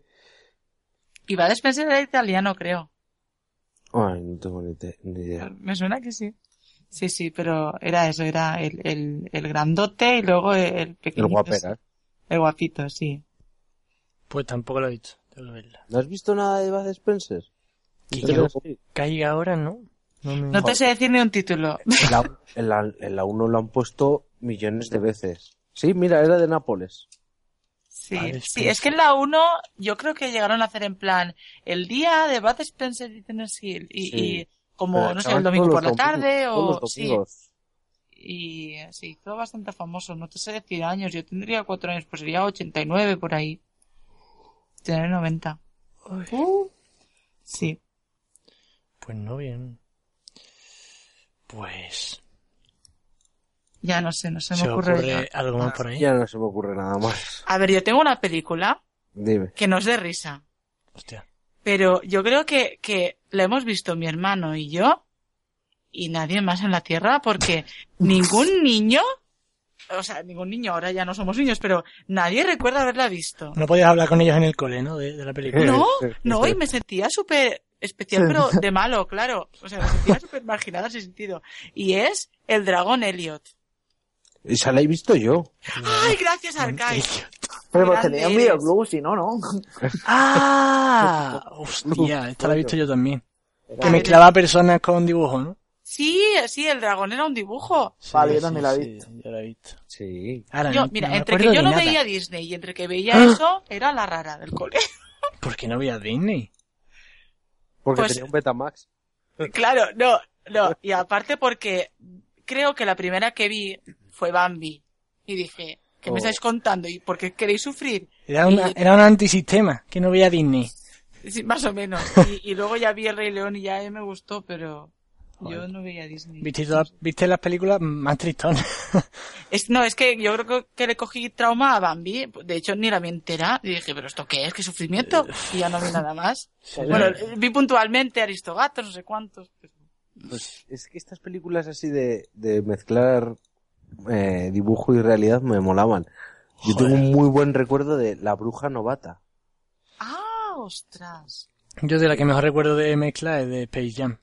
[SPEAKER 5] Y va de Spencer era italiano, creo.
[SPEAKER 6] Ay, no tengo ni, te- ni idea.
[SPEAKER 5] Me suena que sí. Sí, sí, pero era eso, era el, el, el grandote y luego el pequeño.
[SPEAKER 6] El guaperas.
[SPEAKER 5] El guapito, sí.
[SPEAKER 2] Pues tampoco lo he visto. Tengo que verla.
[SPEAKER 6] ¿No has visto nada de Bud Spencer?
[SPEAKER 2] Que
[SPEAKER 6] Entonces,
[SPEAKER 2] yo caiga ahora, ¿no? No, me-
[SPEAKER 5] No te sé decir ni un título. [LAUGHS]
[SPEAKER 6] En la- en la, en la 1 lo han puesto millones de veces. Sí, mira, era de Nápoles.
[SPEAKER 5] Sí,
[SPEAKER 6] Bud
[SPEAKER 5] sí, es que en la 1 yo creo que llegaron a hacer en plan el día de Bud Spencer y Tennessee Hill y,
[SPEAKER 6] Sí.
[SPEAKER 5] y como,
[SPEAKER 6] Pero
[SPEAKER 5] no sé, el
[SPEAKER 6] echaban
[SPEAKER 5] domingo por
[SPEAKER 6] todos
[SPEAKER 5] la
[SPEAKER 6] los domingos,
[SPEAKER 5] tarde
[SPEAKER 6] todos
[SPEAKER 5] o...
[SPEAKER 6] los
[SPEAKER 5] Sí,
[SPEAKER 6] domingos.
[SPEAKER 5] y eh, se hizo bastante famoso, no te sé decir años, yo tendría cuatro años, pues sería 89 por ahí. Tendré 90. Uh, sí.
[SPEAKER 2] Pues no bien. Pues...
[SPEAKER 5] Ya no sé, no se me
[SPEAKER 2] ¿Se
[SPEAKER 5] ocurre.
[SPEAKER 2] ocurre algo más por ahí?
[SPEAKER 6] Ya no se me ocurre nada más.
[SPEAKER 5] A ver, yo tengo una película
[SPEAKER 6] Dime.
[SPEAKER 5] que no es de risa.
[SPEAKER 2] Hostia.
[SPEAKER 5] Pero yo creo que, que la hemos visto mi hermano y yo y nadie más en la Tierra [LAUGHS] porque ningún niño, o sea, ningún niño, ahora ya no somos niños, pero nadie recuerda haberla visto.
[SPEAKER 2] No podías hablar con ellos en el cole, ¿no? De, de la película. [LAUGHS]
[SPEAKER 5] No, no, y me sentía súper especial, [LAUGHS] pero de malo, claro. O sea, me sentía súper marginada en ese sentido. Y es el dragón Elliot.
[SPEAKER 6] Esa la he visto yo.
[SPEAKER 5] ¡Ay, gracias, Arcai!
[SPEAKER 7] Pero pues
[SPEAKER 5] Grande
[SPEAKER 7] tenía un
[SPEAKER 5] eres.
[SPEAKER 7] videoclub, si no, no.
[SPEAKER 2] ¡Ah! Hostia, esta la he visto yo también. Que
[SPEAKER 5] Ah,
[SPEAKER 2] mezclaba personas con dibujos, ¿no?
[SPEAKER 5] Sí, sí, el dragón era un dibujo.
[SPEAKER 7] Vale, yo también la he
[SPEAKER 2] visto. Yo la he visto.
[SPEAKER 6] Sí.
[SPEAKER 2] Ahora,
[SPEAKER 5] Yo,
[SPEAKER 2] no-
[SPEAKER 5] mira,
[SPEAKER 2] no me
[SPEAKER 5] entre que
[SPEAKER 2] acuerdo
[SPEAKER 5] yo
[SPEAKER 2] de
[SPEAKER 5] no
[SPEAKER 2] nada.
[SPEAKER 5] veía Disney y entre que veía
[SPEAKER 2] ¡Ah!
[SPEAKER 5] eso, era la rara del cole.
[SPEAKER 2] ¿Por qué no veía Disney?
[SPEAKER 6] Porque
[SPEAKER 5] Pues-
[SPEAKER 6] tenía un Betamax.
[SPEAKER 5] Claro, no, no. Y aparte porque creo que la primera que vi fue Bambi. Y dije, ¿qué me
[SPEAKER 2] Oh.
[SPEAKER 5] estáis contando? ¿Y por qué queréis sufrir?
[SPEAKER 2] Era, una, era un antisistema, que no veía Disney.
[SPEAKER 5] Sí, más
[SPEAKER 2] [LAUGHS]
[SPEAKER 5] o menos. Y, y luego ya vi El Rey León y ya eh, me gustó, pero yo no veía Disney.
[SPEAKER 2] ¿Viste, todas- viste las películas más tristonas? [LAUGHS]
[SPEAKER 5] Es, no, es que yo creo que, que le cogí trauma a Bambi. De hecho, ni la vi entera. Y dije, ¿pero esto qué es? ¿Qué sufrimiento? Y ya no vi nada más. Bueno, vi puntualmente Aristogatos, no sé cuántos. pero-
[SPEAKER 6] Pues es que estas películas así de, de mezclar eh, dibujo y realidad me molaban. Yo tengo un muy buen recuerdo de La Bruja Novata.
[SPEAKER 5] ¡Ah, ostras!
[SPEAKER 2] Yo de la que mejor recuerdo de mezcla es de Space Jam.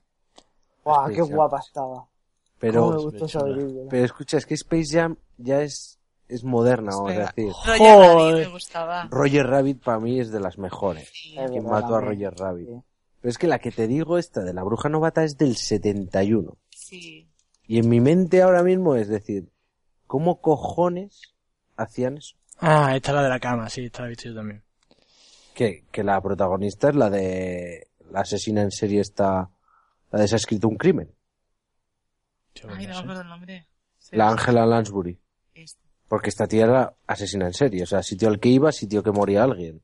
[SPEAKER 7] Guau, qué
[SPEAKER 6] Especial.
[SPEAKER 7] guapa estaba.
[SPEAKER 6] Pero,
[SPEAKER 7] Cómo me gustó esa película.
[SPEAKER 6] pero escucha, es que Space Jam ya es, es moderna, vamos a
[SPEAKER 7] Espera.
[SPEAKER 6] decir.
[SPEAKER 7] Roger Rabbit me
[SPEAKER 5] gustaba.
[SPEAKER 6] Roger Rabbit para mí es de las mejores.
[SPEAKER 7] es
[SPEAKER 6] Quien
[SPEAKER 7] verdad,
[SPEAKER 6] mató a
[SPEAKER 7] también.
[SPEAKER 6] Roger Rabbit. Pero es que la que te digo, esta de la bruja novata, es del 71.
[SPEAKER 5] Sí.
[SPEAKER 6] Y en mi mente ahora mismo es decir, ¿cómo cojones hacían eso?
[SPEAKER 2] Ah, esta es la de la cama, sí, esta la he visto yo también.
[SPEAKER 6] Que, que la protagonista es la de la asesina en serie esta, la de se ha escrito un crimen.
[SPEAKER 5] Ay, no me acuerdo el nombre. Sí.
[SPEAKER 6] La Ángela Lansbury.
[SPEAKER 5] Este.
[SPEAKER 6] Porque esta tía era asesina en serie. O sea, sitio al que iba, sitio que moría alguien.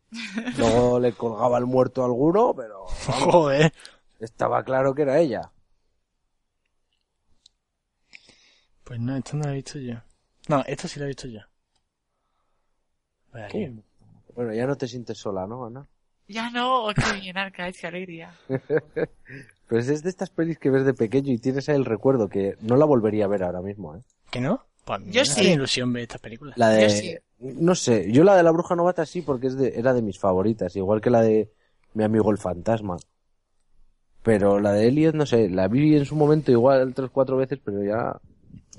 [SPEAKER 6] Luego le colgaba el muerto a alguno, pero...
[SPEAKER 2] [LAUGHS]
[SPEAKER 5] [LAUGHS]
[SPEAKER 6] vamos,
[SPEAKER 2] Joder.
[SPEAKER 6] Estaba claro que era ella.
[SPEAKER 2] Pues no, esta no la he visto yo. No, esta sí la he visto yo. Vaya lío.
[SPEAKER 6] Bueno, ya no te sientes sola, ¿no, Ana?
[SPEAKER 5] Ya no, oh, qué bien, Arcaich, qué alegría.
[SPEAKER 6] Pero es de estas pelis que ves de pequeño y tienes el recuerdo que no la volvería a ver ahora mismo, ¿eh?
[SPEAKER 2] ¿Que no? Pues a mí
[SPEAKER 5] Yo
[SPEAKER 2] me
[SPEAKER 5] sí.
[SPEAKER 2] hace ilusión ver estas películas.
[SPEAKER 6] La de... No sé, yo la de la bruja novata sí porque es de, era de mis favoritas, igual que la de mi amigo el fantasma. Pero la de Elliot, no sé, la vi en su momento igual tres, cuatro veces, pero ya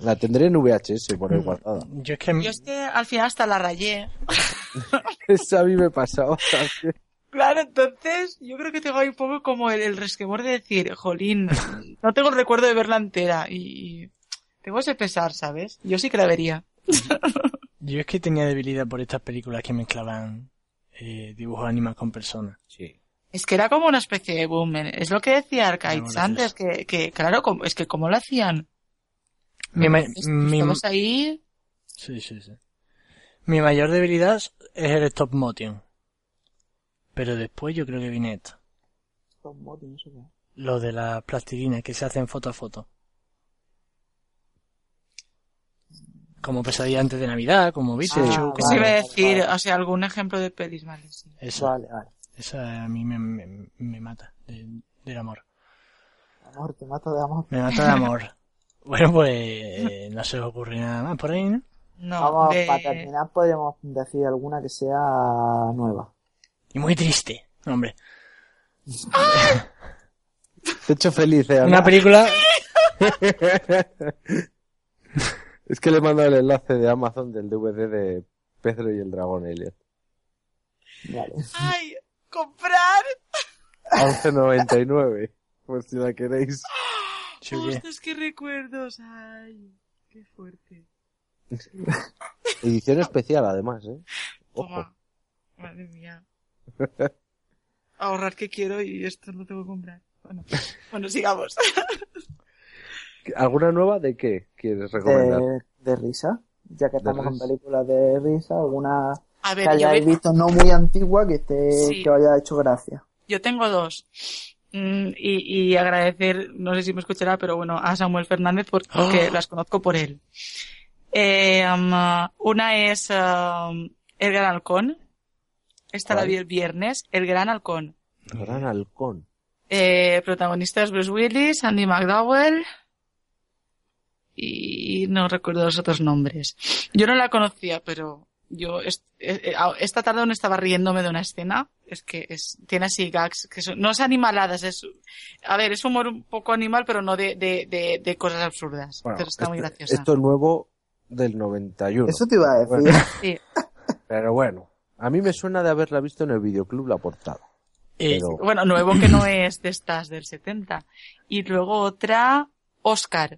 [SPEAKER 6] la tendré en VHS por ahí guardada. [LAUGHS]
[SPEAKER 2] Yo es que...
[SPEAKER 5] Yo es que al final hasta la rayé.
[SPEAKER 6] Eso a mí me pasaba también.
[SPEAKER 5] Claro, entonces yo creo que tengo ahí un poco como el, el resquemor de decir, jolín, no tengo el recuerdo de verla entera y, y tengo ese pesar, ¿sabes? Yo sí que la vería.
[SPEAKER 2] Yo es que tenía debilidad por estas películas que mezclaban eh, dibujos animados con personas.
[SPEAKER 6] Sí.
[SPEAKER 5] Es que era como una especie de boom. ¿eh? Es lo que decía Arcaitz
[SPEAKER 2] No,
[SPEAKER 5] antes, que, que claro, como- es que como lo hacían.
[SPEAKER 2] Mi, ma- mi-
[SPEAKER 5] Estamos ahí.
[SPEAKER 2] Sí, sí, sí. Mi mayor debilidad es el stop motion. Pero después yo creo que viene esto.
[SPEAKER 7] Stop motion, eso qué.
[SPEAKER 2] Lo de las plastilinas que se hacen foto a foto. Como pesadilla antes de Navidad, como Beetlejuice. como-
[SPEAKER 5] Eso iba a decir, o sea, algún ejemplo de pelis, vale, sí.
[SPEAKER 2] Esa, esa a mí me, me- me mata de- del amor.
[SPEAKER 7] Amor, te mato de amor.
[SPEAKER 2] Me mata de amor. bueno, pues eh, no se os ocurre nada más por ahí, ¿no?
[SPEAKER 5] No,
[SPEAKER 7] Vamos,
[SPEAKER 2] de-
[SPEAKER 7] para terminar podríamos decir alguna que sea nueva.
[SPEAKER 2] Y muy triste, hombre.
[SPEAKER 6] Te he hecho feliz, ¿eh? Ana?
[SPEAKER 2] Una película...
[SPEAKER 6] [LAUGHS] es que le he mandado el enlace de Amazon del DVD de Pedro y el Dragón Elliot.
[SPEAKER 7] Vale.
[SPEAKER 5] ¡Ay! ¡Comprar!
[SPEAKER 6] 11.99, por si la queréis.
[SPEAKER 2] eh,
[SPEAKER 5] ¡Ostras, qué recuerdos! ¡Ay! ¡Qué fuerte!
[SPEAKER 6] Edición especial, además, ¿eh?
[SPEAKER 5] Toma. Madre mía. Ahorrar que quiero y esto no tengo que comprar. Bueno, bueno sigamos.
[SPEAKER 6] ¿Alguna nueva de qué quieres recomendar?
[SPEAKER 7] De, de risa. Ya que estamos en
[SPEAKER 6] risa.
[SPEAKER 7] películas de risa, alguna
[SPEAKER 5] A ver,
[SPEAKER 7] que
[SPEAKER 5] yo
[SPEAKER 7] hayáis
[SPEAKER 5] ve-
[SPEAKER 7] visto no muy antigua que esté,
[SPEAKER 5] Sí.
[SPEAKER 7] que os haya hecho gracia.
[SPEAKER 5] Yo tengo dos. Mm, Y, y agradecer, no sé si me escuchará, pero bueno, a Samuel Fernández porque las conozco por él. Eh, um, ah, una es um, El Gran Halcón. Esta la
[SPEAKER 6] ¿Cuál?
[SPEAKER 5] vi el viernes. El Gran Halcón.
[SPEAKER 6] Gran Halcón.
[SPEAKER 5] Eh, protagonistas Bruce Willis, Andy McDowell y no recuerdo los otros nombres. Yo no la conocía, pero yo est- eh, eh, a- esta tarde aún estaba riéndome de una escena. Es que es, tiene así gags que son, no es animaladas, es, a ver, es humor un poco animal, pero no de, de, de, de cosas absurdas.
[SPEAKER 6] Bueno,
[SPEAKER 5] pero está muy
[SPEAKER 6] este-
[SPEAKER 5] graciosa.
[SPEAKER 6] Esto es nuevo del 91.
[SPEAKER 7] Eso te iba a decir.
[SPEAKER 6] Bueno,
[SPEAKER 5] Sí.
[SPEAKER 6] pero bueno, a mí me suena de haberla visto en el videoclub la portada.
[SPEAKER 2] Eh,
[SPEAKER 6] Pero-
[SPEAKER 5] Bueno, nuevo que no es de estas del 70. Y luego otra, Oscar.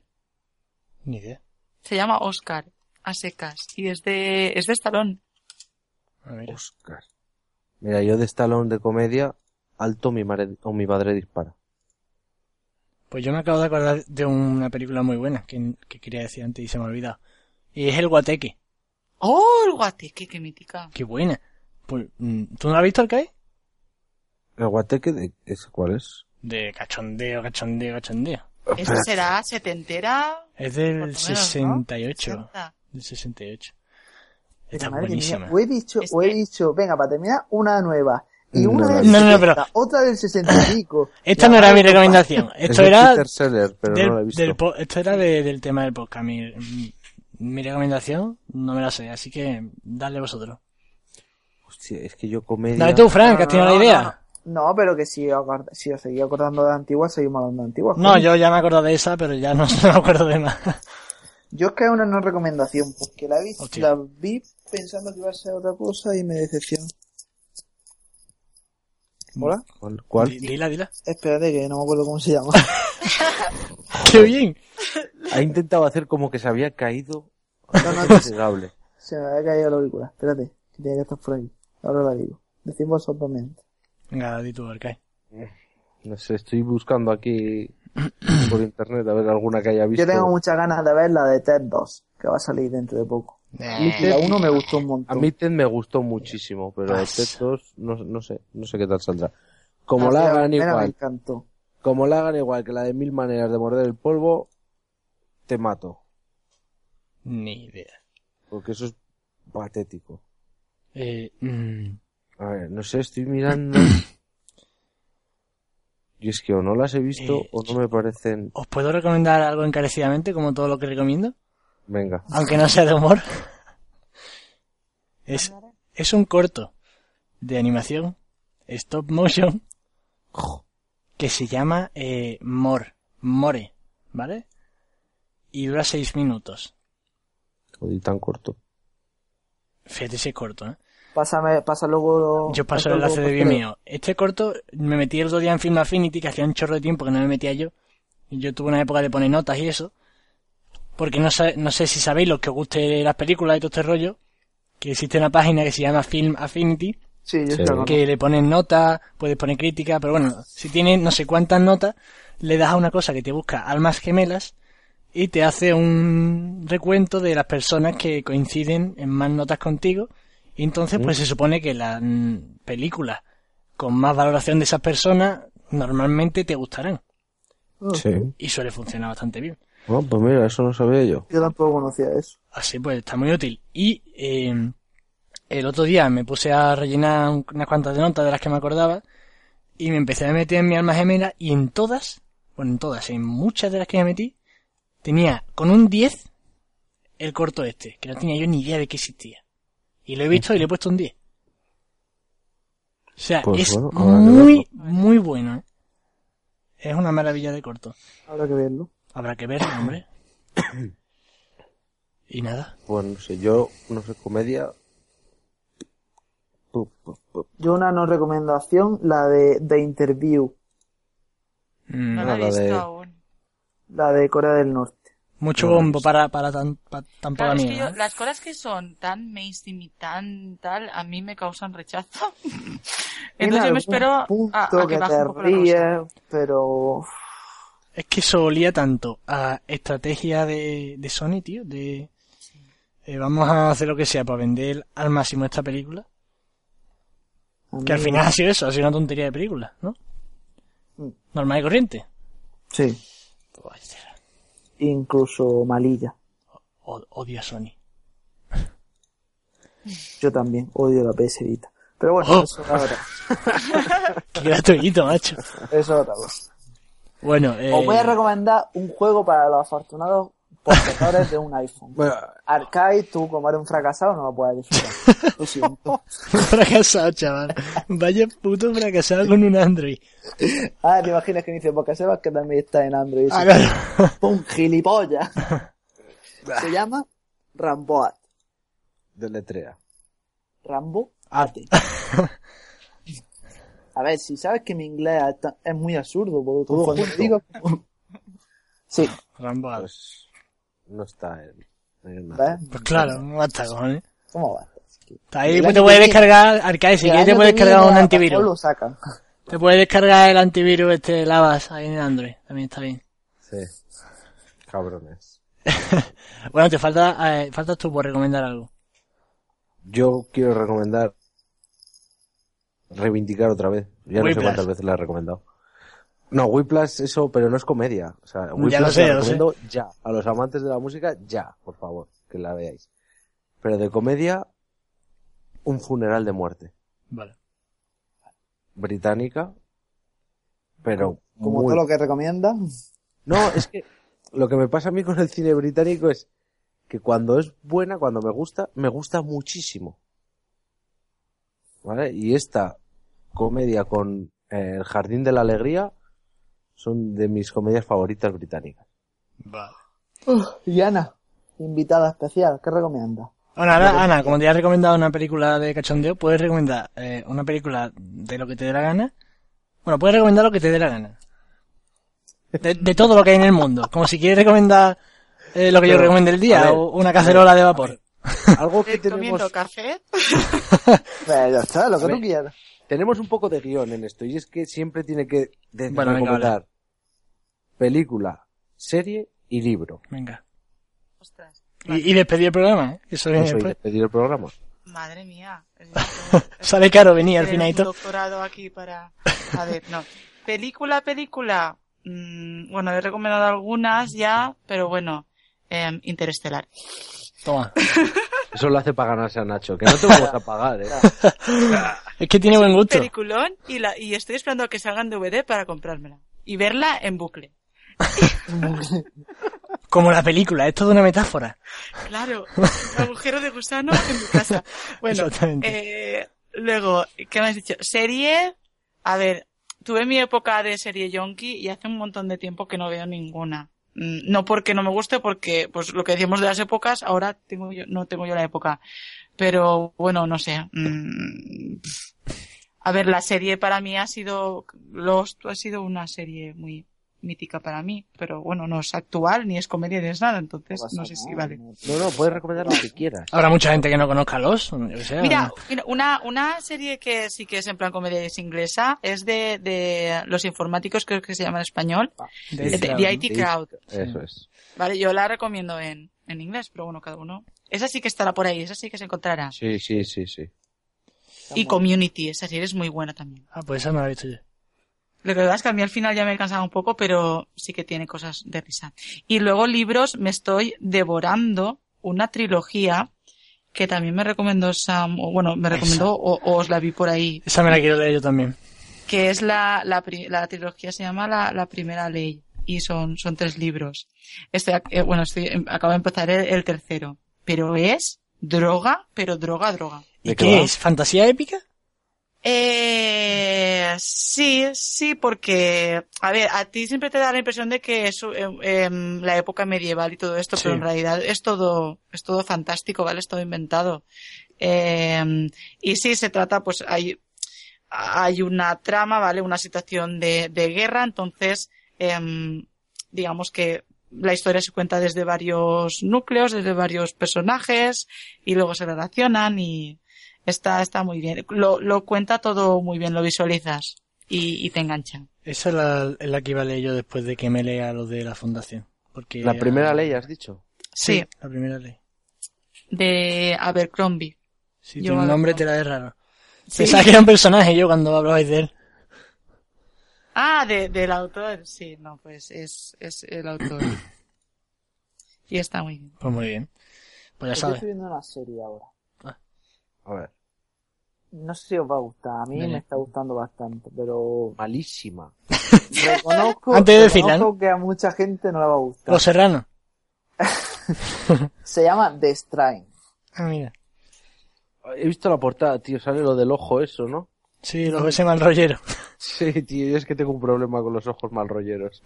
[SPEAKER 2] Ni idea.
[SPEAKER 5] Se llama Oscar, a secas. Y es de, es de Stallone.
[SPEAKER 6] Oscar. Mira, yo de Stallone de comedia, alto mi madre, o mi madre dispara.
[SPEAKER 2] Pues yo me acabo de acordar de una película muy buena que, que quería decir antes y se me ha olvidado. Y es El Guateque.
[SPEAKER 5] ¡Oh, el guateque, qué mítica!
[SPEAKER 2] ¡Qué buena! Pues, mm, ¿Tú no la has visto, Alcaí?
[SPEAKER 6] ¿El guateque de, es, cuál es?
[SPEAKER 2] De cachondeo, cachondeo, cachondeo.
[SPEAKER 5] Esta será setentera.
[SPEAKER 2] Es
[SPEAKER 5] Por lo
[SPEAKER 2] del
[SPEAKER 5] menos,
[SPEAKER 2] 68.
[SPEAKER 5] ¿no?
[SPEAKER 2] Del 68. Está
[SPEAKER 7] Madre
[SPEAKER 2] buenísima.
[SPEAKER 7] mía, o he dicho, o he dicho, venga, para terminar, una nueva. Y
[SPEAKER 2] No,
[SPEAKER 7] una
[SPEAKER 2] no.
[SPEAKER 7] del
[SPEAKER 2] No, no, no, pero-
[SPEAKER 7] 60, otra del 60 y pico.
[SPEAKER 2] Esta
[SPEAKER 7] Y
[SPEAKER 2] no era
[SPEAKER 7] ahora
[SPEAKER 2] mi
[SPEAKER 7] otra.
[SPEAKER 2] recomendación. Esto
[SPEAKER 6] de
[SPEAKER 2] era.
[SPEAKER 6] Peter Seller, pero
[SPEAKER 2] del,
[SPEAKER 6] no lo he visto.
[SPEAKER 2] del po- esto era de- del tema del podcast. Mi, mi recomendación no me la sé, así que dadle vosotros.
[SPEAKER 6] Hostia, es que yo comedia...
[SPEAKER 2] Dale tú, Frank, que has tenido la idea.
[SPEAKER 7] No, pero que si os, acord- si os seguís acordando de antiguas, seguimos hablando de antiguas.
[SPEAKER 2] No,
[SPEAKER 7] coño.
[SPEAKER 2] yo ya me acuerdo de esa, pero ya no, [LAUGHS] no me acuerdo de más.
[SPEAKER 7] Yo es que es una no recomendación, porque la vi,
[SPEAKER 2] Hostia.
[SPEAKER 7] la vi pensando que iba a ser otra cosa y me decepcionó.
[SPEAKER 2] Mm.
[SPEAKER 7] ¿Hola?
[SPEAKER 6] ¿Cuál? cuál?
[SPEAKER 2] Di- Dila, dila.
[SPEAKER 7] Espérate, que no me acuerdo cómo se llama.
[SPEAKER 2] [LAUGHS] ¡Qué bien!
[SPEAKER 6] Ha intentado hacer como que se había caído.
[SPEAKER 7] no,
[SPEAKER 6] Es
[SPEAKER 7] no.
[SPEAKER 6] innegable.
[SPEAKER 7] se me había caído la auricular. Espérate, que tiene que estar por aquí. Ahora la digo. Decimos vosotros mientras.
[SPEAKER 2] Venga, di tú, Arcai.
[SPEAKER 6] No sé, estoy buscando aquí por internet a ver alguna que haya visto.
[SPEAKER 7] Yo tengo muchas ganas de ver la de Ted 2, que va a salir dentro de poco.
[SPEAKER 2] Eh,
[SPEAKER 7] Y
[SPEAKER 5] Eh,
[SPEAKER 7] la 1 me gustó un
[SPEAKER 6] A
[SPEAKER 7] montón.
[SPEAKER 6] mí Ted me gustó muchísimo, pero
[SPEAKER 7] Pasa.
[SPEAKER 6] Ted 2 no, no sé, no sé qué tal saldrá. Como
[SPEAKER 7] Ah,
[SPEAKER 6] la
[SPEAKER 7] sí, a
[SPEAKER 6] hagan
[SPEAKER 7] mí me
[SPEAKER 6] igual,
[SPEAKER 7] encantó.
[SPEAKER 6] como la hagan igual que la de mil maneras de morder el polvo, te mato,
[SPEAKER 2] Ni idea.
[SPEAKER 6] porque eso es patético.
[SPEAKER 2] Eh, mm,
[SPEAKER 6] A ver, no sé, estoy mirando. y es que o no las he visto
[SPEAKER 2] Eh,
[SPEAKER 6] o no me parecen.
[SPEAKER 2] ¿Os puedo recomendar algo encarecidamente, como todo lo que recomiendo?
[SPEAKER 6] Venga.
[SPEAKER 2] Aunque no sea de humor. Es, es un corto de animación, stop motion, que se llama eh, Mor, More, ¿vale? Y dura seis minutos.
[SPEAKER 6] Joder, tan corto.
[SPEAKER 2] Fíjate si es corto, ¿eh?
[SPEAKER 7] Pásame, pasa luego. lo-
[SPEAKER 2] Yo paso el
[SPEAKER 7] luego
[SPEAKER 2] enlace de
[SPEAKER 7] posterior.
[SPEAKER 2] Vimeo. Este corto me metí el otro día en Film Affinity, que hacía un chorro de tiempo que no me metía yo. Y Yo tuve una época de poner notas y eso. Porque no, sa- no sé si sabéis los que os guste las películas y todo este rollo, que existe una página que se llama Film Affinity,
[SPEAKER 7] Sí, yo
[SPEAKER 6] Sí.
[SPEAKER 7] estoy
[SPEAKER 2] Eh, que le pones notas, puedes poner crítica, pero bueno, si tienes no sé cuántas notas, le das a una cosa que te busca almas gemelas y te hace un recuento de las personas que coinciden en más notas contigo. Y entonces, pues se supone que las mm, películas con más valoración de esas personas normalmente te gustarán.
[SPEAKER 6] Sí.
[SPEAKER 2] Y suele funcionar bastante bien.
[SPEAKER 6] No, pues mira, eso no sabía yo.
[SPEAKER 7] Yo tampoco conocía eso.
[SPEAKER 2] Así pues, está muy útil. Y eh, el otro día me puse a rellenar un- unas cuantas de notas de las que me acordaba y me empecé a meter en mi alma gemela y en todas, bueno, en todas, en muchas de las que me metí, tenía con un 10 el corto este, que no tenía yo ni idea de que existía. Y lo he visto y le he puesto un 10. O sea,
[SPEAKER 6] Pues
[SPEAKER 2] es
[SPEAKER 6] bueno, habrá que
[SPEAKER 2] muy, muy bueno. ¿eh? Es una maravilla de corto.
[SPEAKER 7] Habrá que verlo.
[SPEAKER 2] Habrá que verlo, hombre. y nada.
[SPEAKER 6] Pues no sé, yo, no sé, comedia. Pu, pu, pu.
[SPEAKER 7] Yo una no recomendación, la de, de Interview,
[SPEAKER 2] Mm,
[SPEAKER 5] No la he
[SPEAKER 6] Nada
[SPEAKER 5] visto
[SPEAKER 6] de-
[SPEAKER 5] aún.
[SPEAKER 7] la de Corea del Norte.
[SPEAKER 2] Mucho
[SPEAKER 6] No,
[SPEAKER 2] bombo para, para tan, pa- tan poca
[SPEAKER 5] Claro, es que
[SPEAKER 2] mierda,
[SPEAKER 5] yo- las cosas que son tan mainstream y tan tal, a mí me causan rechazo. [LAUGHS] Entonces yo
[SPEAKER 7] algún
[SPEAKER 5] me espero a, a
[SPEAKER 7] Todo
[SPEAKER 5] que
[SPEAKER 7] que
[SPEAKER 5] baje
[SPEAKER 7] te
[SPEAKER 5] un poco la cosa.
[SPEAKER 7] ríes, pero
[SPEAKER 2] ¿eh? Es que eso olía tanto a estrategia de, de Sony, tío, de eh, vamos a hacer lo que sea para vender al máximo esta película,
[SPEAKER 7] a
[SPEAKER 2] que al
[SPEAKER 7] mí-
[SPEAKER 2] final ha sido eso, ha sido una tontería de película, ¿no?
[SPEAKER 7] Mm.
[SPEAKER 2] Normal y corriente.
[SPEAKER 7] Sí, incluso Malilla.
[SPEAKER 2] O- odio a Sony. [LAUGHS]
[SPEAKER 7] Yo también odio la PS Vita. Pero bueno,
[SPEAKER 2] Oh.
[SPEAKER 7] eso es otra,
[SPEAKER 2] Qué gratuito, macho.
[SPEAKER 7] eso es otra
[SPEAKER 2] [LAUGHS]
[SPEAKER 7] cosa. [LAUGHS]
[SPEAKER 2] Bueno, eh,
[SPEAKER 7] Os voy a recomendar un juego para los afortunados poseedores de
[SPEAKER 2] [LAUGHS]
[SPEAKER 7] un iPhone.
[SPEAKER 6] Bueno,
[SPEAKER 7] Arcade, tú como eres un fracasado no lo puedes disfrutar.
[SPEAKER 2] [LAUGHS]
[SPEAKER 7] Lo siento.
[SPEAKER 2] fracasado, chaval. Vaya puto fracasado con un Android.
[SPEAKER 7] Ah, te imaginas que me dice, porque Sebas que también está en Android.
[SPEAKER 2] Ah, claro.
[SPEAKER 7] [LAUGHS] Un gilipollas. Se llama Ramboat.
[SPEAKER 6] de letrea.
[SPEAKER 7] Rambo.
[SPEAKER 2] Ah,
[SPEAKER 7] A ver, si sabes que mi inglés es tan- es muy absurdo, porque
[SPEAKER 6] Todo
[SPEAKER 7] cuando
[SPEAKER 6] junto.
[SPEAKER 7] digo... Sí,
[SPEAKER 2] Rambo, ah.
[SPEAKER 6] Pues no está en. en nada.
[SPEAKER 7] ¿ves?
[SPEAKER 2] Pues claro, basta, cojones.
[SPEAKER 7] ¿Cómo va?
[SPEAKER 2] Está ahí,
[SPEAKER 7] El
[SPEAKER 2] pues te
[SPEAKER 7] año
[SPEAKER 2] puedes
[SPEAKER 7] que
[SPEAKER 2] descargar Arcade, si
[SPEAKER 7] El
[SPEAKER 2] quieres te
[SPEAKER 7] año
[SPEAKER 2] puedes
[SPEAKER 7] que viene
[SPEAKER 2] descargar un
[SPEAKER 7] a
[SPEAKER 2] antivirus.
[SPEAKER 7] Japón lo sacan.
[SPEAKER 2] Te puedes descargar el antivirus este Lavas ahí en Android, también está bien.
[SPEAKER 6] Sí. Cabrones.
[SPEAKER 2] Bueno, te falta, eh, faltas tú por recomendar algo.
[SPEAKER 6] Yo quiero recomendar. Reivindicar otra vez. Ya no sé
[SPEAKER 2] Whiplash.
[SPEAKER 6] cuántas veces la he recomendado. No, Whiplash, eso, pero no es comedia. O sea, Whiplash
[SPEAKER 2] lo sé, ya
[SPEAKER 6] la
[SPEAKER 2] lo sé.
[SPEAKER 6] recomiendo ya. A los amantes de la música, ya, por favor, que la veáis. Pero de comedia, un funeral de muerte.
[SPEAKER 2] Vale.
[SPEAKER 6] Británica, pero
[SPEAKER 7] Como
[SPEAKER 6] muy
[SPEAKER 7] todo lo que recomiendan.
[SPEAKER 6] No, es que lo que me pasa a mí con el cine británico es que cuando es buena, cuando me gusta, me gusta muchísimo. ¿Vale? Y esta comedia con eh, El Jardín de la Alegría son de mis comedias favoritas
[SPEAKER 2] [LAUGHS]
[SPEAKER 6] británicas.
[SPEAKER 2] Vale.
[SPEAKER 7] Y Ana, invitada especial, ¿qué recomienda?
[SPEAKER 2] Bueno, ahora, Ana, como te he recomendado una película de cachondeo, puedes recomendar eh, una película de lo que te dé la gana. Bueno, puedes recomendar lo que te dé la gana. De, de todo lo que hay en el mundo. Como si quieres recomendar eh, lo que yo
[SPEAKER 6] Pero,
[SPEAKER 2] recomendé el día,
[SPEAKER 6] a ver,
[SPEAKER 2] o una cacerola de vapor.
[SPEAKER 6] Algo que tenemos,
[SPEAKER 5] Recomiendo café.
[SPEAKER 7] Pero ya está, lo que
[SPEAKER 6] A ver.
[SPEAKER 7] tú quieras.
[SPEAKER 6] tenemos un poco de guión en esto y es que siempre tiene que de-
[SPEAKER 2] Bueno, venga,
[SPEAKER 6] recomendar película, serie y libro.
[SPEAKER 2] Venga.
[SPEAKER 5] Ostras,
[SPEAKER 2] Y, y despedir el programa, ¿eh? Que Eso viene
[SPEAKER 6] Eso, y
[SPEAKER 2] después.
[SPEAKER 6] despedir el programa.
[SPEAKER 5] madre mía.
[SPEAKER 2] [LAUGHS]
[SPEAKER 5] Es-
[SPEAKER 2] Sale caro venía al
[SPEAKER 5] Tener
[SPEAKER 2] final y
[SPEAKER 5] un
[SPEAKER 2] todo.
[SPEAKER 5] doctorado aquí para... A ver, no. Película, película. Mm, bueno, he recomendado algunas ya, pero bueno. em, Interestelar.
[SPEAKER 2] Toma. [LAUGHS]
[SPEAKER 6] Eso lo hace para ganarse a Nacho, que no te vamos a pagar, ¿eh?
[SPEAKER 2] Es que tiene
[SPEAKER 5] Es
[SPEAKER 2] buen
[SPEAKER 5] un
[SPEAKER 2] gusto.
[SPEAKER 5] peliculón y, la, y estoy esperando a que salga en DVD para comprármela. Y verla en bucle.
[SPEAKER 2] Como la película, es toda una metáfora. [LAUGHS]
[SPEAKER 5] Claro, agujero de gusano en mi casa. Bueno, eh, luego, ¿qué me has dicho? Serie, a ver, tuve mi época de serie yonki y hace un montón de tiempo que no veo ninguna. Mm, No porque no me guste, porque pues lo que decíamos de las épocas, ahora tengo yo, no tengo yo la época. Pero bueno, no sé. mm, A ver, la serie para mí ha sido, Lost ha sido una serie muy mítica para mí, pero bueno, no es actual, ni es comedia, ni es nada, entonces no sé si vale.
[SPEAKER 6] No, no, puedes recomendar lo que quieras.
[SPEAKER 2] Habrá mucha gente que no conozca a los. yo qué sé,
[SPEAKER 5] Mira, mira, una, una serie que sí que es en plan comedia y es inglesa es de, de los informáticos, creo que se llama en español,
[SPEAKER 2] de
[SPEAKER 5] de,
[SPEAKER 6] eh,
[SPEAKER 5] de
[SPEAKER 2] Crowd,
[SPEAKER 5] IT
[SPEAKER 2] ¿no?
[SPEAKER 5] Crowd.
[SPEAKER 6] Eso es.
[SPEAKER 5] Vale, yo la recomiendo en, en inglés, pero bueno, cada uno. Esa sí que estará por ahí, esa sí que se encontrará.
[SPEAKER 6] Sí, sí, sí, sí.
[SPEAKER 5] Y Community, esa serie es muy buena también.
[SPEAKER 2] Ah, pues esa no la he visto yo.
[SPEAKER 5] Lo que pasa es que a mí al final ya me he cansado un poco, pero sí que tiene cosas de risa. Y luego libros, me estoy devorando una trilogía que también me recomendó Sam, o bueno, me recomendó o- o os la vi por ahí.
[SPEAKER 2] Esa me la quiero leer yo también.
[SPEAKER 5] que es la, la, pri- la trilogía se llama la, la primera ley y son, son tres libros. Este, ac- eh, bueno, estoy, em, acabo de empezar el, el tercero, pero es droga, pero droga, droga.
[SPEAKER 2] ¿Y qué es? ¿Fantasía épica?
[SPEAKER 5] Eh, sí, sí, porque, a ver, a ti siempre te da la impresión de que es em, em, la época medieval y todo esto, pero
[SPEAKER 2] Sí.
[SPEAKER 5] en realidad es todo, es todo fantástico, ¿vale? Es todo inventado. Eh, y sí, se trata, pues, hay, hay una trama, ¿vale? Una situación de, de guerra, entonces, em, digamos que la historia se cuenta desde varios núcleos, desde varios personajes, y luego se relacionan y está, está muy bien. Lo, lo cuenta todo muy bien, lo visualizas y, y te engancha.
[SPEAKER 2] Esa es la, es la que iba a leer yo después de que me lea lo de la fundación. Porque
[SPEAKER 6] La primera ley, has dicho.
[SPEAKER 5] Sí.
[SPEAKER 2] La primera ley.
[SPEAKER 5] De Abercrombie.
[SPEAKER 2] Si
[SPEAKER 5] Yo
[SPEAKER 2] tiene un
[SPEAKER 5] ahora-
[SPEAKER 2] nombre te la es raro.
[SPEAKER 5] Sí.
[SPEAKER 2] Pensaba que era un personaje yo cuando hablabais de él.
[SPEAKER 5] Ah, de, del autor, sí, no, pues es, es el autor. Y está muy bien.
[SPEAKER 2] Pues muy bien. Pues ya
[SPEAKER 7] Yo
[SPEAKER 2] sabes.
[SPEAKER 7] estoy viendo una serie ahora.
[SPEAKER 6] A ver.
[SPEAKER 7] No sé si os va a gustar, a mí
[SPEAKER 2] Dale.
[SPEAKER 7] me está gustando bastante, [LAUGHS] pero
[SPEAKER 6] Malísima.
[SPEAKER 7] reconozco,
[SPEAKER 2] Antes de Pues- decirla,
[SPEAKER 7] reconozco que a mucha gente no le va a gustar.
[SPEAKER 2] Los Serranos.
[SPEAKER 7] Se llama The Strain.
[SPEAKER 2] Ah, mira.
[SPEAKER 6] He visto la portada, tío, sale lo del ojo eso, ¿no?
[SPEAKER 2] Sí, los ese mal rollero.
[SPEAKER 6] Sí, tío, yo es que tengo un problema con los ojos mal rolleros.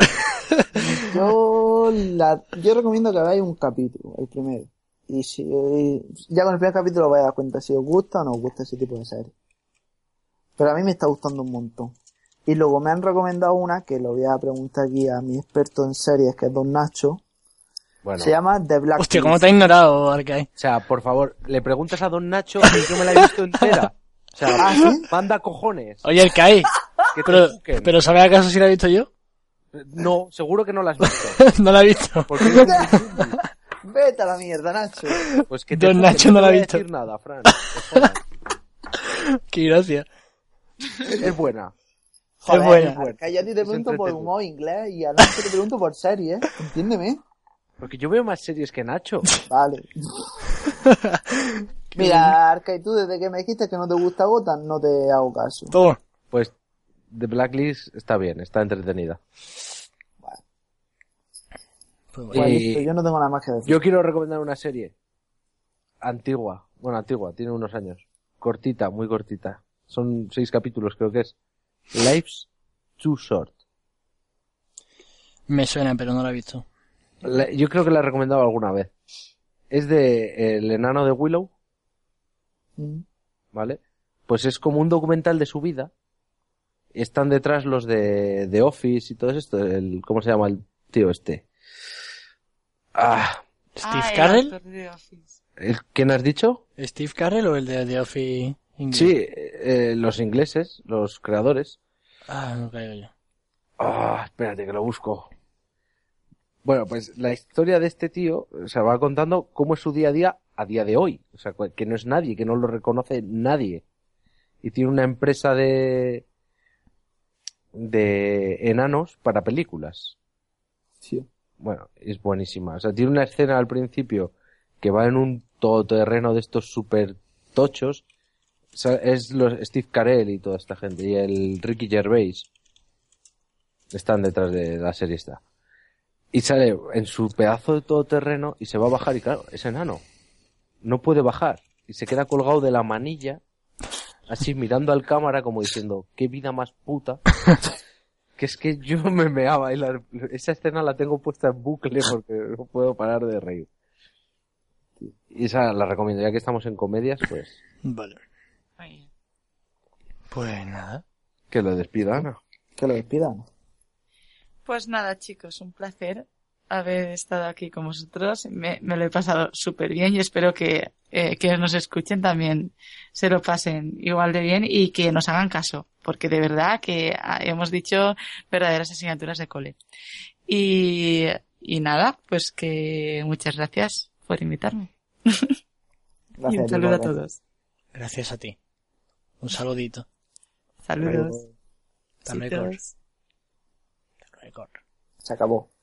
[SPEAKER 7] Yo, la, yo recomiendo que veáis un capítulo, el primero. Y si y ya con el primer capítulo vais a dar cuenta si os gusta o no os gusta ese tipo de serie. Pero a mí me está gustando un montón. Y luego me han recomendado una que lo voy a preguntar aquí a mi experto en series, que es Don Nacho.
[SPEAKER 6] Bueno.
[SPEAKER 7] Se llama The Black
[SPEAKER 2] Hostia,
[SPEAKER 7] Keys.
[SPEAKER 2] ¿cómo te ha ignorado, Arcai?
[SPEAKER 6] O sea, por favor, le preguntas a Don Nacho y yo me la he visto entera. O sea,
[SPEAKER 7] ¿Ah, sí?
[SPEAKER 6] manda cojones.
[SPEAKER 2] Oye,
[SPEAKER 6] [LAUGHS]
[SPEAKER 2] Arcai.
[SPEAKER 6] Que te
[SPEAKER 2] pero,
[SPEAKER 6] busquen.
[SPEAKER 2] pero ¿sabes acaso si la he visto yo? [LAUGHS]
[SPEAKER 6] No, seguro que no la has visto.
[SPEAKER 2] no la he visto.
[SPEAKER 6] [LAUGHS] Porque eres muy chungo.
[SPEAKER 7] [LAUGHS] Vete a la mierda, Nacho.
[SPEAKER 6] pues que te
[SPEAKER 2] Don
[SPEAKER 6] busquen,
[SPEAKER 2] Nacho no
[SPEAKER 6] te
[SPEAKER 2] la ha
[SPEAKER 6] voy a
[SPEAKER 2] visto.
[SPEAKER 6] decir nada, Fran. que jodas.
[SPEAKER 2] Qué gracia.
[SPEAKER 6] Es buena.
[SPEAKER 2] Es buena.
[SPEAKER 7] Arcaya, yo a ti te pregunto por
[SPEAKER 6] entretenida.
[SPEAKER 7] humor inglés y a Nacho te pregunto por series. Entiéndeme.
[SPEAKER 6] Porque yo veo más series que Nacho.
[SPEAKER 7] Vale.
[SPEAKER 2] [LAUGHS]
[SPEAKER 7] Mira, Arca, y tú desde que me dijiste que no te gusta Gotham, no te hago caso.
[SPEAKER 2] Toma.
[SPEAKER 6] Pues The Blacklist está bien, está entretenida.
[SPEAKER 2] Pues
[SPEAKER 7] Pues
[SPEAKER 2] bueno.
[SPEAKER 6] Eh,
[SPEAKER 7] listo, yo no tengo nada más que decir.
[SPEAKER 6] Yo quiero recomendar una serie antigua, bueno, antigua, tiene unos años, cortita, muy cortita. Son seis capítulos, creo que es. Life's Too Short.
[SPEAKER 2] Me suena, pero no la he visto.
[SPEAKER 6] La- yo creo que la he recomendado alguna vez. Es de eh, El enano de Willow,
[SPEAKER 7] Mm.
[SPEAKER 6] ¿vale? Pues es como un documental de su vida. Están detrás los de, de Office y todo esto. El, ¿Cómo se llama el tío este? Ah,
[SPEAKER 2] ¿Steve
[SPEAKER 5] Ah, el
[SPEAKER 2] Carrell?
[SPEAKER 5] autor de The Office.
[SPEAKER 6] ¿el- ¿Quién has dicho?
[SPEAKER 2] ¿Steve Carrell o el de The Office inglés?
[SPEAKER 6] Sí, eh, los ingleses, los creadores.
[SPEAKER 2] Ah, no caigo yo.
[SPEAKER 6] Ah, espérate que lo busco. Bueno, pues la historia de este tío o sea, va contando cómo es su día a día a día de hoy. O sea, que no es nadie, que no lo reconoce nadie. Y tiene una empresa de de enanos para películas.
[SPEAKER 7] Sí.
[SPEAKER 6] Bueno, es buenísima. O sea, tiene una escena al principio que va en un todoterreno de estos super tochos sa- es los Steve Carell y toda esta gente. Y el Ricky Gervais. Están detrás de la serie esta. Y sale en su pedazo de todoterreno y se va a bajar. Y claro, es enano. No puede bajar. Y se queda colgado de la manilla. Así mirando al cámara como diciendo, qué vida más puta. Que es que yo me meaba y la- esa escena la tengo puesta en bucle porque no puedo parar de reír. Y esa la recomiendo, ya que estamos en comedias, pues
[SPEAKER 2] Vale. Pues nada.
[SPEAKER 6] que lo despida Ana.
[SPEAKER 7] Que lo despidan.
[SPEAKER 5] Pues nada, chicos, un placer haber estado aquí con vosotros. Me, me lo he pasado súper bien y espero que eh, que nos escuchen también se lo pasen igual de bien y que nos hagan caso, porque de verdad que ah, hemos dicho verdaderas asignaturas de cole. Y, y nada, pues que muchas gracias por invitarme. [LAUGHS] y un saludo a todos.
[SPEAKER 2] Gracias a ti. Un saludito.
[SPEAKER 5] Saludos.
[SPEAKER 2] Hasta luego.
[SPEAKER 5] Besitos.
[SPEAKER 2] Hasta luego.
[SPEAKER 7] Se acabó.